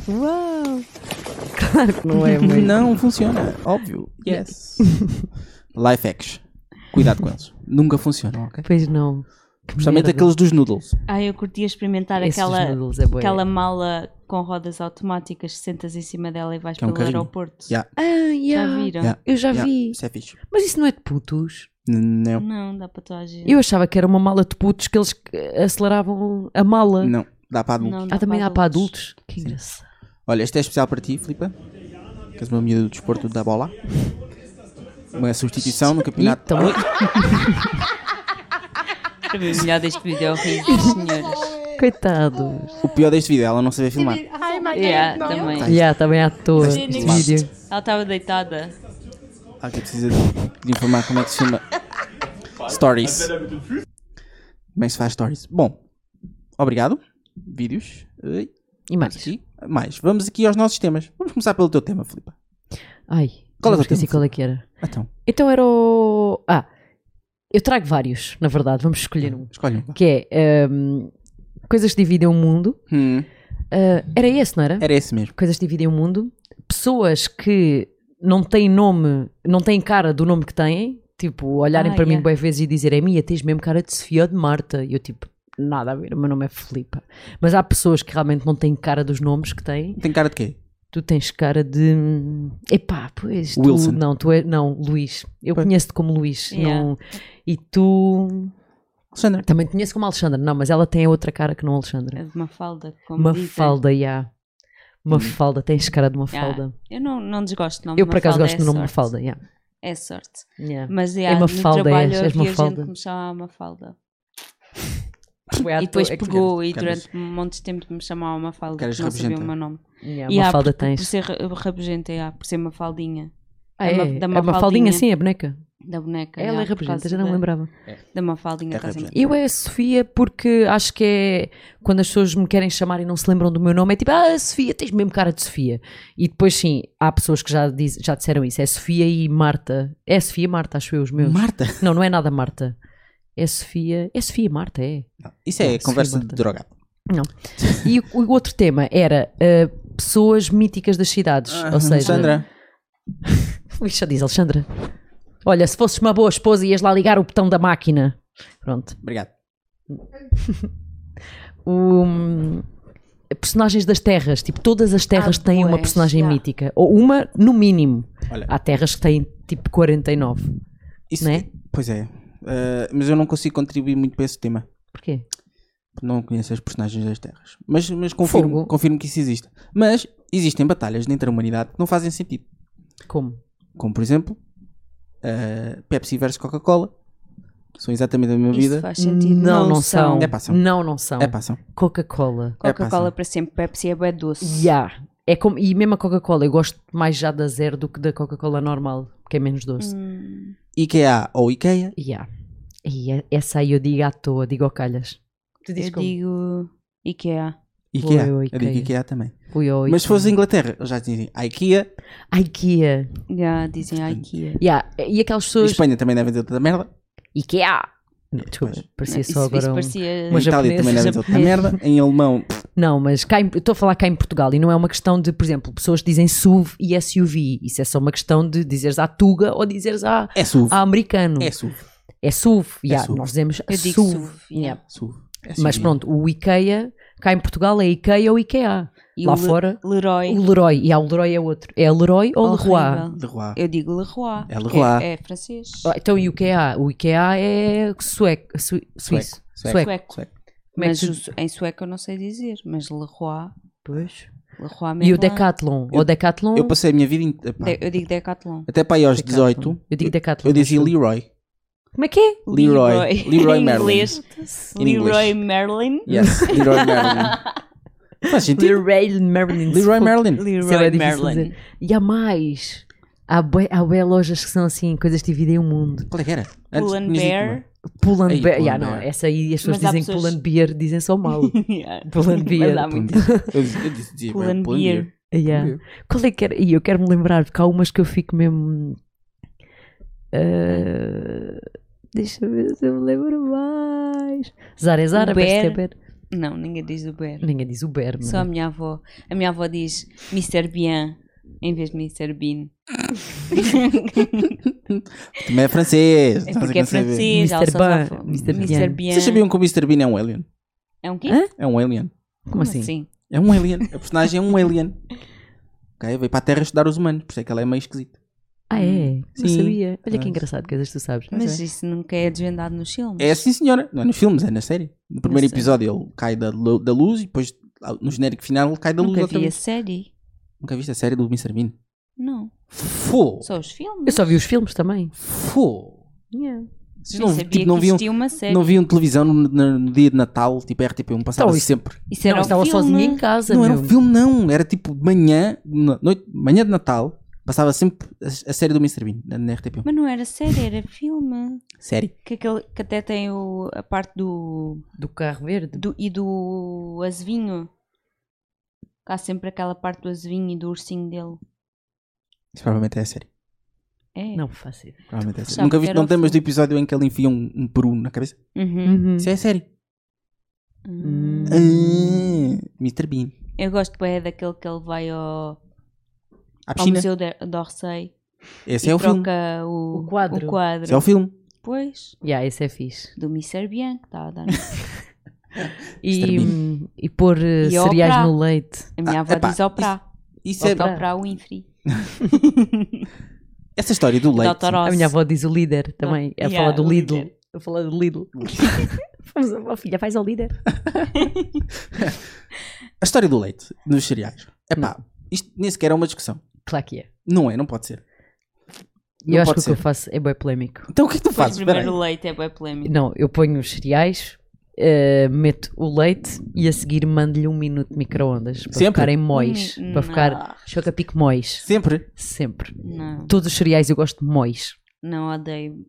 Speaker 2: Claro que não é, mãe.
Speaker 1: Não funciona, óbvio. Yes. life hacks. Cuidado com eles. Nunca funcionam, ok?
Speaker 2: Pois não.
Speaker 1: Principalmente
Speaker 2: merda.
Speaker 1: aqueles dos noodles.
Speaker 3: Ah, eu curtia experimentar
Speaker 2: Esses
Speaker 3: aquela,
Speaker 2: noodles é bué.
Speaker 3: aquela mala com rodas automáticas, sentas em cima dela e vais
Speaker 1: Que é um
Speaker 3: pelo
Speaker 1: carrinho.
Speaker 3: aeroporto.
Speaker 1: Yeah,
Speaker 2: Ah, yeah.
Speaker 3: Já viram?
Speaker 1: Yeah.
Speaker 2: Eu já
Speaker 1: yeah,
Speaker 2: vi.
Speaker 1: Isso é fixe.
Speaker 2: Mas isso não é de putos.
Speaker 1: N- Não,
Speaker 3: Não, dá para tu agir.
Speaker 2: Eu achava que era uma mala de putos que eles eh, aceleravam a mala.
Speaker 1: não. Dá para adultos.
Speaker 3: Não,
Speaker 2: Ah, também dá
Speaker 1: um
Speaker 2: para adultos. Que engraçado.
Speaker 1: Olha, este é especial para ti, Filipa. Que és uma menina do desporto da bola. Uma substituição no campeonato.
Speaker 2: Então,
Speaker 3: Para ver melhor deste vídeo é horrível, senhoras.
Speaker 2: coitados.
Speaker 1: O pior deste vídeo é ela não saber filmar.
Speaker 3: Yeah, também.
Speaker 1: Oh.
Speaker 2: Já, também à toa. Este vídeo.
Speaker 3: Ela estava deitada.
Speaker 1: Alguém precisa de, de informar como é que se chama. Stories. Como é que se faz stories? Bom, obrigado. Vídeos. Ei,
Speaker 2: E mais.
Speaker 1: aqui. Mais. Vamos aqui aos nossos temas. Vamos começar pelo teu tema, Filipa.
Speaker 2: Ai,
Speaker 1: Qual é
Speaker 2: qual
Speaker 1: o teu
Speaker 2: esqueci
Speaker 1: tema?
Speaker 2: qual é que era.
Speaker 1: Então,
Speaker 2: Então era o... Ah, eu trago vários, na verdade. Vamos escolher um.
Speaker 1: escolhe um. vá.
Speaker 2: Que é... hum, coisas que dividem o mundo.
Speaker 1: Hum,
Speaker 2: Ah, era esse, não era?
Speaker 1: era esse mesmo.
Speaker 2: Coisas que dividem o mundo. Pessoas que não têm nome, não têm cara do nome que têm. Tipo, olharem
Speaker 3: Ah,
Speaker 2: para mim
Speaker 3: yeah.
Speaker 2: bem vezes e dizerem Mia, tens mesmo cara de Sofia ou de Marta. E eu tipo, nada a ver, o meu nome é Filipa. Mas há pessoas que realmente não têm cara dos nomes que têm.
Speaker 1: Tem cara de quê?
Speaker 2: Tu tens cara de. Epá, pois. tu-
Speaker 1: Wilson.
Speaker 2: não, tu é. Não, Luís. Eu
Speaker 1: Pois.
Speaker 2: conheço-te como Luís.
Speaker 3: Yeah.
Speaker 2: Não, e tu.
Speaker 1: Alexandra.
Speaker 2: Também te conheço como Alexandra. Não, mas ela tem outra cara que não Alexandra.
Speaker 3: É de Mafalda, como
Speaker 2: Uma
Speaker 3: dizem.
Speaker 2: falda, já. Uma falda, tens cara de uma
Speaker 3: Yeah.
Speaker 2: falda.
Speaker 3: Eu não, não desgosto do nome
Speaker 2: Eu
Speaker 3: de
Speaker 2: por acaso
Speaker 3: Mafalda,
Speaker 2: gosto do nome
Speaker 3: é
Speaker 2: de
Speaker 3: sorte.
Speaker 2: falda, É yeah.
Speaker 3: É sorte.
Speaker 2: Yeah.
Speaker 3: Mas yeah,
Speaker 2: Mafalda,
Speaker 3: no trabalho
Speaker 2: és-
Speaker 3: eu
Speaker 2: és
Speaker 3: havia
Speaker 2: Mafalda.
Speaker 3: gente que me chamava Mafalda.
Speaker 2: Foi É à
Speaker 3: E depois
Speaker 2: toa que-
Speaker 3: pegou e
Speaker 1: Caras-
Speaker 3: durante um monte de tempo me chamava Mafalda,
Speaker 1: Caras
Speaker 3: porque não sabia o
Speaker 1: rabugenta.
Speaker 3: meu nome.
Speaker 2: Yeah,
Speaker 3: E
Speaker 2: É, uma
Speaker 3: há,
Speaker 2: falda
Speaker 3: por- Por
Speaker 2: tens.
Speaker 3: ser ra- rabugenta, yeah, por ser Mafaldinha,
Speaker 2: Ah,
Speaker 3: é
Speaker 2: é,
Speaker 3: uma-
Speaker 2: é
Speaker 3: da
Speaker 2: uma,
Speaker 3: Mafaldinha.
Speaker 2: faldinha, sim, a boneca.
Speaker 3: da boneca.
Speaker 2: Ela é
Speaker 3: yeah, por causa
Speaker 2: representante, já não
Speaker 3: da-
Speaker 2: me lembrava.
Speaker 3: Da Mafaldinha.
Speaker 1: É
Speaker 3: por causa da-
Speaker 1: rabugenta.
Speaker 2: Eu é a Sofia porque acho que é quando as pessoas me querem chamar e não se lembram do meu nome, é tipo, ah, Sofia, tens mesmo cara de Sofia. E depois, sim, há pessoas que já, diz- já disseram isso: é Sofia e Marta. É Sofia e Marta, acho eu, os meus.
Speaker 1: Marta.
Speaker 2: Não, não é nada Marta. É Sofia. É Sofia e Marta, é.
Speaker 1: Isso é
Speaker 2: Não,
Speaker 1: conversa
Speaker 2: sim,
Speaker 1: de
Speaker 2: Marta.
Speaker 1: drogado.
Speaker 2: E o, o outro tema era eh, pessoas míticas das cidades.
Speaker 3: Ah,
Speaker 2: Ah. ou seja,
Speaker 1: Alexandra.
Speaker 2: o Luís já diz, Alexandra. Olha, se fosses uma boa esposa, ias lá ligar o botão da máquina. Pronto.
Speaker 1: Obrigado.
Speaker 2: o- hum, personagens das terras, tipo, todas as terras
Speaker 3: Ah,
Speaker 2: têm uma
Speaker 3: pois,
Speaker 2: personagem
Speaker 3: já.
Speaker 2: mítica, ou uma no mínimo.
Speaker 1: Olha.
Speaker 2: Há terras que têm tipo 49.
Speaker 1: Isso,
Speaker 2: Né?
Speaker 1: Pois é. Ah, mas eu não consigo contribuir muito para esse tema.
Speaker 2: Porquê?
Speaker 1: Não conheço as personagens das terras. Mas, mas confirmo,
Speaker 2: Fogo.
Speaker 1: confirmo que isso existe. Mas existem batalhas dentro da humanidade que não fazem sentido.
Speaker 2: Como?
Speaker 1: Como, por exemplo, ah, Pepsi versus Coca-Cola. São exatamente a mesma
Speaker 3: Isso
Speaker 1: vida.
Speaker 3: faz sentido.
Speaker 2: Não, não são.
Speaker 1: É pá, são.
Speaker 2: Não, não são.
Speaker 1: É pá, são.
Speaker 2: Coca-Cola.
Speaker 1: É,
Speaker 3: Coca-Cola
Speaker 1: passa.
Speaker 3: para sempre, Pepsi é bem doce.
Speaker 2: Yeah. É como, e mesmo a Coca-Cola, eu gosto mais já da zero do que da Coca-Cola normal, que é menos doce.
Speaker 3: Hum,
Speaker 1: IKEA ou IKEA.
Speaker 2: Yeah. E é- essa aí eu digo à toa, digo ao calhas. Tu dizes
Speaker 3: eu
Speaker 2: como?
Speaker 3: digo IKEA.
Speaker 1: IKEA. Eu
Speaker 2: eu,
Speaker 1: digo
Speaker 2: Ikea.
Speaker 1: IKEA também.
Speaker 2: Fui ao
Speaker 1: Mas se
Speaker 2: Ikea.
Speaker 1: fosse Inglaterra, eles já dizem IKEA.
Speaker 2: IKEA.
Speaker 3: Yeah, dizem IKEA.
Speaker 2: Yeah. E aquelas
Speaker 1: Em
Speaker 2: pessoas.
Speaker 1: Espanha também devem dizer outra merda.
Speaker 2: IKEA! Não, desculpa,
Speaker 1: pois.
Speaker 2: parecia
Speaker 3: né? Isso,
Speaker 2: só agora
Speaker 3: isso
Speaker 2: um-
Speaker 3: parecia
Speaker 2: Mas
Speaker 1: em Itália também devem
Speaker 2: japonês,
Speaker 1: dizer outra merda. Em alemão, pff,
Speaker 2: Não, mas cá em- eu estou a falar cá em Portugal e não é uma questão de, por exemplo, pessoas que dizem SUV e SUV. Isso é só uma questão de dizeres à Tuga ou dizeres à,
Speaker 1: é SUV.
Speaker 2: à americano.
Speaker 1: É SUV.
Speaker 2: É SUV. yeah,
Speaker 1: SUV.
Speaker 2: Nós dizemos
Speaker 3: Eu
Speaker 2: SUV.
Speaker 3: digo SUV,
Speaker 2: yeah.
Speaker 1: SUV. É
Speaker 2: Mas
Speaker 1: SUV.
Speaker 2: pronto, o IKEA, cá em Portugal é IKEA ou IKEA.
Speaker 3: E
Speaker 2: Lá
Speaker 3: o Le-
Speaker 2: fora,
Speaker 3: Leroy.
Speaker 2: o Leroy. E há o Leroy é outro. É Leroy ou Leroy?
Speaker 3: Horrível.
Speaker 1: De Rouen.
Speaker 3: Eu digo Leroy.
Speaker 1: É
Speaker 3: porque
Speaker 1: Leroy.
Speaker 3: É, é francês.
Speaker 2: Ah, Então e o IKEA? O IKEA é sueco, su- suíço.
Speaker 1: Sueco.
Speaker 2: Sueco.
Speaker 3: Sueco.
Speaker 1: Sueco.
Speaker 2: Como é que
Speaker 3: Mas
Speaker 2: tu-
Speaker 3: o su- em sueco eu não sei dizer, mas Leroy,
Speaker 2: Pois.
Speaker 3: Leroy
Speaker 2: E o
Speaker 3: Merlin.
Speaker 2: Decathlon?
Speaker 1: Eu-
Speaker 2: O Decathlon?
Speaker 1: Eu passei a minha vida inteira. pá,
Speaker 3: De- eu digo Decathlon.
Speaker 1: Até para aí aos
Speaker 2: Decathlon.
Speaker 1: 18.
Speaker 2: É Eu digo Decathlon.
Speaker 1: Eu dizia
Speaker 2: acho eu.
Speaker 1: Leroy.
Speaker 2: Como é que é?
Speaker 1: Leroy. Leroy
Speaker 3: em
Speaker 1: Merlin.
Speaker 3: inglês.
Speaker 1: Em inglês.
Speaker 3: Leroy Merlin.
Speaker 1: Yes, Leroy Merlin. Faz sentido.
Speaker 2: Leroy Merlin.
Speaker 1: Leroy Merlin.
Speaker 2: Isso é
Speaker 3: Leroy
Speaker 2: bué difícil de
Speaker 3: Merlin.
Speaker 2: dizer. E há mais. Há bué, há bué lojas que são assim, coisas que dividem o mundo.
Speaker 1: Qual é que era? Antes
Speaker 3: Pull
Speaker 1: tinhas
Speaker 3: and
Speaker 1: dito
Speaker 3: Bear.
Speaker 2: Pull and
Speaker 1: Ei,
Speaker 2: bear.
Speaker 1: Pull
Speaker 2: Yeah,
Speaker 1: and
Speaker 2: não,
Speaker 1: bear.
Speaker 2: essa aí as pessoas
Speaker 3: Mas há
Speaker 2: dizem
Speaker 3: pessoas-
Speaker 2: pull and beer, dizem só mal.
Speaker 3: Yeah.
Speaker 2: Pull and
Speaker 3: Mas há
Speaker 2: beer.
Speaker 3: muito.
Speaker 1: uma. Eu disse- eu disse- dizia, é
Speaker 3: Pull
Speaker 1: bem,
Speaker 3: and beer.
Speaker 2: Yeah. Qual é que era? E eu quero me lembrar, porque há umas que eu fico mesmo. Ah, Deixa eu ver se eu me lembro mais. Zara é Zara,
Speaker 3: Uber.
Speaker 2: Bear. Bear.
Speaker 3: Não, ninguém diz Uber.
Speaker 2: Ninguém diz Uber,
Speaker 3: Só a
Speaker 2: mano.
Speaker 3: minha avó. A minha avó diz Mr. Bien. em vez de Mr. Bean.
Speaker 1: Também é francês.
Speaker 3: É
Speaker 1: não sei
Speaker 3: porque é
Speaker 1: como saber.
Speaker 3: francês,
Speaker 2: Mr.
Speaker 3: ela só já
Speaker 2: Ban-
Speaker 3: falou.
Speaker 2: Mr.
Speaker 3: Mr.
Speaker 2: Bian.
Speaker 1: Vocês
Speaker 3: Bian.
Speaker 1: sabiam que o Mr. Bean é um alien?
Speaker 3: É um quê?
Speaker 2: Hã?
Speaker 1: É um alien.
Speaker 2: Como assim?
Speaker 1: É um alien. A personagem é um alien. Ok? Veio para a Terra estudar os humanos, por isso é que ela é meio esquisita.
Speaker 2: Ah, é? Não
Speaker 1: Sim.
Speaker 2: sabia. Olha
Speaker 1: Pois.
Speaker 2: que engraçado, coisas que tu sabes.
Speaker 3: Mas isso nunca é desvendado nos filmes.
Speaker 1: É assim, senhora. Não é nos filmes, é na série. No primeiro
Speaker 3: sei.
Speaker 1: episódio ele cai da, lu- da luz e depois ah, no genérico final ele cai da luz
Speaker 3: Nunca
Speaker 1: outra
Speaker 3: vi a
Speaker 1: vez.
Speaker 3: série.
Speaker 1: Nunca viste a série do Mr. Bean?
Speaker 3: Não.
Speaker 1: Fô!
Speaker 3: Só os filmes.
Speaker 2: Eu só vi os filmes também.
Speaker 1: Fô! Vocês
Speaker 3: Nem
Speaker 1: não,
Speaker 3: sabia
Speaker 1: tipo, não,
Speaker 3: que
Speaker 1: viam,
Speaker 3: existia uma série.
Speaker 1: não viam televisão no, no- no dia de Natal, tipo RTP1, passava
Speaker 2: Então, isso-
Speaker 1: sempre.
Speaker 3: Isso era
Speaker 2: não,
Speaker 3: um
Speaker 2: estava
Speaker 3: filme.
Speaker 2: sozinha em casa.
Speaker 1: Não era
Speaker 2: meu.
Speaker 1: um filme, não. Era tipo de manhã, na noite, manhã de Natal, passava sempre a, a série do Mr. Bean na, na RTP1.
Speaker 3: Mas não era série, era filme.
Speaker 1: Série.
Speaker 3: Que, aquele, que até tem o, a parte do,
Speaker 2: Do carro verde.
Speaker 3: do- E do azevinho. Há sempre aquela parte do azevinho e do ursinho dele.
Speaker 1: Isso provavelmente é a série.
Speaker 3: É.
Speaker 2: Não faço ideia.
Speaker 1: Provavelmente é a série.
Speaker 3: Sabe
Speaker 1: Nunca
Speaker 3: que
Speaker 1: viste,
Speaker 3: era
Speaker 1: não
Speaker 3: um
Speaker 1: tem, mas do
Speaker 3: filme.
Speaker 1: episódio em que ele enfia um, um peru na cabeça?
Speaker 3: Uhum.
Speaker 1: Isso é a série.
Speaker 2: Hum.
Speaker 1: Ah, Mr. Bean.
Speaker 3: Eu gosto bem daquele que ele vai ao,
Speaker 1: À
Speaker 3: ao
Speaker 1: piscina.
Speaker 3: Museu de- de Orsay
Speaker 1: Esse
Speaker 3: e
Speaker 1: é o filme.
Speaker 3: troca o,
Speaker 2: O quadro.
Speaker 3: o quadro.
Speaker 1: Esse é o filme.
Speaker 3: Pois,
Speaker 2: Yeah, esse é fixe.
Speaker 3: do tá, Mr. Bian, que está a dar.
Speaker 1: Mr.
Speaker 2: E,
Speaker 1: Bean.
Speaker 2: hum, e pôr eh,
Speaker 3: E
Speaker 2: cereais
Speaker 3: opera.
Speaker 2: no leite.
Speaker 3: A minha
Speaker 1: Ah,
Speaker 3: avó
Speaker 1: epá,
Speaker 3: diz Oprá.
Speaker 1: Isso é-
Speaker 2: Opa.
Speaker 3: Oprá Winfrey.
Speaker 1: Essa história do leite.
Speaker 3: Dr. Oz.
Speaker 2: A minha avó diz o líder também. É a
Speaker 3: Yeah,
Speaker 2: falar do
Speaker 3: o
Speaker 2: Lidl.
Speaker 3: líder.
Speaker 2: A falar do Lidl. Vamos, ó, filha, faz ao líder.
Speaker 1: A história do leite nos cereais. É pá, isto nem sequer é uma discussão.
Speaker 2: Claro que é.
Speaker 1: Não é, não pode ser. Não
Speaker 2: eu acho que
Speaker 1: pode
Speaker 2: o que eu
Speaker 1: ser.
Speaker 2: faço é bem polémico.
Speaker 1: Então o que é que tu
Speaker 3: Pois,
Speaker 1: fazes? Espera aí.
Speaker 3: primeiro o leite é bem polémico.
Speaker 2: Não, eu ponho os cereais, eh, meto o leite e a seguir mando-lhe um minuto de micro-ondas para
Speaker 1: Sempre?
Speaker 2: ficarem mois.
Speaker 3: Hum,
Speaker 2: Para
Speaker 3: não.
Speaker 2: ficar chocapic mois.
Speaker 1: Sempre.
Speaker 2: Sempre.
Speaker 3: Não,
Speaker 2: Todos os cereais eu gosto de mois.
Speaker 3: não odeio.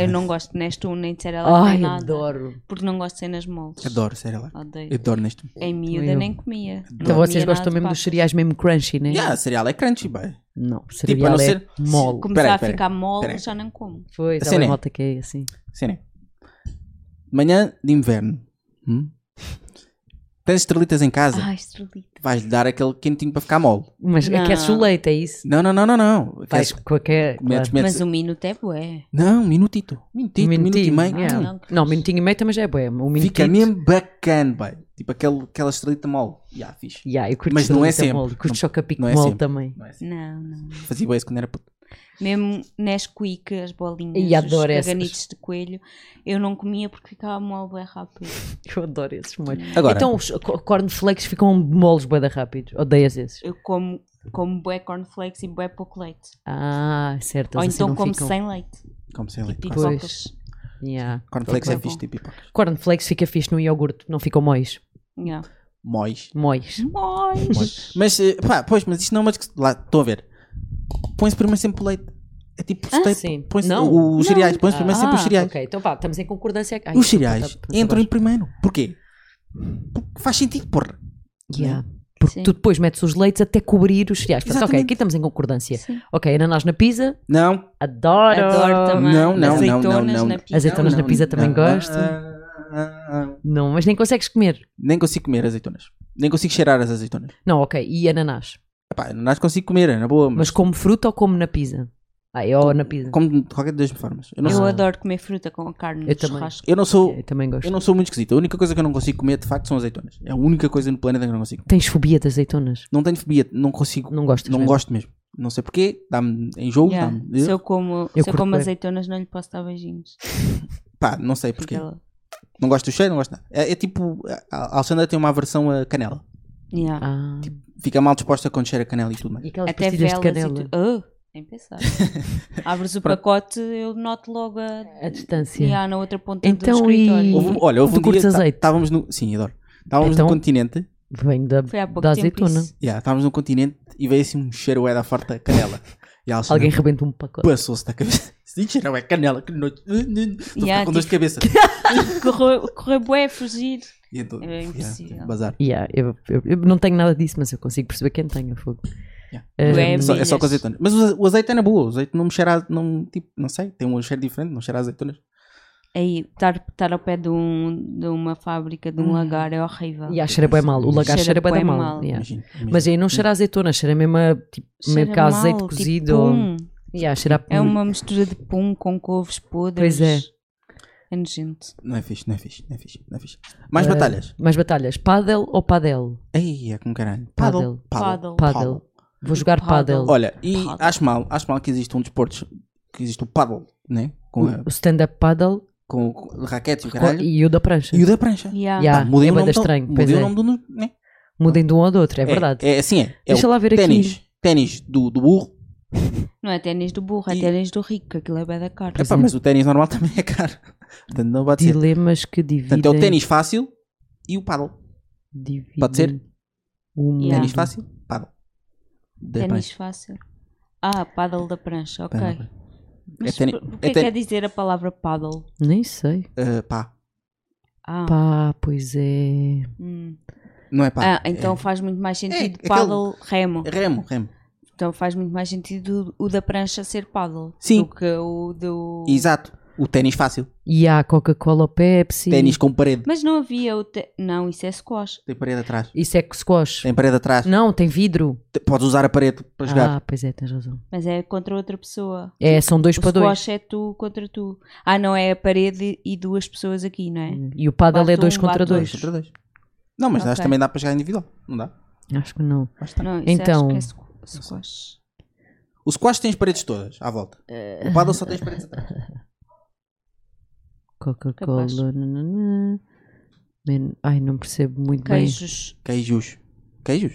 Speaker 3: Eu não gosto de Nestum nem de cereal nem
Speaker 2: Ai,
Speaker 3: nada.
Speaker 2: adoro.
Speaker 3: Porque não gosto de cenas moldes.
Speaker 1: Adoro cereal.
Speaker 3: Odeio.
Speaker 1: Adoro neste.
Speaker 3: Em miúda
Speaker 2: Eu-
Speaker 3: nem comia.
Speaker 2: Então
Speaker 3: Não
Speaker 2: vocês
Speaker 3: comia
Speaker 2: gostam
Speaker 3: nada de
Speaker 2: mesmo dos
Speaker 3: papas.
Speaker 2: cereais mesmo crunchy, né?
Speaker 1: Yeah, cereal é crunchy, bem.
Speaker 2: Não,
Speaker 1: a
Speaker 2: cereal
Speaker 1: não
Speaker 2: é
Speaker 1: ser-
Speaker 2: mole.
Speaker 3: Começar
Speaker 1: Peraí,
Speaker 3: a
Speaker 1: peraí,
Speaker 3: ficar mole,
Speaker 1: peraí.
Speaker 3: já não como.
Speaker 2: Foi,
Speaker 1: A
Speaker 2: já
Speaker 1: cena
Speaker 2: é
Speaker 1: é-
Speaker 2: malta que é assim.
Speaker 1: Sim, né? Manhã de inverno. Hum? Tens estrelitas em casa,
Speaker 3: Ai, estrelita.
Speaker 1: vais-lhe dar aquele quentinho para ficar mole.
Speaker 2: Mas
Speaker 3: Não.
Speaker 2: aqueces o leite, é isso?
Speaker 1: Não, não, não, não, não.
Speaker 2: Faz
Speaker 1: Aqueles-
Speaker 2: qualquer.
Speaker 1: metes-
Speaker 2: claro.
Speaker 1: metes-
Speaker 3: Mas um minuto é bué.
Speaker 1: Não, um minutito. Minutito, um minuto e meio.
Speaker 2: yeah.
Speaker 1: Hum.
Speaker 3: não, que
Speaker 2: Não,
Speaker 3: fixe.
Speaker 2: minutinho e meio também já é bué. Um minutinho.
Speaker 1: Fica mesmo bacana, bem. Tipo aquele, aquela estrelita mole. Yeah, fixe.
Speaker 2: Yeah, eu curto
Speaker 1: Mas não é
Speaker 2: Solita
Speaker 1: sempre.
Speaker 2: Mole, curto
Speaker 1: Não-
Speaker 2: Chocapic
Speaker 1: não é
Speaker 2: Mole
Speaker 1: sempre.
Speaker 2: também.
Speaker 1: Não é assim?
Speaker 3: Não, não.
Speaker 1: Fazia bué isso quando era puto.
Speaker 3: Mesmo Nesquik, as bolinhas,
Speaker 2: E adoro
Speaker 3: os
Speaker 2: essas.
Speaker 3: caganitos de coelho, eu não comia porque ficava mole bem rápido.
Speaker 2: Eu adoro esses molhos.
Speaker 1: Agora,
Speaker 2: Então os co- cornflakes ficam moles bué da rápido. Odeias esses.
Speaker 3: Eu como, como bué cornflakes e bué pouco leite.
Speaker 2: Ah, certo.
Speaker 3: Ou
Speaker 2: eles assim
Speaker 3: então
Speaker 2: não
Speaker 3: como
Speaker 2: ficam.
Speaker 3: sem leite.
Speaker 1: como sei lá.
Speaker 3: Tipo
Speaker 1: corn-
Speaker 2: Pois.
Speaker 3: pipocas.
Speaker 2: Yeah.
Speaker 1: Cornflakes é
Speaker 3: Bom.
Speaker 1: fixe, tipo pipocas.
Speaker 2: Cornflakes fica fixe no iogurte, não ficam mois.
Speaker 3: Yeah.
Speaker 1: Móis.
Speaker 2: Mois.
Speaker 1: Uhum.
Speaker 3: Mas,
Speaker 1: Mas, eh, pá, pois, mas isto não é uma discussão. Lá, estou a ver. Põe-se primeiro sempre o leite. É tipo
Speaker 2: Ah,
Speaker 1: staple.
Speaker 2: sim.
Speaker 1: Põe-se
Speaker 2: Não.
Speaker 1: o- os cereais. Põe-se primeiro sempre os
Speaker 2: Ah,
Speaker 1: cereais.
Speaker 2: Ok, então pá, estamos em concordância. Ai,
Speaker 1: Os
Speaker 2: desculpa,
Speaker 1: cereais
Speaker 2: tá- tá- tá
Speaker 1: entram em
Speaker 2: baixo.
Speaker 1: primeiro. Porquê? Porque faz sentido, porra.
Speaker 2: Yeah. Porque
Speaker 3: Sim.
Speaker 2: tu depois metes os leites até cobrir os cereais. Portanto, ok,
Speaker 1: Exatamente.
Speaker 2: aqui estamos em concordância.
Speaker 3: Sim.
Speaker 2: Ok, ananás na pizza,
Speaker 1: Não.
Speaker 2: adoro.
Speaker 3: Adoro também.
Speaker 1: Não, não, não, não,
Speaker 3: Azeitonas
Speaker 1: não.
Speaker 3: na pizza.
Speaker 2: Azeitonas
Speaker 1: Não,
Speaker 2: na pizza
Speaker 1: não,
Speaker 2: também
Speaker 1: não.
Speaker 2: gosto.
Speaker 1: Ah, ah, ah, ah.
Speaker 2: Não, mas nem consegues comer.
Speaker 1: Nem consigo comer azeitonas. Nem consigo cheirar as azeitonas.
Speaker 2: Não, ok, e ananás.
Speaker 1: Epá, não as consigo comer, é na boa.
Speaker 2: Mas
Speaker 1: Mas,
Speaker 2: como fruta ou como na pizza? Ah, eu ou na pizza.
Speaker 1: como de qualquer das formas. Eu não,
Speaker 3: Eu
Speaker 1: sou,
Speaker 3: adoro comer fruta com a carne
Speaker 2: Eu
Speaker 3: no
Speaker 2: também.
Speaker 3: churrasco.
Speaker 1: eu, não sou,
Speaker 2: Eu também gosto.
Speaker 1: eu não sou muito esquisito. A única coisa que eu não consigo comer, de facto, são azeitonas. É a única coisa no planeta que eu não consigo.
Speaker 2: Tens fobia de azeitonas?
Speaker 1: Não tenho fobia, não consigo.
Speaker 2: Não gostas?
Speaker 1: Não
Speaker 2: mesmo?
Speaker 1: gosto mesmo. Não sei porquê, dá-me enjoo,
Speaker 3: Yeah.
Speaker 1: dá-me.
Speaker 3: Se eu como,
Speaker 2: Eu
Speaker 3: se eu
Speaker 2: curto
Speaker 3: como
Speaker 2: bué.
Speaker 3: azeitonas, não lhe posso dar beijinhos.
Speaker 1: Pá, não sei
Speaker 3: Porque
Speaker 1: porquê.
Speaker 3: ela-
Speaker 1: Não gosto do cheiro, não gosto de nada. É, é tipo, a- a Alessandra tem uma aversão a canela.
Speaker 3: Yeah.
Speaker 2: Ah,
Speaker 1: Fica mal disposta quando cheira a canela e tudo mais.
Speaker 2: e aquelas
Speaker 3: Até
Speaker 2: pastilhas
Speaker 3: velas
Speaker 2: de
Speaker 3: e
Speaker 2: canela?
Speaker 3: tudo. Ah, nem pensar. Abres o pacote, eu noto logo a,
Speaker 2: A distância.
Speaker 3: yeah, na outra ponta
Speaker 2: Então,
Speaker 3: do
Speaker 2: e-
Speaker 3: escritório.
Speaker 1: Houve- olha, houve
Speaker 2: Tu
Speaker 1: um dia.
Speaker 2: curtes
Speaker 1: tá-
Speaker 2: azeite?
Speaker 1: Estávamos no. Sim, adoro. Estávamos
Speaker 2: Então-
Speaker 1: no continente.
Speaker 2: Vem da,
Speaker 3: Foi há pouco
Speaker 2: um da
Speaker 3: tempo
Speaker 2: azeitona.
Speaker 3: isso.
Speaker 1: Yeah, estávamos no continente e veio assim um cheiro é da forte a canela. E a Alessandra
Speaker 2: Alguém rebenta um pacote.
Speaker 1: passou-se da cabeça. Sim, cheiro é canela, que noite. Estou
Speaker 3: Yeah,
Speaker 1: yeah, com dor de cabeça.
Speaker 3: Correu, correu bué a fugir.
Speaker 1: E então,
Speaker 3: É impossível.
Speaker 1: bazar.
Speaker 2: Yeah, eu, eu- eu não tenho nada disso, mas eu consigo perceber quem tem o fogo.
Speaker 1: Yeah.
Speaker 2: Um,
Speaker 3: Ué,
Speaker 1: É só, é só com
Speaker 3: Milhas.
Speaker 1: azeitona. Mas o, o azeite é na boa. O azeite não me cheira. a- Não, tipo, não sei, tem um cheiro diferente, não cheira a azeitonas.
Speaker 3: Aí, estar, estar ao pé de, um, de uma fábrica, de um
Speaker 1: Uhum.
Speaker 3: lagar, é horrível.
Speaker 2: E ah, cheira bem mal. O lagar
Speaker 3: Cheira
Speaker 2: cheira bem
Speaker 3: bué
Speaker 2: mal.
Speaker 3: mal.
Speaker 2: yeah.
Speaker 1: Imagino,
Speaker 2: Mas
Speaker 1: imagino.
Speaker 2: aí não cheira a azeitona, cheira mesmo a, tipo,
Speaker 3: Cheira
Speaker 2: meio que a
Speaker 3: mal,
Speaker 2: azeite
Speaker 3: tipo
Speaker 2: cozido.
Speaker 3: pum.
Speaker 2: ou- Yeah, cheira a
Speaker 3: É
Speaker 2: pum.
Speaker 3: uma mistura de pum com couves podres.
Speaker 2: Pois é.
Speaker 3: É nojento.
Speaker 1: Não é fixe, não é fixe, não é fixe, não é fixe. Mais
Speaker 2: Eh,
Speaker 1: batalhas.
Speaker 2: Mais batalhas. Padel ou padel?
Speaker 1: Ei, é com caralho.
Speaker 2: Paddle.
Speaker 1: Paddle.
Speaker 3: Paddle.
Speaker 2: Padel. Vou jogar padel.
Speaker 3: Paddle.
Speaker 1: Olha, e
Speaker 3: Paddle.
Speaker 1: acho mal, acho mal que existe um desporto, que existe o paddle, né? Com, a-
Speaker 2: O stand-up padel
Speaker 1: com, com raquete e o caralho.
Speaker 2: e o da prancha.
Speaker 1: E o da prancha.
Speaker 3: Yeah.
Speaker 2: Yeah.
Speaker 1: Pá, mudei
Speaker 2: é
Speaker 1: o
Speaker 2: bué
Speaker 1: nome,
Speaker 2: da estranho,
Speaker 1: do,
Speaker 2: pois
Speaker 1: mudei o
Speaker 2: é.
Speaker 1: nome do. nu- Né?
Speaker 2: Mudem de um ao do outro, é, verdade.
Speaker 1: É, assim é. é
Speaker 2: Deixa
Speaker 1: o
Speaker 2: lá ver aqui.
Speaker 1: ténis, Ténis do, do burro.
Speaker 3: Não é ténis do burro, é
Speaker 1: E-
Speaker 3: ténis do rico, que aquilo é bem da cara.
Speaker 1: Epá, mas o ténis normal também é caro. Portanto, não pode ser.
Speaker 2: Dilemas que dividem.
Speaker 1: Portanto, é o ténis fácil e o paddle.
Speaker 2: dividem
Speaker 1: Pode ser?
Speaker 2: o
Speaker 3: Yeah.
Speaker 1: Ténis
Speaker 2: mundo.
Speaker 1: fácil, paddle. Da
Speaker 2: é,
Speaker 3: Ténis
Speaker 1: prancha.
Speaker 3: fácil. Ah, paddle da prancha, ok.
Speaker 1: Pá,
Speaker 3: Mas
Speaker 1: É ténis-
Speaker 3: por- o que
Speaker 1: é
Speaker 3: é que
Speaker 1: ténis-
Speaker 3: quer dizer a palavra paddle?
Speaker 2: Nem sei.
Speaker 1: Ah, pá.
Speaker 3: Ah,
Speaker 2: Pá, pois é.
Speaker 3: hum.
Speaker 1: Não é pá.
Speaker 3: Ah, então faz muito mais sentido
Speaker 1: aquele-
Speaker 3: paddle remo.
Speaker 1: É Remo, remo.
Speaker 3: Então faz muito mais sentido o da prancha ser paddle
Speaker 1: Sim.
Speaker 3: do que o do.
Speaker 1: Exato. O ténis fácil.
Speaker 2: E há Coca-Cola ou Pepsi.
Speaker 1: Ténis com parede.
Speaker 3: Mas não havia o. te- Não, isso é squash.
Speaker 1: Tem parede atrás.
Speaker 2: Isso é que squash.
Speaker 1: Tem parede atrás.
Speaker 2: Não, tem vidro.
Speaker 1: Te- Podes usar a parede para jogar.
Speaker 2: Hum. Ah, pois é, tens razão.
Speaker 3: Mas é contra outra pessoa.
Speaker 2: É, são dois
Speaker 3: O
Speaker 2: para dois.
Speaker 3: squash é tu contra tu. Ah, não, é a parede e duas pessoas aqui, não é?
Speaker 2: E o paddle é
Speaker 3: Bate
Speaker 2: dois
Speaker 3: um,
Speaker 2: contra
Speaker 3: bate
Speaker 2: dois.
Speaker 1: Dois contra dois. Não, mas acho
Speaker 3: Ok.
Speaker 1: que também dá para jogar individual. Não dá?
Speaker 2: Acho que não.
Speaker 1: Acho que dá.
Speaker 3: Não, isso
Speaker 2: Então-
Speaker 3: acho que é squ- squash.
Speaker 1: O squash tem as paredes todas à volta.
Speaker 2: Eh.
Speaker 1: O paddle só tem as paredes atrás.
Speaker 2: Coca-Cola.
Speaker 3: Capaz.
Speaker 2: nananã. Men- Ai, não percebo muito bem.
Speaker 3: Queijos.
Speaker 1: Queijos. Queijos?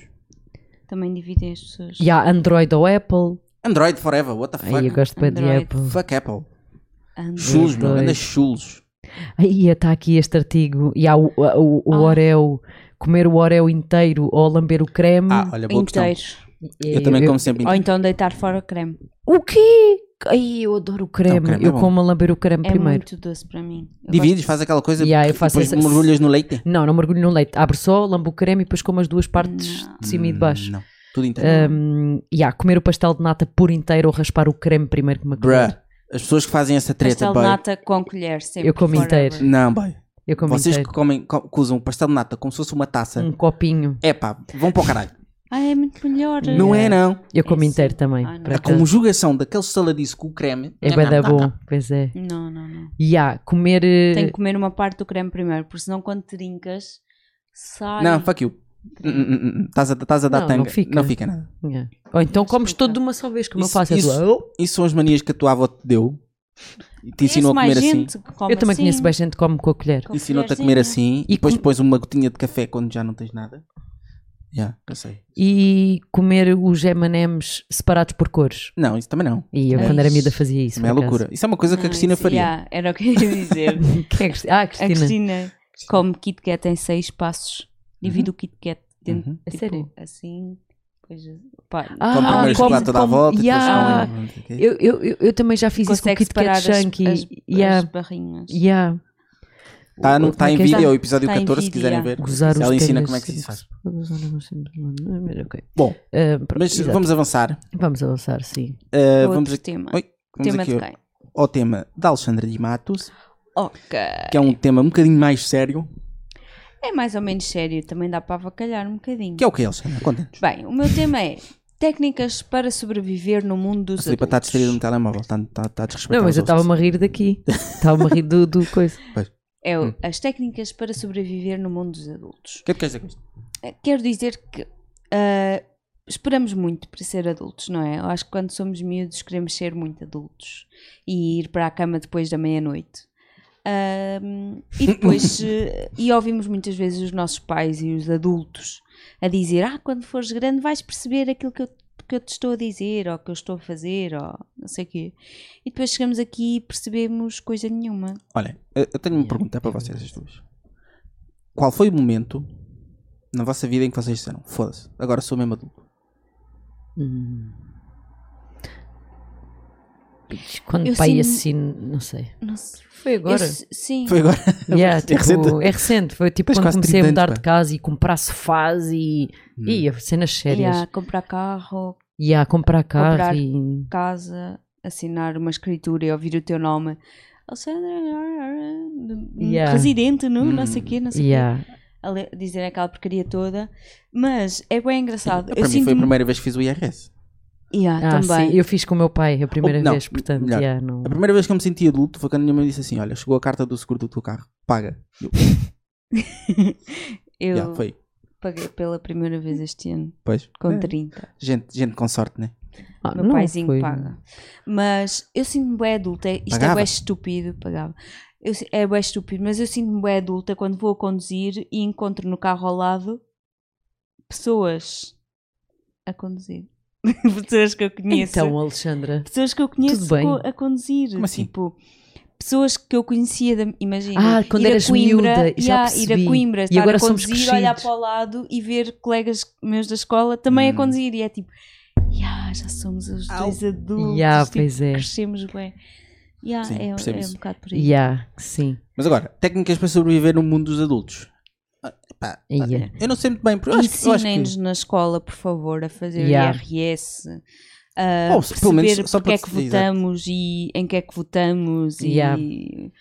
Speaker 3: Também dividem as pessoas.
Speaker 2: E há Android ou Apple.
Speaker 1: Android forever, what the fuck?
Speaker 2: Ai, eu gosto bem de
Speaker 3: Android.
Speaker 2: Apple.
Speaker 1: Fuck Apple.
Speaker 3: Android.
Speaker 1: Chulos, meu,
Speaker 2: Android.
Speaker 1: anda chulos.
Speaker 2: Aí está aqui este artigo. E há o, o, o
Speaker 3: Ah.
Speaker 2: Oreo. Comer o Oreo inteiro ou lamber o creme.
Speaker 1: Ah, olha, boa questão.
Speaker 3: Inteiros.
Speaker 2: É,
Speaker 1: Eu também como sempre
Speaker 3: Ou
Speaker 1: inteiro.
Speaker 3: então deitar fora o creme.
Speaker 2: O quê? Ai, eu adoro o creme.
Speaker 1: Não, o creme é
Speaker 2: eu
Speaker 1: bom.
Speaker 2: como a lamber o creme
Speaker 3: É
Speaker 2: primeiro.
Speaker 3: muito doce para mim. Eu
Speaker 1: Divides, faz aquela coisa
Speaker 2: Yeah, eu
Speaker 1: e
Speaker 2: faço
Speaker 1: depois
Speaker 2: essa-
Speaker 1: mergulhas no leite.
Speaker 2: Não, não mergulho no leite. Abro só, lambo o creme e depois como as duas partes de cima e de baixo.
Speaker 1: Hum, Não, tudo inteiro.
Speaker 2: Hum, e há comer o pastel de nata por inteiro ou raspar o creme primeiro que uma
Speaker 1: Bruh,
Speaker 2: colher.
Speaker 1: as pessoas que fazem essa
Speaker 3: gosto de
Speaker 1: treta,
Speaker 3: pastel de
Speaker 1: boy.
Speaker 3: nata com colher sempre.
Speaker 2: Eu como
Speaker 3: forever.
Speaker 2: inteiro.
Speaker 1: Não, boy.
Speaker 2: Eu como
Speaker 1: Vocês que
Speaker 2: inteiro.
Speaker 1: comem, co- que usam pastel de nata como se fosse uma taça,
Speaker 2: Um copinho.
Speaker 1: é pá, vão para o caralho.
Speaker 3: Ah, é muito melhor.
Speaker 1: Não é, não.
Speaker 2: Eu como
Speaker 3: Esse-
Speaker 2: inteiro também.
Speaker 3: Ah, não.
Speaker 2: por
Speaker 1: A
Speaker 2: acaso.
Speaker 1: conjugação daquele saladiço com o creme
Speaker 2: É bem da bom, pois é.
Speaker 3: Não, não, não.
Speaker 2: E há comer. eh,
Speaker 3: Tenho que comer uma parte do creme primeiro, porque senão quando te trincas, sai.
Speaker 1: Não, fuck you. Hum, hum, hum, hum. Estás a, estás a dar
Speaker 2: Não, não
Speaker 1: tanga.
Speaker 2: fica.
Speaker 1: Não fica nada.
Speaker 2: yeah. Ou então comes
Speaker 3: Explica.
Speaker 2: todo de uma só vez, como eu
Speaker 1: Isso-
Speaker 2: faço. é
Speaker 1: isso-
Speaker 2: do-
Speaker 1: Isso são as manias que a tua avó te deu e te ensinou a
Speaker 3: Conheço mais
Speaker 1: comer assim.
Speaker 3: gente que come
Speaker 2: Eu também
Speaker 3: assim,
Speaker 2: conheço bem gente que come com a colher.
Speaker 3: com
Speaker 1: Ensinou-te a comer
Speaker 3: colherzinha.
Speaker 1: assim e
Speaker 2: E
Speaker 1: depois
Speaker 2: com-
Speaker 1: pões uma gotinha de café quando já não tens nada. Já, eu sei.
Speaker 2: E comer os M&M's separados por cores.
Speaker 1: Não, isso também não.
Speaker 2: E eu,
Speaker 1: É
Speaker 2: quando era
Speaker 1: isso.
Speaker 2: miúda, fazia
Speaker 1: Isso
Speaker 2: isso.
Speaker 1: é
Speaker 2: por acaso.
Speaker 1: loucura. Isso é uma coisa que a
Speaker 3: Ah,
Speaker 1: Cristina
Speaker 3: isso-
Speaker 1: faria.
Speaker 3: yeah, era o que eu ia dizer.
Speaker 2: Quem é Cristi- Ah, a
Speaker 3: a
Speaker 2: Cristina.
Speaker 3: Cristina come Kit Kat em seis passos. Divide o Kit Kat
Speaker 1: Uhum.
Speaker 3: dentro,
Speaker 2: Uhum. A
Speaker 3: tipo,
Speaker 2: sério?
Speaker 3: assim. Depois, pá,
Speaker 2: Ah,
Speaker 1: Come primeiro
Speaker 2: como-
Speaker 1: chocolate tipo, toda à
Speaker 2: como-
Speaker 1: volta
Speaker 2: yeah.
Speaker 1: e depois come.
Speaker 2: Eu, eu, eu, eu também já fiz isso com o
Speaker 3: consegue
Speaker 2: Kit
Speaker 3: separar
Speaker 2: Kat
Speaker 3: as,
Speaker 2: um Chunky.
Speaker 3: as,
Speaker 2: yeah,
Speaker 3: as barrinhas.
Speaker 2: yeah.
Speaker 1: Está no,
Speaker 2: O-
Speaker 1: tá em
Speaker 2: quem
Speaker 1: vídeo,
Speaker 2: está-
Speaker 1: é o episódio
Speaker 3: tá em
Speaker 1: 14, se
Speaker 3: vídeo,
Speaker 1: quiserem
Speaker 3: yeah.
Speaker 1: ver.
Speaker 2: Gozar os
Speaker 1: Ela ensina
Speaker 2: calhas
Speaker 1: como é que se faz.
Speaker 2: Mas ok.
Speaker 1: Bom,
Speaker 2: Ah, pronto,
Speaker 1: mas
Speaker 2: exato.
Speaker 1: vamos avançar.
Speaker 2: Vamos avançar, sim.
Speaker 1: Uh,
Speaker 3: Outro
Speaker 1: vamos aqui,
Speaker 3: tema.
Speaker 1: Oi, vamos
Speaker 3: tema
Speaker 1: aqui
Speaker 3: de
Speaker 1: ao-
Speaker 3: quem?
Speaker 1: ao tema da Alexandra de Matos,
Speaker 3: Ok.
Speaker 1: que é um tema um bocadinho mais sério.
Speaker 3: É mais ou menos sério, também dá para avacalhar um bocadinho.
Speaker 1: Que é o que, Alexandra? Conta-nos.
Speaker 3: Bem, o meu tema é técnicas para sobreviver no mundo
Speaker 1: A
Speaker 3: dos
Speaker 1: Filipa está
Speaker 3: adultos.
Speaker 1: distraída no telemóvel, está tá, tá a desrespeitar
Speaker 2: Não, mas
Speaker 1: os
Speaker 2: eu estava-me
Speaker 1: outros.
Speaker 2: a rir daqui. Estava-me a rir do, do coisa.
Speaker 3: É o-
Speaker 1: Hum.
Speaker 3: as técnicas para sobreviver no mundo dos adultos.
Speaker 1: O que é que queres dizer com isto?
Speaker 3: Eh, Quero dizer que ah, esperamos muito para ser adultos, não é? Eu acho que quando somos miúdos queremos ser muito adultos e ir para a cama depois da meia-noite. Ahm, e depois, eh, e ouvimos muitas vezes os nossos pais e os adultos a dizer: Ah, quando fores grande vais perceber aquilo que eu, que eu te estou a dizer, ou que eu estou a fazer, ou não sei o quê. E depois chegamos aqui e percebemos coisa nenhuma.
Speaker 1: Olha, eu eu tenho
Speaker 2: é
Speaker 1: uma pergunta para vocês as duas. Qual foi o momento na vossa vida em que vocês disseram, foda-se, agora sou mesmo adulto?
Speaker 2: Quando
Speaker 3: Eu
Speaker 2: pai
Speaker 3: sinto-
Speaker 2: assino, não sei.
Speaker 3: Não sei.
Speaker 2: Foi agora.
Speaker 3: Eu se- sim.
Speaker 1: Foi agora?
Speaker 2: Yeah, tipo, é,
Speaker 1: recente?
Speaker 2: recente. Foi tipo
Speaker 1: Tens
Speaker 2: quando
Speaker 1: quase Hum.
Speaker 2: comecei a
Speaker 1: 30
Speaker 2: mudar
Speaker 1: anos,
Speaker 2: de casa e comprar sofás e. E cenas sérias.
Speaker 3: Yeah, comprar carro,
Speaker 2: E a comprar carro
Speaker 3: Comprar.
Speaker 2: e.
Speaker 3: casa, assinar uma escritura e ouvir o teu nome. Alexandra, de-
Speaker 2: Yeah.
Speaker 3: residente no, um não
Speaker 1: Hum,
Speaker 3: sei o quê, não sei o
Speaker 2: Yeah.
Speaker 3: quê, a le- dizer aquela porcaria toda. Mas é bem engraçado.
Speaker 1: Para
Speaker 3: eu
Speaker 1: mim foi a
Speaker 3: sinto-me-
Speaker 1: primeira vez que fiz o IRS.
Speaker 3: Yeah,
Speaker 2: Ah,
Speaker 3: também.
Speaker 2: sim, eu fiz com o meu pai a primeira
Speaker 1: Oh, não,
Speaker 2: vez, portanto,
Speaker 1: melhor.
Speaker 2: yeah, não.
Speaker 1: A primeira vez que eu me senti adulto foi quando a minha mãe disse assim: Olha, chegou a carta do seguro do teu carro, paga. Eu,
Speaker 3: Eu
Speaker 1: "Ya, foi.
Speaker 3: paguei pela primeira vez este ano,
Speaker 1: Pois.
Speaker 3: com
Speaker 1: É.
Speaker 3: 30.
Speaker 1: Gente, gente com sorte, né?
Speaker 2: Ah,
Speaker 3: meu
Speaker 2: não,
Speaker 3: paizinho
Speaker 2: foi-
Speaker 3: paga. Mas eu sinto-me bem adulta. Isto é
Speaker 1: Pagava?
Speaker 3: bem estúpido, pagava. Eu, si- é bem estúpido, mas eu sinto-me bem adulta quando vou a conduzir e encontro no carro ao lado pessoas a conduzir. pessoas que eu conheço.
Speaker 2: Então, Alexandra.
Speaker 3: pessoas que eu conheço
Speaker 2: Tudo bem.
Speaker 3: co- a conduzir.
Speaker 1: Como assim?
Speaker 3: Tipo, pessoas que eu conhecia, da- imagina.
Speaker 2: Ah, quando
Speaker 3: ir a
Speaker 2: eras
Speaker 3: Coimbra,
Speaker 2: miúda, já
Speaker 3: ir a
Speaker 2: percebi.
Speaker 3: Coimbra,
Speaker 2: E
Speaker 3: estar
Speaker 2: agora
Speaker 3: a
Speaker 2: somos
Speaker 3: conduzir, olhar
Speaker 2: crescidos.
Speaker 3: para o lado e ver colegas meus da escola também a
Speaker 1: Hum.
Speaker 3: conduzir. E é tipo, "Ya, já somos os
Speaker 1: Au.
Speaker 3: dois adultos.
Speaker 2: Ya,
Speaker 3: tipo,
Speaker 2: pois é.
Speaker 3: Crescemos bem. Ya,
Speaker 1: Sim,
Speaker 3: é,
Speaker 1: percebo
Speaker 3: é um
Speaker 1: isso.
Speaker 3: bocado por aí.
Speaker 2: Yeah, sim.
Speaker 1: Mas agora, técnicas para sobreviver no mundo dos adultos. Ah, pá,
Speaker 2: Yeah.
Speaker 1: Eu não sei muito bem, porque eu acho que. eu acho que-
Speaker 3: Ensinem-nos na escola, por favor, a fazer
Speaker 2: Ya.
Speaker 3: IRS. A
Speaker 1: Ou se- pelo menos
Speaker 3: perceber
Speaker 1: só
Speaker 3: porque é
Speaker 1: para
Speaker 3: que
Speaker 1: se- exato.
Speaker 3: votamos e em que é que votamos
Speaker 2: Ya.
Speaker 3: e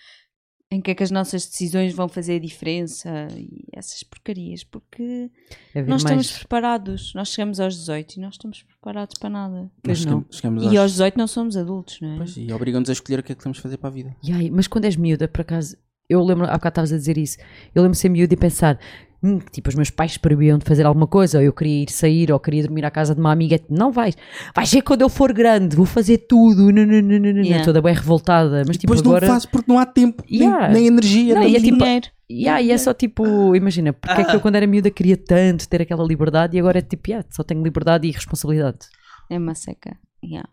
Speaker 3: em que é que as nossas decisões vão fazer a diferença e essas porcarias, porque
Speaker 2: Haver
Speaker 3: nós
Speaker 2: é mais-
Speaker 3: estamos preparados, nós chegamos aos 18 e nós estamos preparados para nada.
Speaker 1: Nós
Speaker 2: Pois não.
Speaker 1: chegamos, chegamos
Speaker 3: E aos
Speaker 1: aos...
Speaker 3: 18 não somos adultos, não é?
Speaker 1: Pois, e obrigam-nos a escolher o que é que temos de fazer para a vida.
Speaker 2: E aí, mas quando és miúda, por acaso, eu lembro, há bocado estavas a dizer isso, eu lembro de ser miúda e pensar, "Hum, tipo, os meus pais proibiam de fazer alguma coisa, ou eu queria ir sair, ou queria dormir à casa de uma amiga, não vais, vais ser quando eu for grande, vou fazer tudo, não, não, não, não, não",
Speaker 3: Yeah.
Speaker 2: toda bem revoltada, mas tipo
Speaker 1: Depois
Speaker 2: agora...
Speaker 1: não fazes porque não há tempo, nem-
Speaker 2: Yeah.
Speaker 1: nem, energia,
Speaker 2: Não,
Speaker 1: nem
Speaker 2: e é tipo-
Speaker 3: dinheiro.
Speaker 2: Yeah, e é
Speaker 1: Uhum.
Speaker 2: só tipo, imagina, porque é que eu quando era miúda queria tanto ter aquela liberdade e agora é tipo, yeah, só tenho liberdade e responsabilidade.
Speaker 3: É uma seca. Yeah.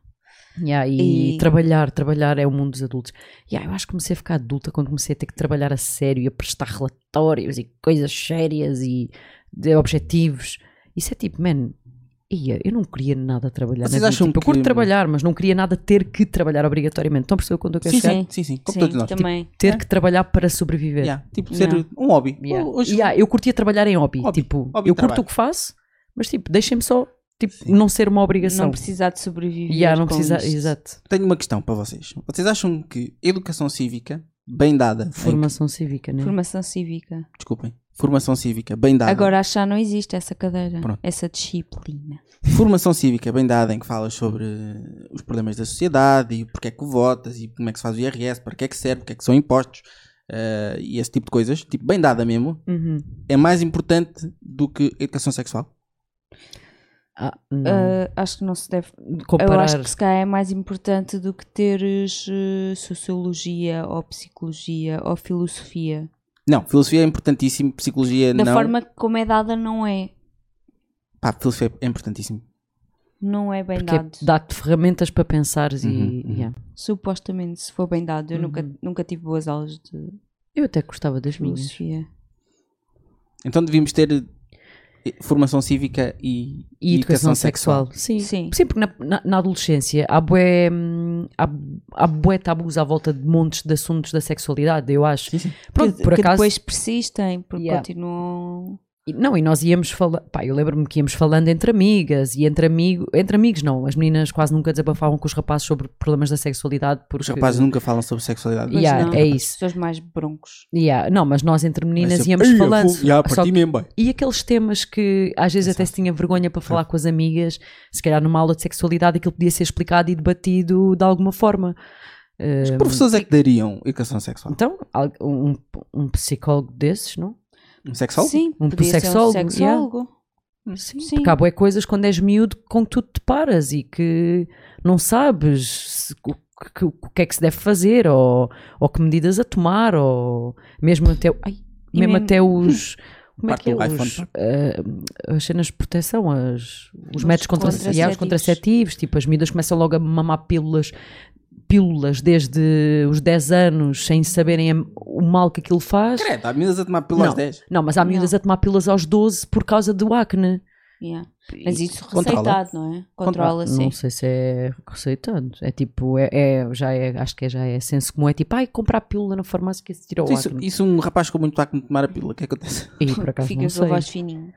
Speaker 2: Yeah, e,
Speaker 3: E-
Speaker 2: trabalhar, trabalhar é o mundo dos adultos. Yeah, eu acho que comecei a ficar adulta quando comecei a ter que trabalhar a sério e a prestar relatórios e coisas sérias e de objetivos. Isso é tipo, man, ia, eu não queria nada trabalhar.
Speaker 1: Vocês
Speaker 2: na vida.
Speaker 1: acham
Speaker 2: tipo, Eu curto
Speaker 1: que-
Speaker 2: trabalhar, mas não queria nada ter que trabalhar obrigatoriamente. Estão a perceber quando eu quero
Speaker 1: Sim,
Speaker 2: chegar?
Speaker 1: sim, sim, sim, como
Speaker 3: Sim,
Speaker 1: todos nós.
Speaker 2: tipo,
Speaker 1: tipo,
Speaker 3: também.
Speaker 2: Ter que trabalhar para sobreviver.
Speaker 1: Yeah, Tipo, ser
Speaker 3: Yeah.
Speaker 1: um hobby.
Speaker 2: Yeah.
Speaker 1: Hoje-
Speaker 2: Yeah, eu curtia trabalhar em hobby.
Speaker 1: Hobby.
Speaker 2: Tipo,
Speaker 1: Hobby
Speaker 2: eu
Speaker 1: de
Speaker 2: curto
Speaker 1: trabalho.
Speaker 2: o que faço, mas tipo, deixem-me só tipo,
Speaker 1: Sim.
Speaker 2: não ser uma obrigação.
Speaker 3: Não precisar de sobreviver.
Speaker 2: Yeah, não
Speaker 3: com
Speaker 2: precisa,
Speaker 3: isto.
Speaker 2: exato.
Speaker 1: Tenho uma questão para vocês. Vocês acham que educação cívica, bem dada, em que-
Speaker 2: Formação cívica, né?
Speaker 3: Formação cívica.
Speaker 1: desculpem, formação cívica bem dada,
Speaker 3: Agora acho que já não existe essa cadeira,
Speaker 1: Pronto.
Speaker 3: essa disciplina.
Speaker 1: formação cívica bem dada em que falas sobre eh, os problemas da sociedade e porque é que votas e como é que se faz o IRS, para que é que serve, porque é que são impostos eh, e esse tipo de coisas, tipo, bem dada mesmo,
Speaker 2: Uhum.
Speaker 1: é mais importante do que educação sexual?
Speaker 2: Ah, não.
Speaker 3: Ah, acho que não se deve. Eu
Speaker 2: comparar.
Speaker 3: acho que se calhar é mais importante do que teres eh, sociologia ou psicologia ou filosofia.
Speaker 1: Não, filosofia é importantíssimo, psicologia
Speaker 3: Da
Speaker 1: não.
Speaker 3: forma como é dada, não é.
Speaker 1: Pá, filosofia é importantíssimo.
Speaker 3: Não é bem
Speaker 2: porque é-
Speaker 3: dado.
Speaker 2: dá-te ferramentas para pensares
Speaker 1: Uhum,
Speaker 2: e.
Speaker 1: uhum.
Speaker 2: yeah.
Speaker 3: Supostamente, se for bem dado. Eu nunca,
Speaker 2: Uhum.
Speaker 3: nunca tive boas aulas de
Speaker 2: Eu até gostava das minhas.
Speaker 3: filosofia.
Speaker 1: Então devíamos ter eh, formação cívica e,
Speaker 2: E educação sexual. Sim.
Speaker 3: Sim.
Speaker 2: Sim, porque na, na- na adolescência há bué, hum, há, há bué tabus à volta de montes de assuntos da sexualidade, eu acho.
Speaker 1: Sim, sim.
Speaker 2: Pronto,
Speaker 3: que,
Speaker 2: por
Speaker 3: que
Speaker 2: acaso.
Speaker 3: depois persistem, porque
Speaker 2: Yeah.
Speaker 3: continuam.
Speaker 2: E- Não, e nós íamos falar, pá, eu lembro-me que íamos falando entre amigas e entre amigo, entre amigos não, as meninas quase nunca desabafavam com os rapazes sobre problemas da sexualidade porque
Speaker 1: Os rapazes nunca falam sobre sexualidade.
Speaker 3: Pois
Speaker 2: Yeah,
Speaker 3: não.
Speaker 2: é isso.
Speaker 3: Pessoas mais broncos.
Speaker 2: Yeah, não, mas nós entre
Speaker 1: Vai
Speaker 2: meninas
Speaker 1: ser-
Speaker 2: íamos
Speaker 1: Ei, eu
Speaker 2: falando.
Speaker 1: vou- já,
Speaker 2: só
Speaker 1: parti
Speaker 2: que-
Speaker 1: mesmo, bem.
Speaker 2: E aqueles temas que às vezes até se tinha vergonha para
Speaker 1: É.
Speaker 2: falar com as amigas, se calhar numa aula de sexualidade aquilo podia ser explicado e debatido de alguma forma.
Speaker 1: Os professores é que dariam educação sexual.
Speaker 2: Então, al- um, um psicólogo desses, não?
Speaker 1: Um sexual?
Speaker 3: Sim,
Speaker 2: Um
Speaker 3: podia ser um
Speaker 2: sexólogo, yeah.
Speaker 3: sexólogo.
Speaker 2: Sim,
Speaker 3: Sim.
Speaker 2: porque há bué coisas quando és miúdo com que tu te paras e que não sabes se- o que, o que é que se deve fazer ou, ou que medidas a tomar ou mesmo até, o- ai,
Speaker 3: E
Speaker 2: mesmo
Speaker 3: mesmo-
Speaker 2: até os como é
Speaker 1: Parte
Speaker 2: que é
Speaker 1: do iPhone,
Speaker 2: os, ah, as cenas de proteção as, os,
Speaker 3: Os
Speaker 2: métodos contra-
Speaker 3: contraceptivos.
Speaker 2: yeah, os contraceptivos tipo as miúdas começam logo a mamar pílulas pílulas desde os 10 anos sem saberem a- o mal que aquilo faz
Speaker 1: Credo, há É, meninas a tomar pílulas
Speaker 2: Não.
Speaker 1: 10.
Speaker 2: não, mas há miúdas
Speaker 3: Não.
Speaker 2: a tomar pílulas aos 12 por causa do acne
Speaker 3: yeah. Mas isso
Speaker 1: Controla.
Speaker 3: receitado, não é? Controla, sim.
Speaker 2: Não sei se é receitado. É tipo, é, é- já é, acho que é- já é senso comum. É tipo, ai, comprar a pílula na farmácia que se tira o
Speaker 1: Isso,
Speaker 2: acne.
Speaker 1: isso um rapaz com muito acne tomar a pílula, o que é que acontece?
Speaker 2: E por acaso não
Speaker 3: Fica com a
Speaker 2: sei.
Speaker 3: voz fininha.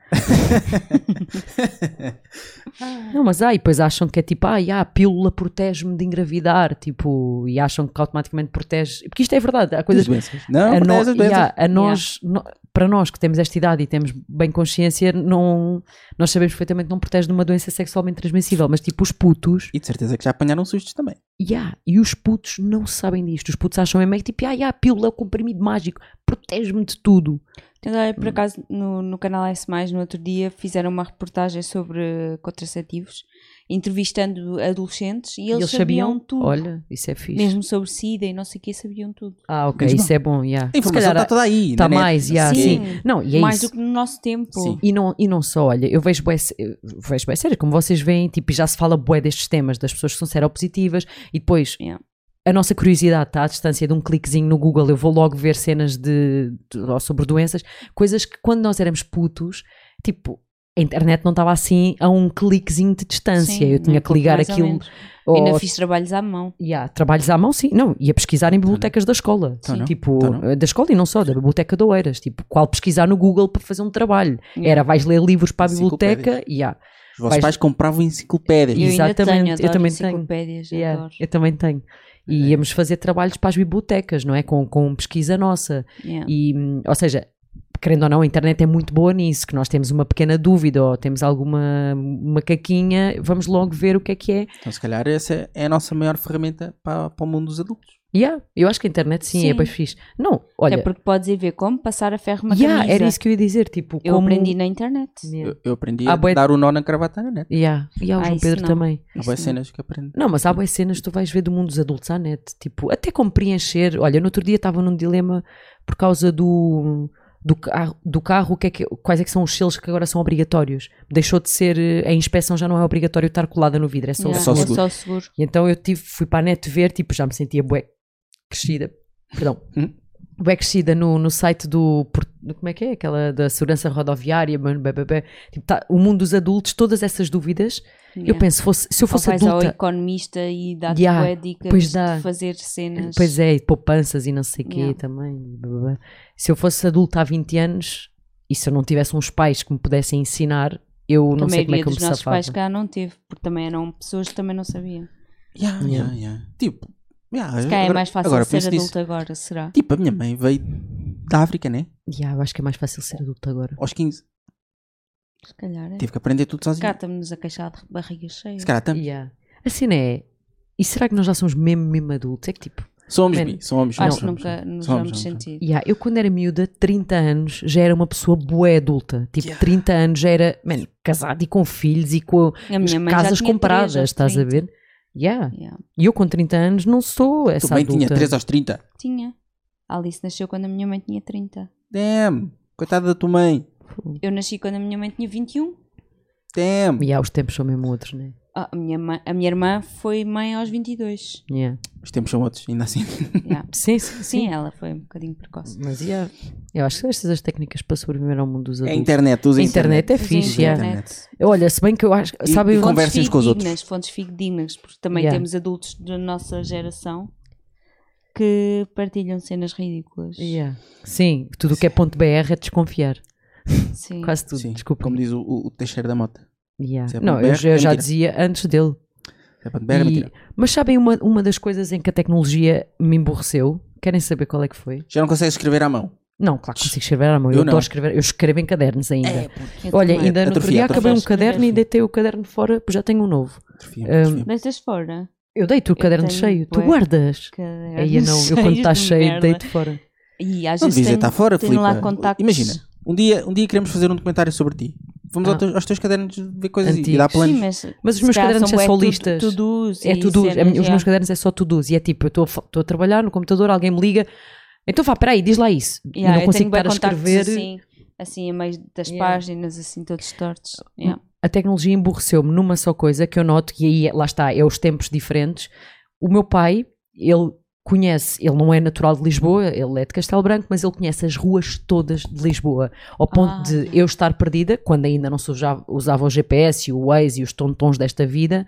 Speaker 3: Ah.
Speaker 2: Não, mas ai, pois acham que é tipo, ai, ah, a pílula protege-me de engravidar, tipo, e acham que automaticamente protege. Porque isto é verdade, há coisas.
Speaker 1: As doenças. Não,
Speaker 2: a
Speaker 1: não,
Speaker 2: no-
Speaker 1: as doenças.
Speaker 2: yeah, a nós, no- para nós que temos esta idade e temos bem consciência, não, nós sabemos perfeitamente que não protege de uma doença sexualmente transmissível, mas tipo, os putos,
Speaker 1: E de certeza que já apanharam sustos também.
Speaker 2: yeah, e os putos não sabem disto. Os putos acham mesmo é que tipo, ai, ah, a pílula é o comprimido mágico, protege-me de tudo.
Speaker 3: Então, olha, por acaso, no, no canal S, no outro dia, fizeram uma reportagem sobre contraceptivos, entrevistando adolescentes e eles, sabiam, tudo.
Speaker 2: Olha, isso é fixe.
Speaker 3: Mesmo sobre SIDA e não sei o que, sabiam tudo.
Speaker 2: Ah, ok,
Speaker 1: Mesmo. Então,
Speaker 2: isso é bom, yeah.
Speaker 1: A
Speaker 2: Se
Speaker 1: informação
Speaker 2: calhar
Speaker 1: está toda aí. né?
Speaker 2: tá
Speaker 1: na net.
Speaker 2: mais, yeah,
Speaker 3: Sim.
Speaker 2: sim. Não, e é
Speaker 3: Mais
Speaker 2: isso.
Speaker 3: do que no nosso tempo.
Speaker 1: Sim.
Speaker 2: E não, e não só, olha, eu vejo bué, sé- eu vejo bué sério, como vocês veem, tipo, já se fala bué destes temas, das pessoas que são seropositivas, e depois
Speaker 3: Yeah.
Speaker 2: a nossa curiosidade está à distância de um cliquezinho no Google, eu vou logo ver cenas de, de- ou sobre doenças, coisas que quando nós éramos putos, tipo, a internet não estava assim a um cliquezinho de distância,
Speaker 3: Sim,
Speaker 2: eu tinha que ligar
Speaker 3: mais ou
Speaker 2: aquilo,
Speaker 3: menos.
Speaker 2: ou,
Speaker 3: Ainda fiz trabalhos à mão.
Speaker 2: yeah, trabalhos à mão, sim, não, ia pesquisar em bibliotecas da escola,
Speaker 1: Então não,
Speaker 2: tipo,
Speaker 1: então não.
Speaker 2: da escola e não só, da biblioteca de Oeiras, tipo, qual pesquisar no Google para fazer um trabalho,
Speaker 3: Yeah.
Speaker 2: era vais ler livros para a
Speaker 1: Enciclopédias.
Speaker 2: biblioteca e há.
Speaker 1: Os vossos
Speaker 2: Vais-
Speaker 1: pais compravam enciclopédias.
Speaker 3: Eu ainda
Speaker 2: Exatamente,
Speaker 3: tenho,
Speaker 2: eu
Speaker 3: adoro
Speaker 2: também tenho.
Speaker 3: enciclopédias,
Speaker 2: Yeah,
Speaker 3: adoro.
Speaker 2: eu também tenho. E
Speaker 1: É.
Speaker 2: íamos fazer trabalhos para as bibliotecas, não é? Com, com pesquisa nossa.
Speaker 3: Yeah.
Speaker 2: E, hum, ou seja, querendo ou não, a internet é muito boa nisso, que nós temos uma pequena dúvida ou temos alguma macaquinha, vamos logo ver o que é que é.
Speaker 1: Então, se calhar, essa é a nossa maior ferramenta para, para o mundo dos adultos.
Speaker 2: E há, eu acho que a internet sim, é
Speaker 3: Sim.
Speaker 2: bem fixe. Não, olha,
Speaker 3: Até porque podes ir ver como passar a ferro uma
Speaker 2: yeah,
Speaker 3: camisa.
Speaker 2: era isso que eu ia dizer, tipo,
Speaker 3: Eu
Speaker 2: como...
Speaker 3: aprendi na internet.
Speaker 2: Yeah.
Speaker 1: Eu, eu aprendi
Speaker 2: Há
Speaker 1: a
Speaker 2: bué-
Speaker 1: dar o nó na cravata na net.
Speaker 2: Yeah. E há o
Speaker 3: Ah,
Speaker 2: João
Speaker 3: isso
Speaker 2: Pedro
Speaker 3: não.
Speaker 2: também.
Speaker 1: Há
Speaker 3: Isso
Speaker 1: boas
Speaker 3: não.
Speaker 1: cenas que aprendi.
Speaker 2: Não, mas há boas cenas que tu vais ver do mundo dos adultos à net. Tipo, até como preencher. Olha, no outro dia estava num dilema por causa do, do, carro, do carro o que é que- quais é que são os selos que agora são obrigatórios. Deixou de ser. eh, A inspeção já não é obrigatório estar colada no vidro, é só o
Speaker 3: Yeah,
Speaker 1: É só
Speaker 2: selo.
Speaker 1: seguro.
Speaker 3: seguro.
Speaker 2: E então eu tive, fui para a net ver, tipo, já me sentia bué crescida. Perdão.
Speaker 1: Hum?
Speaker 2: Bué crescida no, no site do, por- do- Como é que é? Aquela da segurança rodoviária. Mano, bé, bé, bé. Tipo, tá, o mundo dos adultos, todas essas dúvidas. Eu
Speaker 3: Yeah.
Speaker 2: penso, fosse, se eu
Speaker 3: Ou
Speaker 2: fosse
Speaker 3: vais ao
Speaker 2: adulta.
Speaker 3: economista e dá-te
Speaker 2: Yeah,
Speaker 3: bué dicas
Speaker 2: pois
Speaker 3: de
Speaker 2: dá.
Speaker 3: fazer cenas.
Speaker 2: Pois é, e poupanças e não sei o quê
Speaker 3: Yeah.
Speaker 2: também. blá, blá, blá. Se eu fosse adulta há 20 anos e se eu não tivesse uns pais que me pudessem ensinar, eu
Speaker 3: A
Speaker 2: não sei
Speaker 3: maioria
Speaker 2: como é que eu me
Speaker 3: dos nossos
Speaker 2: safava.
Speaker 3: pais cá não teve, porque também eram pessoas que também não sabiam.
Speaker 1: Yeah, yeah, yeah. Tipo, yeah,
Speaker 3: Se cá é
Speaker 1: agora-
Speaker 3: mais fácil
Speaker 1: agora
Speaker 3: ser
Speaker 1: penso
Speaker 3: adulto
Speaker 1: nisso.
Speaker 3: agora, será?
Speaker 1: Tipo, a minha mãe veio da África, né?
Speaker 2: Yeah, eu acho que é mais fácil ser adulta agora.
Speaker 1: Aos 15.
Speaker 3: Se calhar é.
Speaker 1: Tive que aprender tudo sozinho.
Speaker 3: Cá estamos a queixar de barriga cheia.
Speaker 1: tipo, Se calhar também.
Speaker 2: Yeah. A cena é. E será que nós já somos mesmo, mesmo adultos? É que tipo,
Speaker 1: Somos,
Speaker 2: Bem,
Speaker 1: bi, somos, somos.
Speaker 3: Acho que
Speaker 1: somos,
Speaker 3: nunca
Speaker 1: somos.
Speaker 3: nos
Speaker 1: Somos, somos,
Speaker 3: vamos
Speaker 1: somos.
Speaker 3: sentir.
Speaker 2: yeah, eu quando era miúda, 30 anos, já era uma pessoa boa adulta. Tipo,
Speaker 1: Yeah.
Speaker 2: 30 anos já era, mano, casada e com filhos e com
Speaker 3: A
Speaker 2: as
Speaker 3: minha mãe já
Speaker 2: casas
Speaker 3: tinha
Speaker 2: compradas,
Speaker 3: três aos
Speaker 2: estás a
Speaker 3: 30.
Speaker 2: ver? Yeah.
Speaker 3: Yeah.
Speaker 2: E eu com 30 anos não sou essa
Speaker 1: Tu bem
Speaker 2: adulta.
Speaker 1: tinha 3 aos 30.
Speaker 3: Tinha. A Alice nasceu quando a minha mãe tinha 30.
Speaker 1: Damn. Coitada da tua mãe.
Speaker 3: Eu nasci quando a minha mãe tinha 21.
Speaker 1: Damn.
Speaker 2: E há os tempos são mesmo outros, né?
Speaker 3: Ah, A minha, mãe- a minha irmã foi mãe aos 22.
Speaker 2: Yeah.
Speaker 1: Os tempos são outros, ainda assim.
Speaker 3: Yeah.
Speaker 2: Sim, sim,
Speaker 3: Sim,
Speaker 2: sim.
Speaker 3: ela foi um bocadinho precoce.
Speaker 2: Mas yeah. eu acho que são estas as técnicas para sobreviver ao mundo dos
Speaker 1: É a
Speaker 2: adultos.
Speaker 1: internet, usa
Speaker 2: A
Speaker 1: a
Speaker 2: internet
Speaker 1: internet.
Speaker 2: é fixe,
Speaker 1: Usa a
Speaker 2: yeah.
Speaker 1: internet.
Speaker 2: Olha, se bem que eu acho.
Speaker 1: E-
Speaker 2: Sabem
Speaker 1: e
Speaker 2: o-
Speaker 1: com- Conversem uns com os
Speaker 3: dignas,
Speaker 1: outros.
Speaker 3: fontes dignas, porque também
Speaker 2: Yeah.
Speaker 3: temos adultos da nossa geração que partilham cenas ridículas.
Speaker 2: Yeah. Sim, tudo o que é ponto .br é desconfiar.
Speaker 3: Sim.
Speaker 2: Quase tudo,
Speaker 1: Sim,
Speaker 2: desculpa.
Speaker 1: Como diz o, o, o Teixeira da Mota.
Speaker 2: Yeah.
Speaker 1: se é
Speaker 2: Não,
Speaker 1: ponto
Speaker 2: eu,
Speaker 1: BR,
Speaker 2: já- eu
Speaker 1: é
Speaker 2: já
Speaker 1: mentira.
Speaker 2: dizia antes dele.
Speaker 1: É para beber, é
Speaker 2: E-
Speaker 1: mentira.
Speaker 2: Mas sabem uma, uma das coisas em que a tecnologia me emborreceu? Querem saber qual é que foi?
Speaker 1: Já não consegues escrever à mão.
Speaker 2: Não, claro que consigo escrever à mão. Eu,
Speaker 1: Eu não.
Speaker 2: adoro escrever. Eu escrevo em cadernos ainda.
Speaker 3: É, Eu
Speaker 2: Olha,
Speaker 3: também.
Speaker 2: ainda no outro
Speaker 1: Atrofia,
Speaker 2: dia acabei um
Speaker 1: atrofia.
Speaker 2: caderno e deitei o caderno fora, pois já tenho um novo.
Speaker 1: Atrofia, atrofia.
Speaker 3: Deitas fora.
Speaker 2: Eu deito o
Speaker 3: Eu
Speaker 2: caderno
Speaker 3: tenho
Speaker 2: cheio. Tu
Speaker 3: bué.
Speaker 2: guardas?
Speaker 3: cadernos
Speaker 2: Aí eu não, eu quando
Speaker 3: cheios
Speaker 2: está
Speaker 3: de
Speaker 2: cheio,
Speaker 3: merda.
Speaker 2: deito fora.
Speaker 3: E às
Speaker 1: não
Speaker 3: vezes
Speaker 1: devias
Speaker 3: tenho,
Speaker 1: estar fora,
Speaker 3: tenho
Speaker 1: Filipe.
Speaker 3: lá contactos.
Speaker 1: Imagina, um dia, um dia queremos fazer um documentário sobre ti. Vamos
Speaker 2: Ah.
Speaker 1: ao teu- aos teus cadernos ver coisas e- e
Speaker 2: Antigos.
Speaker 1: dar planos.
Speaker 3: Sim, mas,
Speaker 2: Mas os
Speaker 3: se
Speaker 2: meus
Speaker 3: calhar
Speaker 2: cadernos
Speaker 3: são
Speaker 2: é
Speaker 3: bué
Speaker 2: só
Speaker 3: tu-
Speaker 2: listas.
Speaker 3: to-dos
Speaker 2: É
Speaker 3: e
Speaker 2: tudo. Os
Speaker 3: cenas, assim. yeah.
Speaker 2: meus cadernos é só tudo. E é tipo, eu estou a, fa- estou a trabalhar no computador, alguém me liga. Então vá, peraí, diz lá isso. E
Speaker 3: Yeah,
Speaker 2: não consigo
Speaker 3: bué
Speaker 2: estar a
Speaker 3: contactos
Speaker 2: escrever.
Speaker 3: Assim, assim, a meio das
Speaker 2: Yeah.
Speaker 3: páginas, assim, todos tortos. Yeah.
Speaker 2: A tecnologia emborreceu-me numa só coisa que eu noto, e aí lá está, é os tempos diferentes. O meu pai, ele conhece, ele não é natural de Lisboa, ele é de Castelo Branco, mas ele conhece as ruas todas de Lisboa, ao ponto
Speaker 3: Ah.
Speaker 2: de eu estar perdida, quando ainda não se usa- usava o GPS e o Waze e os tontons desta vida,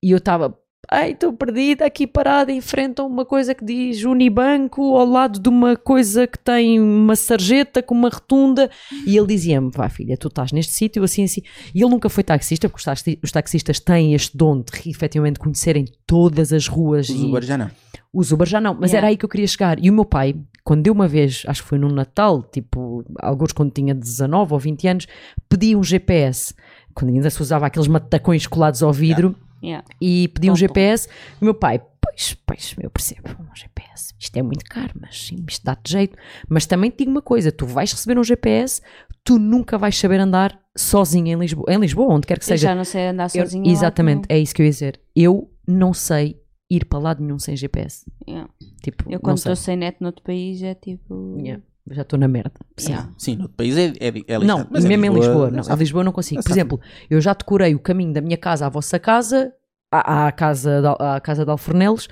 Speaker 2: e eu estava, ai, estou perdida, aqui parada, em frente a uma coisa que diz Unibanco, ao lado de uma coisa que tem uma sarjeta com uma rotunda, e ele dizia-me, vá filha, tu estás neste sítio, assim, assim, e ele nunca foi taxista, porque os taxi- os taxistas têm este dom de efetivamente conhecerem todas as ruas
Speaker 1: Os
Speaker 2: e-
Speaker 1: Uber já não.
Speaker 2: os Uber já não, mas
Speaker 3: Yeah.
Speaker 2: era aí que eu queria chegar. E o meu pai, quando eu uma vez, acho que foi num Natal, tipo, alguns quando tinha 19 ou 20 anos, pedi um GPS, quando ainda se usava aqueles matacões colados ao vidro,
Speaker 3: Yeah.
Speaker 2: e pedi
Speaker 3: Tom,
Speaker 2: um
Speaker 3: tom.
Speaker 2: GPS, e o meu pai, pois, pois, eu percebo, um GPS, isto é muito caro, mas sim, isto dá-te jeito. Mas também te digo uma coisa, tu vais receber um GPS, tu nunca vais saber andar sozinho em Lisboa, em Lisboa, onde quer que
Speaker 3: Eu
Speaker 2: seja.
Speaker 3: já não sei andar
Speaker 2: Eu-
Speaker 3: sozinha.
Speaker 2: exatamente, é isso que eu ia dizer. Eu não sei ir para lado nenhum sem GPS.
Speaker 3: Yeah.
Speaker 2: Tipo,
Speaker 3: Eu
Speaker 2: não
Speaker 3: quando
Speaker 2: sei.
Speaker 3: estou sem net noutro país é tipo.
Speaker 2: Yeah, Já estou na merda. Sim.
Speaker 3: Yeah.
Speaker 1: Sim, no outro país é, é, é lixado,
Speaker 2: Não,
Speaker 1: mas
Speaker 2: mesmo em Lisboa.
Speaker 1: é
Speaker 2: Não, em
Speaker 1: lixado.
Speaker 2: Lisboa eu não consigo.
Speaker 1: Não
Speaker 2: Por
Speaker 1: sabe.
Speaker 2: exemplo, eu já decorei o caminho da minha casa à vossa casa, à, à casa, de, Al- à casa de Alfornelos.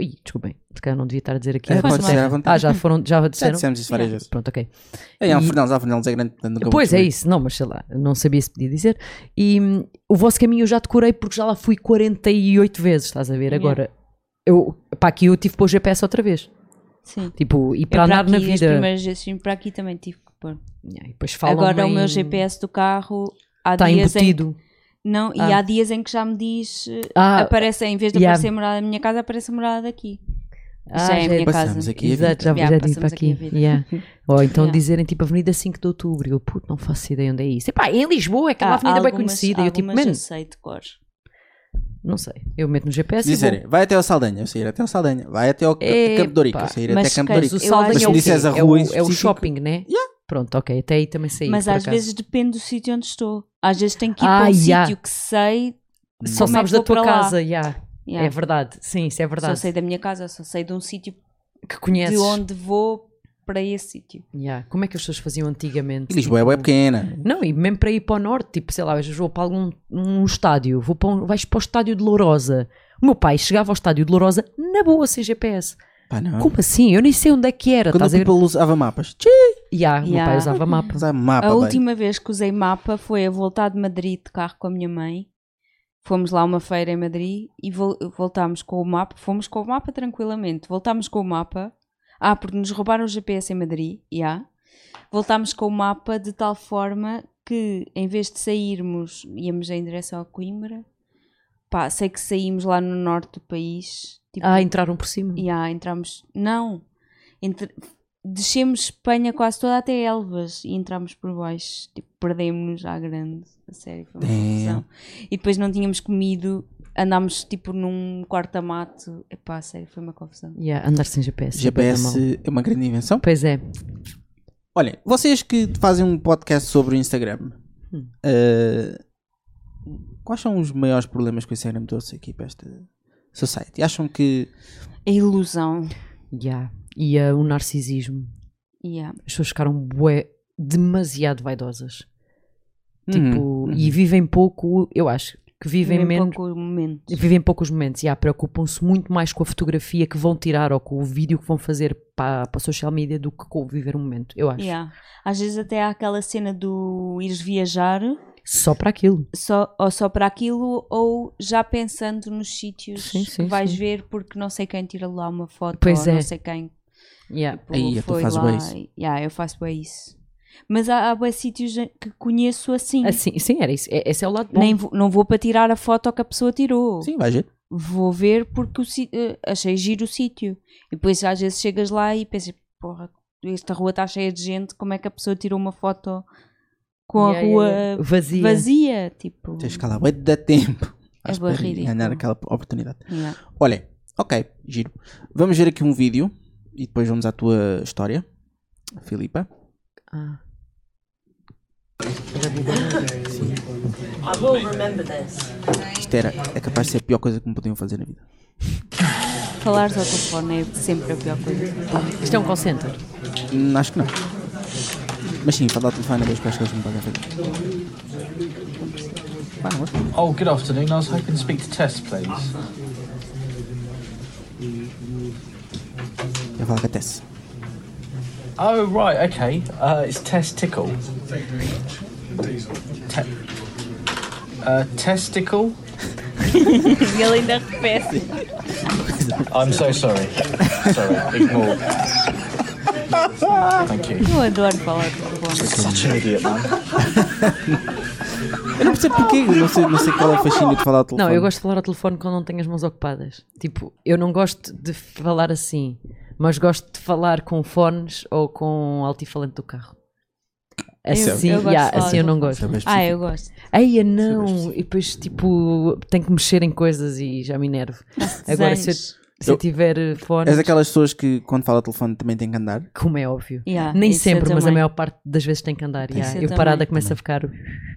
Speaker 2: Ih, desculpem, se calhar não devia estar a dizer aqui.
Speaker 1: É,
Speaker 2: a
Speaker 1: pode
Speaker 2: vossa
Speaker 1: dizer à
Speaker 2: terra.
Speaker 1: vontade.
Speaker 2: Ah, já foram, já
Speaker 1: Já
Speaker 2: disseram?
Speaker 1: dissemos isso várias vezes.
Speaker 2: Pronto, ok.
Speaker 1: Em
Speaker 2: E-
Speaker 1: Alfornelos, Alfornelos é grande, portanto nunca vou
Speaker 2: Hum. Pois é
Speaker 1: descobrir.
Speaker 2: isso, não, mas sei lá, não sabia se podia dizer. E hum, o vosso caminho eu já decorei porque já lá fui 48 vezes, estás a ver? Agora, eu, pá, aqui eu tive que pôr o GPS outra vez.
Speaker 3: Sim.
Speaker 2: Tipo, e
Speaker 3: Eu
Speaker 2: para andar
Speaker 3: É aqui,
Speaker 2: na
Speaker 3: As
Speaker 2: vida.
Speaker 3: primeiras vezes que vim para aqui também tive que pôr.
Speaker 2: E depois falam
Speaker 3: Agora o
Speaker 2: em-
Speaker 3: meu GPS do carro há
Speaker 2: está
Speaker 3: dias em
Speaker 2: embutido.
Speaker 3: Não, e
Speaker 2: Ah.
Speaker 3: há dias em que já me diz, eh,
Speaker 2: Ah,
Speaker 3: aparece, em vez de
Speaker 2: yeah.
Speaker 3: aparecer a morada da minha casa, aparece a morada daqui.
Speaker 2: Ah,
Speaker 3: já é a
Speaker 2: já
Speaker 3: minha
Speaker 1: Passamos
Speaker 3: casa.
Speaker 1: aqui a
Speaker 2: Exato, já,
Speaker 1: vida.
Speaker 3: Yeah,
Speaker 2: já disse para
Speaker 3: passamos
Speaker 2: aqui.
Speaker 3: aqui a vida.
Speaker 2: yeah. Ou então
Speaker 3: Yeah.
Speaker 2: dizerem tipo Avenida 5 de Outubro. Eu, puto, não faço ideia onde é isso. Epá, em Lisboa, é aquela
Speaker 3: Há
Speaker 2: avenida bem
Speaker 3: algumas-
Speaker 2: conhecida. E eu tipo,
Speaker 3: algumas
Speaker 2: mano,
Speaker 3: eu sei de cor.
Speaker 2: não sei. Eu meto no GPS e
Speaker 1: Dizerem,
Speaker 2: vou.
Speaker 1: vai até ao Saldanha, eu sair até ao Saldanha. Vai até ao Ca-
Speaker 2: assim, Epá,
Speaker 1: Campo Dorico, eu sair até
Speaker 3: mas
Speaker 1: Campo
Speaker 3: que-
Speaker 2: Mas
Speaker 1: Dorico.
Speaker 2: o
Speaker 3: Eu
Speaker 2: Saldanha
Speaker 3: acho
Speaker 2: é
Speaker 3: que
Speaker 2: o,
Speaker 1: se disseres
Speaker 2: quê?
Speaker 1: a
Speaker 2: É
Speaker 1: rua
Speaker 2: o-
Speaker 1: em
Speaker 2: é o
Speaker 1: específico-
Speaker 2: shopping, né? Pronto, ok. Até aí também saí.
Speaker 3: Mas
Speaker 2: por
Speaker 3: às
Speaker 2: acaso.
Speaker 3: vezes depende do sítio onde estou. Às vezes tenho que ir
Speaker 2: Ah,
Speaker 3: para um
Speaker 2: yeah.
Speaker 3: sítio que sei.
Speaker 2: Só
Speaker 3: como é
Speaker 2: sabes
Speaker 3: que
Speaker 2: da
Speaker 3: vou
Speaker 2: tua
Speaker 3: para lá.
Speaker 2: casa, yeah.
Speaker 3: Yeah.
Speaker 2: é verdade. Sim, isso é
Speaker 3: Só
Speaker 2: verdade.
Speaker 3: sei da minha casa, só sei de um sítio
Speaker 2: Que
Speaker 3: de
Speaker 2: conheces.
Speaker 3: onde vou para esse sítio.
Speaker 2: Yeah. Como é que as pessoas faziam antigamente?
Speaker 1: E Lisboa é bué pequena.
Speaker 2: Não, e mesmo para ir para o norte, tipo, sei lá, às vezes vou para algum um estádio, vou para um- vais para o estádio de Lourosa. O meu pai chegava ao estádio de Lourosa na boa sem GPS.
Speaker 1: Pá, não.
Speaker 2: Como assim? Eu nem sei onde é que era.
Speaker 1: Ah. Quando tipo o
Speaker 2: Estás a ver?
Speaker 1: people usava mapas, tchê,
Speaker 2: Yeah, o meu
Speaker 3: Yeah.
Speaker 2: pai usava mapa.
Speaker 1: usava mapa,
Speaker 3: a
Speaker 1: Ah, bem.
Speaker 3: última vez que usei mapa foi a voltar de Madrid de carro com a minha mãe. Fomos lá a uma feira em Madrid e vol- voltámos com o mapa. Fomos com o mapa tranquilamente. Voltámos com o mapa. Ah, porque nos roubaram o GPS em Madrid, já. Voltámos com o mapa de tal forma que em vez de sairmos, íamos em direção a Coimbra. Pá, sei que saímos lá no norte do país. Tipo,
Speaker 2: Ah, entraram por cima.
Speaker 3: e há, entramos. Não! Entre... Descemos Espanha quase toda até Elvas e entramos por baixo. Tipo, perdemos-nos à grande. A sério, foi uma
Speaker 1: Damn.
Speaker 3: confusão. E depois não tínhamos comido, andámos tipo num quarta-mato. Epá, a sério, foi uma confusão.
Speaker 2: Yeah, andar sem GPS. é bué da mal.
Speaker 1: GPS é uma grande invenção.
Speaker 2: Pois é.
Speaker 1: Olhem, vocês que fazem um podcast sobre o Instagram,
Speaker 2: Hum.
Speaker 1: eh, quais são os maiores problemas que o Instagram trouxe aqui para esta society? Acham que
Speaker 3: A ilusão.
Speaker 2: Yeah. E ah, o narcisismo.
Speaker 3: Yeah.
Speaker 2: As pessoas ficaram bué, demasiado vaidosas. Tipo,
Speaker 1: Uhum,
Speaker 2: e vivem pouco, eu acho, que vivem,
Speaker 3: Vivem
Speaker 2: menos.
Speaker 3: pouco momento.
Speaker 2: Vivem poucos momentos e ah, preocupam-se muito mais com a fotografia que vão tirar ou com o vídeo que vão fazer para, para a social media do que com viver o momento, eu acho.
Speaker 3: Yeah. Às vezes até há aquela cena do ires viajar
Speaker 2: Só para aquilo.
Speaker 3: só, ou só para aquilo ou já pensando nos sítios
Speaker 2: Sim, sim,
Speaker 3: que vais
Speaker 2: sim.
Speaker 3: ver porque não sei quem tira lá uma foto
Speaker 2: Pois
Speaker 3: ou
Speaker 2: é.
Speaker 3: não sei quem
Speaker 2: Yeah.
Speaker 3: tipo,
Speaker 1: Aí, tu
Speaker 3: foi
Speaker 1: fazes
Speaker 3: lá.
Speaker 1: bué isso.
Speaker 3: e- Yeah, eu faço bem isso. Mas há, há bué sítios que conheço assim.
Speaker 2: Assim, sim, era isso. É- Esse é o lado bom.
Speaker 3: Nem vou- não vou para tirar a foto que a pessoa tirou.
Speaker 1: Sim, vai ver.
Speaker 3: Vou ver porque o si- eh, achei giro o sítio. E depois às vezes chegas lá e pensas, porra, esta rua está cheia de gente, como é que a pessoa tirou uma foto com a
Speaker 2: Yeah, yeah,
Speaker 3: rua
Speaker 2: yeah. vazia.
Speaker 3: vazia? Tipo,
Speaker 1: Tens que calar bué de tempo. à
Speaker 3: É
Speaker 1: espera de
Speaker 3: ridículo.
Speaker 1: ganhar aquela oportunidade.
Speaker 2: Hum.
Speaker 3: yeah.
Speaker 1: Olha, ok, giro. Vamos ver aqui um vídeo e depois vamos à tua história, Filipa.
Speaker 2: Ah.
Speaker 1: Isto era, é capaz de ser a pior coisa que me podiam fazer na vida.
Speaker 3: Falares ao telefone é sempre a pior coisa.
Speaker 2: Isto é um call center.
Speaker 1: Hum, acho que não. Mas sim, falar ao telefone é das coisas que eles me podem fazer. Pá, não gosto.
Speaker 6: Oh, good afternoon. I was hoping to speak to Tess, please.
Speaker 1: Eu falo com a Tess.
Speaker 6: Oh right, okay. Uh, it's testicle. Te- uh, testicle.
Speaker 3: E ele ainda repete.
Speaker 6: I'm so sorry. sorry, ignore. Thank you.
Speaker 3: Eu adoro falar de Corona.
Speaker 6: Such an idiot, man.
Speaker 1: Eu não percebo porquê, eu não sei, não sei qual é o fascínio de falar ao telefone.
Speaker 2: Não, eu gosto de falar ao telefone quando não tenho as mãos ocupadas. Tipo, eu não gosto de falar assim, mas gosto de falar com fones ou com altifalante do carro. Assim,
Speaker 3: eu gosto de
Speaker 2: yeah,
Speaker 3: falar
Speaker 2: assim eu
Speaker 3: com
Speaker 2: não gosto.
Speaker 3: fones.
Speaker 1: Também é
Speaker 3: Ah,
Speaker 1: específico.
Speaker 3: eu gosto.
Speaker 2: Eia, não! E depois, tipo, tenho que mexer em coisas e já me enervo. Agora, se eu,
Speaker 3: desenhos.
Speaker 2: se eu
Speaker 1: Eu-
Speaker 2: tiver eh,
Speaker 1: És
Speaker 2: fones,
Speaker 1: daquelas pessoas que quando fala ao telefone também tem que andar.
Speaker 2: como é óbvio.
Speaker 3: Yeah,
Speaker 2: Nem
Speaker 3: isso eu
Speaker 2: sempre, mas a
Speaker 3: também.
Speaker 2: maior parte das vezes tem que andar. yeah.
Speaker 3: Isso eu
Speaker 2: Eu parada
Speaker 3: também.
Speaker 2: começa a ficar.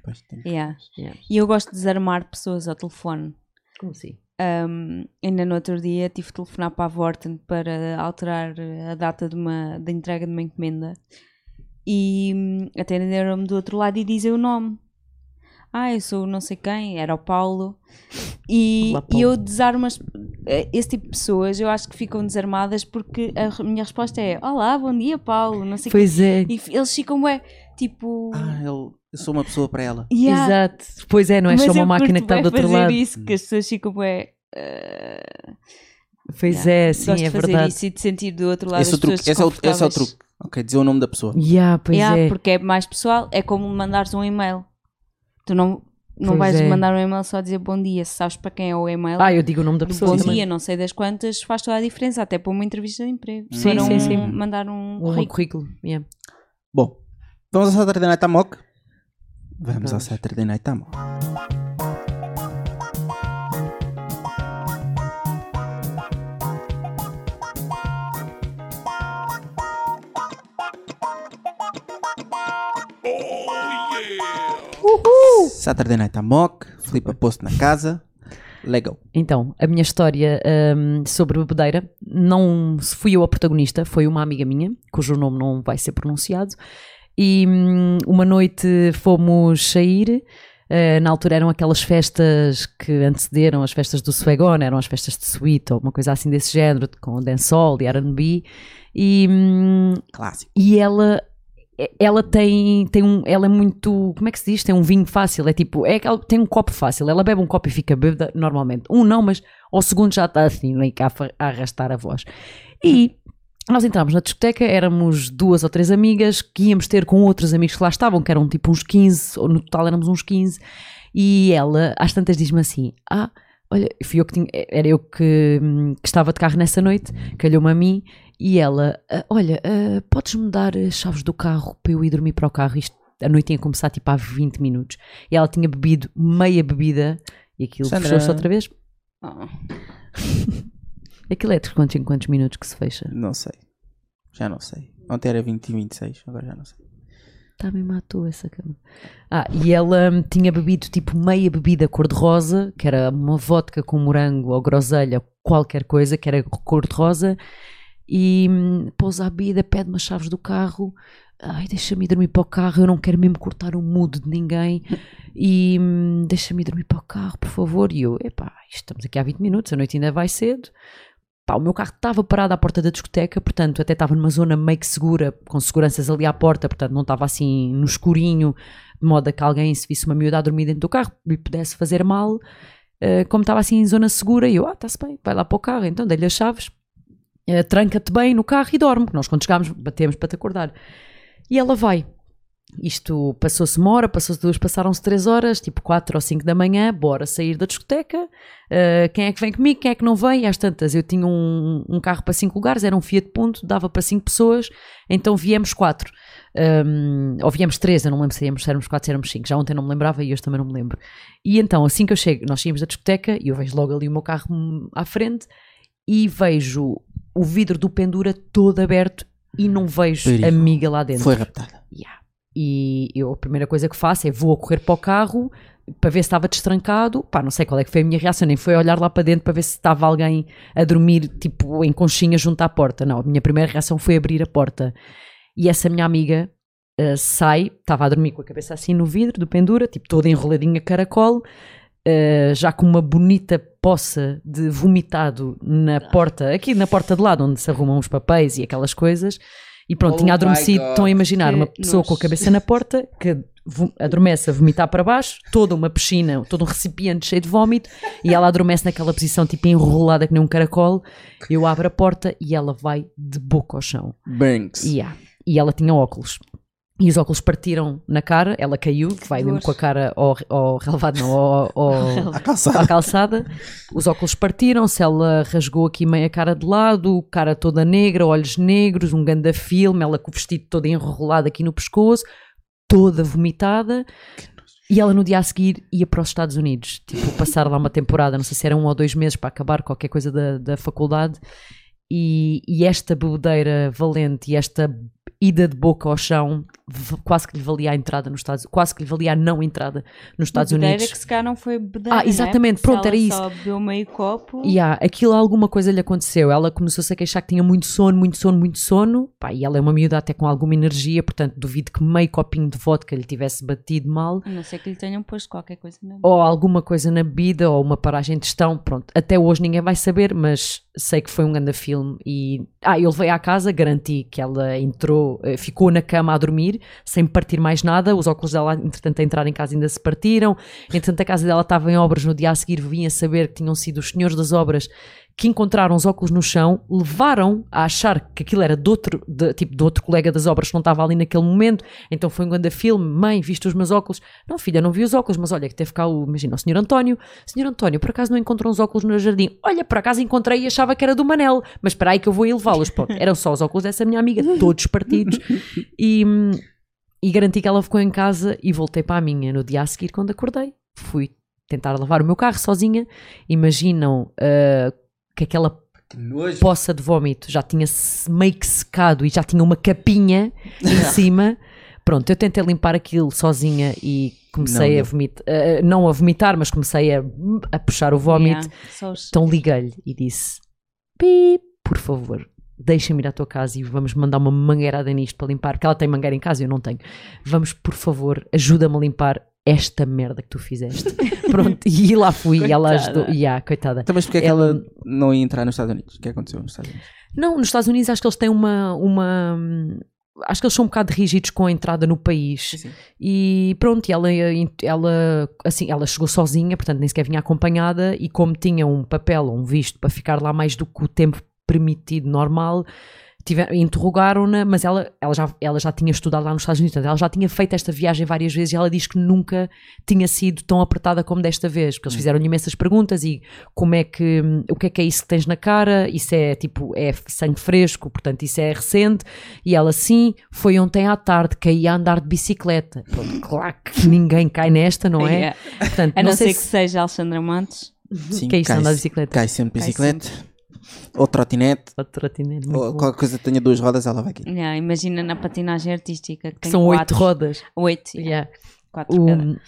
Speaker 1: Pois tem.
Speaker 3: Yeah.
Speaker 2: Yeah.
Speaker 3: E eu gosto de desarmar pessoas ao telefone.
Speaker 2: Como assim?
Speaker 3: Um, ainda no outro dia tive de telefonar para a Vorten para alterar eh, a data de uma, da entrega de uma encomenda e hum, atenderam-me do outro lado e dizem o nome. Ah, eu sou o não sei quem, era o Paulo. E,
Speaker 2: Olá,
Speaker 3: e
Speaker 2: Paulo.
Speaker 3: eu desarmo as, eh, esse tipo de pessoas, eu acho que ficam desarmadas porque a re- minha resposta é: Olá, bom dia, Paulo. Não sei o quê.
Speaker 2: Pois é,
Speaker 3: E f- eles ficam, ué, tipo.
Speaker 1: Ah, ele- eu sou uma pessoa para ela.
Speaker 3: "Yeah,
Speaker 2: exato. Pois é, não é
Speaker 3: mas
Speaker 2: só uma
Speaker 3: eu
Speaker 2: máquina que
Speaker 3: curto
Speaker 2: está
Speaker 3: bué
Speaker 2: do outro
Speaker 3: fazer
Speaker 2: lado.
Speaker 3: isso, que as pessoas ficam, ué. eh,
Speaker 2: Pois é, sim,
Speaker 3: gosto
Speaker 2: é
Speaker 3: de fazer
Speaker 2: verdade.
Speaker 3: isso e de sentir do outro lado
Speaker 1: Esse é,
Speaker 3: as
Speaker 1: o truque,
Speaker 3: pessoas
Speaker 1: esse, é o, esse é o
Speaker 3: desconfortáveis.
Speaker 1: truque. Ok, dizer o nome da pessoa.
Speaker 2: Yeah, pois
Speaker 3: Yeah,
Speaker 2: é.
Speaker 3: Porque é mais pessoal, é como mandares um e-mail. Tu não, não
Speaker 2: Pois
Speaker 3: vais
Speaker 2: é.
Speaker 3: mandar um e-mail só dizer bom dia, se sabes para quem é o e-mail.
Speaker 2: Ah, eu digo o nome da
Speaker 3: do
Speaker 2: pessoa
Speaker 3: bom
Speaker 2: também.
Speaker 3: dia, não sei das quantas, faz toda a diferença, até para uma entrevista de emprego.
Speaker 2: Sim,
Speaker 3: para
Speaker 2: sim,
Speaker 3: um-
Speaker 2: sim.
Speaker 3: mandar um
Speaker 2: Um
Speaker 3: currículo.
Speaker 2: currículo. yeah.
Speaker 1: Bom, vamos ao Saturday Night Amok? Vamos ao Saturday Night Amok. Saturday Night Amok, flipa posto na casa, Lego.
Speaker 2: Então, a minha história ahm, sobre bebedeira, não se fui eu a protagonista, foi uma amiga minha, cujo nome não vai ser pronunciado, e hum, uma noite fomos sair, eh, na altura eram aquelas festas que antecederam as festas do Swagon, eram as festas de suíte ou uma coisa assim desse género, com dancehall e R&B, e hum,
Speaker 1: Clássico.
Speaker 2: e ela ela tem, tem um, ela é muito, como é que se diz? Tem um vinho fácil, é tipo, é que ela tem um copo fácil, ela bebe um copo e fica bêbada normalmente. Um não, mas ao segundo já está assim, meio que a, fa- a arrastar a voz. E nós entramos na discoteca, éramos duas ou três amigas que íamos ter com outros amigos que lá estavam, que eram tipo uns 15, ou no total éramos uns 15, e ela às tantas diz-me assim: Ah, olha, fui eu que tinha, era eu que, hum, que estava de carro nessa noite, calhou-me a mim, e ela, "Ah, olha, ah, podes-me dar as chaves do carro para eu ir dormir para o carro? Isto, a noite ia começar tipo há 20 minutos. E ela tinha bebido meia bebida e aquilo
Speaker 1: Sandra.
Speaker 2: fechou-se outra vez.
Speaker 3: Ah,
Speaker 2: Aquilo é de quantos em quantos minutos que se fecha?
Speaker 1: Não sei. Já não sei. Ontem era 20 e 26, agora já não sei.
Speaker 2: Está mesmo à toa Tá, essa cama. Ah, e ela hum, tinha bebido tipo meia bebida cor-de-rosa, que era uma vodka com morango ou groselha, qualquer coisa, que era cor-de-rosa, e hum, pousa a bebida, pede-me as chaves do carro, ai, deixa-me ir dormir para o carro, eu não quero mesmo cortar o mudo de ninguém, e hum, deixa-me ir dormir para o carro, por favor. E eu, epá, isto estamos aqui há 20 minutos, a noite ainda vai cedo. Pá, o meu carro estava parado à porta da discoteca, portanto, até estava numa zona meio que segura, com seguranças ali à porta, portanto, não estava assim no escurinho, de modo a que alguém se visse uma miúda a dormir dentro do carro lhe pudesse fazer mal. Eh, como estava assim em zona segura, eu, ah, está-se bem, vai lá para o carro, então dei-lhe as chaves, eh, tranca-te bem no carro e dorme, que nós quando chegámos batemos para te acordar. E ela vai. Isto passou-se uma hora, passou-se duas, passaram-se três horas, tipo quatro ou cinco da manhã, bora sair da discoteca, Uh, quem é que vem comigo, quem é que não vem, e às tantas eu tinha um, um carro para cinco lugares, era um Fiat Punto, dava para cinco pessoas, então viemos quatro, Um, ou viemos três, eu não me lembro se éramos, se éramos quatro, se éramos cinco, já ontem não me lembrava e hoje também não me lembro. E então, assim que eu chego, nós saímos da discoteca e eu vejo logo ali o meu carro hum, à frente e vejo o vidro do pendura todo aberto e não vejo
Speaker 1: Perigo.
Speaker 2: a miga lá dentro.
Speaker 1: Foi raptada.
Speaker 2: Yeah. E eu, a primeira coisa que faço é vou a correr para o carro para ver se estava destrancado. Pá, não sei qual é que foi a minha reação, nem foi olhar lá para dentro para ver se estava alguém a dormir, tipo, em conchinha junto à porta. Não, a minha primeira reação foi abrir a porta. E essa minha amiga eh, sai, estava a dormir com a cabeça assim no vidro do pendura, tipo, toda enroladinha caracol, eh, já com uma bonita poça de vomitado na
Speaker 1: Ah.
Speaker 2: porta, aqui na porta de lado, onde se arrumam os papéis e aquelas coisas. E pronto,
Speaker 1: Oh
Speaker 2: tinha
Speaker 1: my
Speaker 2: adormecido.
Speaker 1: God.
Speaker 2: Estão a imaginar
Speaker 3: Que
Speaker 2: uma pessoa com a
Speaker 3: nojo.
Speaker 2: cabeça na porta que vo- adormece a vomitar para baixo, toda uma piscina, todo um recipiente cheio de vómito, e ela adormece naquela posição tipo enrolada que nem um caracol. Eu abro a porta e ela vai de boca ao chão.
Speaker 1: Banks.
Speaker 2: E há. E ela tinha óculos. E os óculos partiram na cara, ela caiu, vai
Speaker 3: dor.
Speaker 2: mesmo com a cara ao, ao relevado, não, ao, ao,
Speaker 1: A calçada.
Speaker 2: à calçada. Os óculos partiram-se, ela rasgou aqui meia cara de lado, cara toda negra, olhos negros, um ganda filme, ela com o vestido todo enrolado aqui no pescoço, toda vomitada. E ela no dia a seguir ia para os Estados Unidos, tipo, passar lá uma temporada, não sei se era um ou dois meses para acabar qualquer coisa da, da faculdade. E, e esta bebedeira valente e esta ida de boca ao chão v- quase que lhe valia a entrada nos Estados quase que lhe valia a não entrada nos Estados
Speaker 3: Bebedeira
Speaker 2: Unidos.
Speaker 3: que se calhar não foi bebedeira,
Speaker 2: Ah, exatamente,
Speaker 3: né? Porque
Speaker 2: pronto,
Speaker 3: se
Speaker 2: era
Speaker 3: ela
Speaker 2: isso.
Speaker 3: Só bebeu meio copo.
Speaker 2: E há, aquilo alguma coisa lhe aconteceu. Ela começou-se a queixar que tinha muito sono, muito sono, muito sono. Pá, e ela é uma miúda até com alguma energia, portanto duvido que meio copinho de vodka lhe tivesse batido mal.
Speaker 3: A não ser que lhe tenham posto qualquer coisa na boca.
Speaker 2: Ou alguma coisa na bebida, ou uma paragem de gestão. Pronto, até hoje ninguém vai saber, mas sei que foi um grande filme. E. Ah, eu levei à casa, garanti que ela entrou, eh, ficou na cama a dormir, sem partir mais nada. Os óculos dela, entretanto, a entrar em casa ainda se partiram. Entretanto, a casa dela estava em obras. No dia a seguir, vinha saber que tinham sido os senhores das obras que encontraram os óculos no chão, levaram a achar que aquilo era de outro, de- tipo, de outro colega das obras que não estava ali naquele momento. Então foi um grande filme. Mãe, viste os meus óculos? Não, filha, não vi os óculos, mas olha que teve cá o, imagina, o senhor António. Senhor António, por acaso não encontrou os óculos no jardim? Olha, por acaso encontrei e achava que era do Manel, mas espera aí que eu vou aí levá-los. Pronto, eram só os óculos dessa minha amiga, todos partidos. E... hum, e garanti que ela ficou em casa e voltei para a minha no dia a seguir quando acordei. Fui tentar lavar o meu carro sozinha. Imaginam ah, que aquela
Speaker 1: Que nojo.
Speaker 2: poça de vómito já tinha se- meio que secado e já tinha uma capinha em cima. Pronto, eu tentei limpar aquilo sozinha e comecei
Speaker 1: Não
Speaker 2: a
Speaker 1: deu.
Speaker 2: vomitar, ah, não a vomitar, mas comecei a, a puxar o vómito.
Speaker 3: Yeah, só os-
Speaker 2: Então liguei-lhe e disse: Pip, por favor, deixa-me ir à tua casa e vamos mandar uma mangueirada nisto para limpar, porque ela tem mangueira em casa e eu não tenho. Vamos, por favor, ajuda-me a limpar esta merda que tu fizeste. Pronto, e lá fui e ela
Speaker 3: Coitada.
Speaker 2: ajudou. Yeah, coitada.
Speaker 1: Então, mas porque é que
Speaker 2: Ela-
Speaker 1: ela não ia entrar nos Estados Unidos? O que aconteceu nos Estados Unidos?
Speaker 2: Não, nos Estados Unidos acho que eles têm uma. uma acho que eles são um bocado rígidos com a entrada no país.
Speaker 1: Sim.
Speaker 2: E pronto, e ela, ela, assim, ela chegou sozinha, portanto nem sequer vinha acompanhada, e como tinha um papel ou um visto para ficar lá mais do que o tempo permitido normal, tiver- interrogaram-na, mas ela, ela, já, ela já tinha estudado lá nos Estados Unidos, portanto, ela já tinha feito esta viagem várias vezes e ela diz que nunca tinha sido tão apertada como desta vez,
Speaker 3: Hum.
Speaker 2: porque eles fizeram-lhe imensas perguntas e como é que, hum, o que é que é isso que tens na cara, isso é tipo, é sangue fresco, portanto isso é recente, e ela sim, foi ontem à tarde, caí a andar de bicicleta. Pronto, claro que ninguém cai nesta, não é?
Speaker 3: Yeah.
Speaker 2: Portanto,
Speaker 3: A
Speaker 2: não,
Speaker 3: não, ser
Speaker 2: sei
Speaker 3: que
Speaker 2: se...
Speaker 3: seja Alexandra Matos.
Speaker 1: Sim,
Speaker 2: que é isto,
Speaker 1: cai-
Speaker 2: andar de bicicleta.
Speaker 1: Cai sempre de
Speaker 3: Cai
Speaker 1: bicicleta. Ou trotinete.
Speaker 2: Outro trotinete, muito
Speaker 1: Ou
Speaker 2: bom.
Speaker 1: qualquer coisa que tenha duas rodas, ela vai aqui.
Speaker 3: Yeah, imagina na patinagem artística que,
Speaker 2: Que
Speaker 3: tem
Speaker 2: são oito
Speaker 3: quatro,
Speaker 2: rodas.
Speaker 3: Oito, yeah,
Speaker 2: Yeah.
Speaker 3: quatro
Speaker 2: O-
Speaker 3: cada.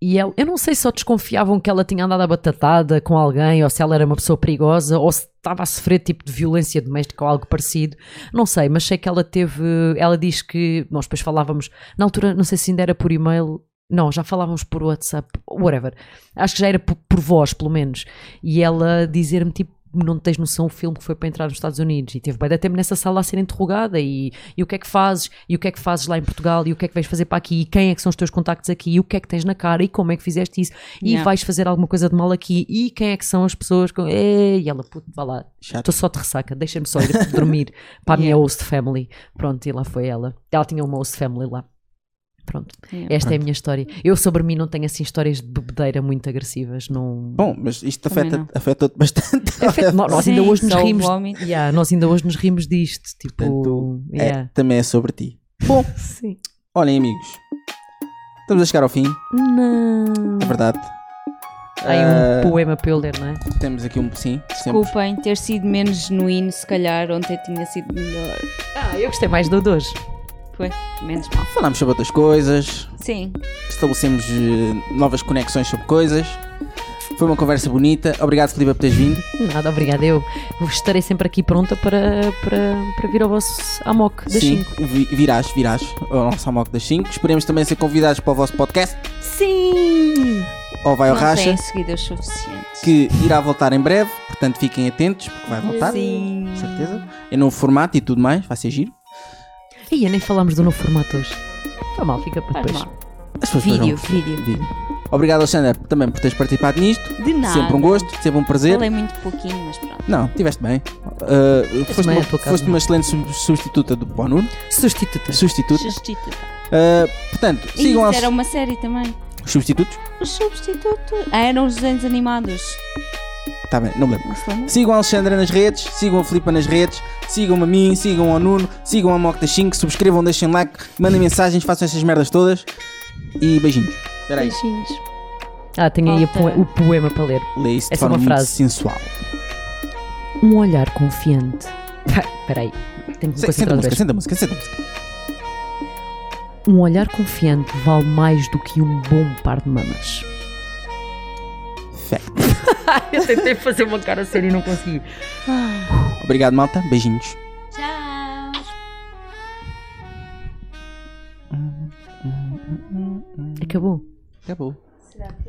Speaker 2: E ela, eu não sei se só desconfiavam que ela tinha andado à batatada com alguém, ou se ela era uma pessoa perigosa, ou se estava a sofrer tipo de violência doméstica ou algo parecido. Não sei, mas sei que ela teve. Ela diz que. Nós depois falávamos. Na altura, não sei se ainda era por e-mail. Não, já falávamos por WhatsApp, whatever. Acho que já era por, por voz, pelo menos. E ela dizer-me tipo. Não tens noção o filme que foi para entrar nos Estados Unidos e teve bem de tempo nessa sala a ser interrogada e, e o que é que fazes e o que é que fazes lá em Portugal e o que é que vais fazer para aqui e quem é que são os teus contactos aqui e o que é que tens na cara e como é que fizeste isso e
Speaker 3: Yeah.
Speaker 2: vais fazer alguma coisa de mal aqui e quem é que são as pessoas com... e ela, puto, vá lá
Speaker 1: Chato.
Speaker 2: Estou só de ressaca, deixa-me só ir dormir para a minha host family. Pronto, e lá foi ela. Ela tinha uma host family lá. Pronto,
Speaker 3: Yeah.
Speaker 2: esta é a minha história. Eu sobre mim não tenho assim histórias de bebedeira muito agressivas. Não...
Speaker 1: Bom, mas isto
Speaker 3: Também
Speaker 1: afeta- afeta-te bastante.
Speaker 2: Afeta- nó- nós ainda
Speaker 3: Sim,
Speaker 2: hoje nos
Speaker 3: só o
Speaker 2: rimos.
Speaker 3: vómito.
Speaker 2: Yeah, nós ainda hoje nos rimos disto. Tipo,
Speaker 1: Portanto, é,
Speaker 2: yeah.
Speaker 1: também é sobre ti.
Speaker 2: Sim.
Speaker 1: Olhem, amigos. Estamos a chegar ao fim, é
Speaker 2: Não.
Speaker 1: verdade.
Speaker 2: Há aí
Speaker 1: Ah,
Speaker 2: um poema para eu ler, não é?
Speaker 1: Temos aqui um sim, sempre.
Speaker 3: Desculpem ter sido menos genuíno, se calhar ontem tinha sido melhor.
Speaker 2: Ah, eu gostei mais do de hoje.
Speaker 3: Foi, menos mal.
Speaker 1: Falámos sobre outras coisas,
Speaker 3: Sim,
Speaker 1: estabelecemos eh, novas conexões sobre coisas. Foi uma conversa bonita. Obrigado, Filipe, por teres vindo.
Speaker 2: Nada, obrigada. Eu estarei sempre aqui pronta para, para, para vir ao vosso Amok das
Speaker 1: Sim,
Speaker 2: 5.
Speaker 1: vi- virás, virás ao nosso Amoc das 5. Esperemos também ser convidados para o vosso podcast.
Speaker 2: Sim!
Speaker 1: Ou vai ao
Speaker 3: não
Speaker 1: racha.
Speaker 3: têm seguidores suficientes.
Speaker 1: que irá voltar em breve, portanto fiquem atentos, porque vai voltar.
Speaker 3: Sim.
Speaker 1: com Certeza. Em novo formato e tudo mais, vai ser giro.
Speaker 2: E nem falámos do novo formato hoje. Está mal, fica para
Speaker 3: Faz
Speaker 2: depois.
Speaker 3: mal.
Speaker 1: As pessoas
Speaker 3: Vídeo,
Speaker 1: depois vão-
Speaker 3: vídeo.
Speaker 1: Obrigado, Alexandra, também por teres participado nisto.
Speaker 3: De nada.
Speaker 1: Sempre um gosto, sempre um prazer.
Speaker 3: Falei muito pouquinho, mas pronto.
Speaker 1: Não, estiveste bem. Uh, foste,
Speaker 2: bem
Speaker 1: uma,
Speaker 2: a tua casa.
Speaker 1: foste uma excelente sub- substituta do Pó Nuno.
Speaker 2: Substituta.
Speaker 1: Substituta.
Speaker 3: Substituto.
Speaker 1: Uh, portanto,
Speaker 3: E
Speaker 1: sigam
Speaker 3: isso
Speaker 1: aos
Speaker 3: era uma série também.
Speaker 1: substitutos.
Speaker 3: Os substitutos. Ah, eram os desenhos animados.
Speaker 1: Tá bem, não me lembro.
Speaker 3: Não se lembra?
Speaker 1: Sigam a Alexandra nas redes, sigam a Filipa nas redes, sigam a mim, sigam ao Nuno, sigam a Mocta 5, subscrevam, deixem like, mandem mensagens, façam essas merdas todas e beijinhos. Espera aí,
Speaker 3: Beijinhos.
Speaker 2: Ah, tenho aí a
Speaker 3: Falta.
Speaker 2: poe- o poema para ler.
Speaker 1: lê isso de
Speaker 2: É só
Speaker 1: forma
Speaker 2: uma
Speaker 1: muito
Speaker 2: frase.
Speaker 1: sensual.
Speaker 2: Um olhar confiante. Espera aí, tenho que me
Speaker 1: Se- Senta
Speaker 2: concentrar
Speaker 1: a música,
Speaker 2: outra vez.
Speaker 1: senta a música, senta a música.
Speaker 2: Um olhar confiante vale mais do que um bom par de mamas.
Speaker 1: Fé.
Speaker 2: Eu tentei fazer uma cara séria e não consegui.
Speaker 1: Obrigado, malta. Beijinhos.
Speaker 3: Tchau.
Speaker 2: Acabou.
Speaker 1: Acabou.
Speaker 3: Será que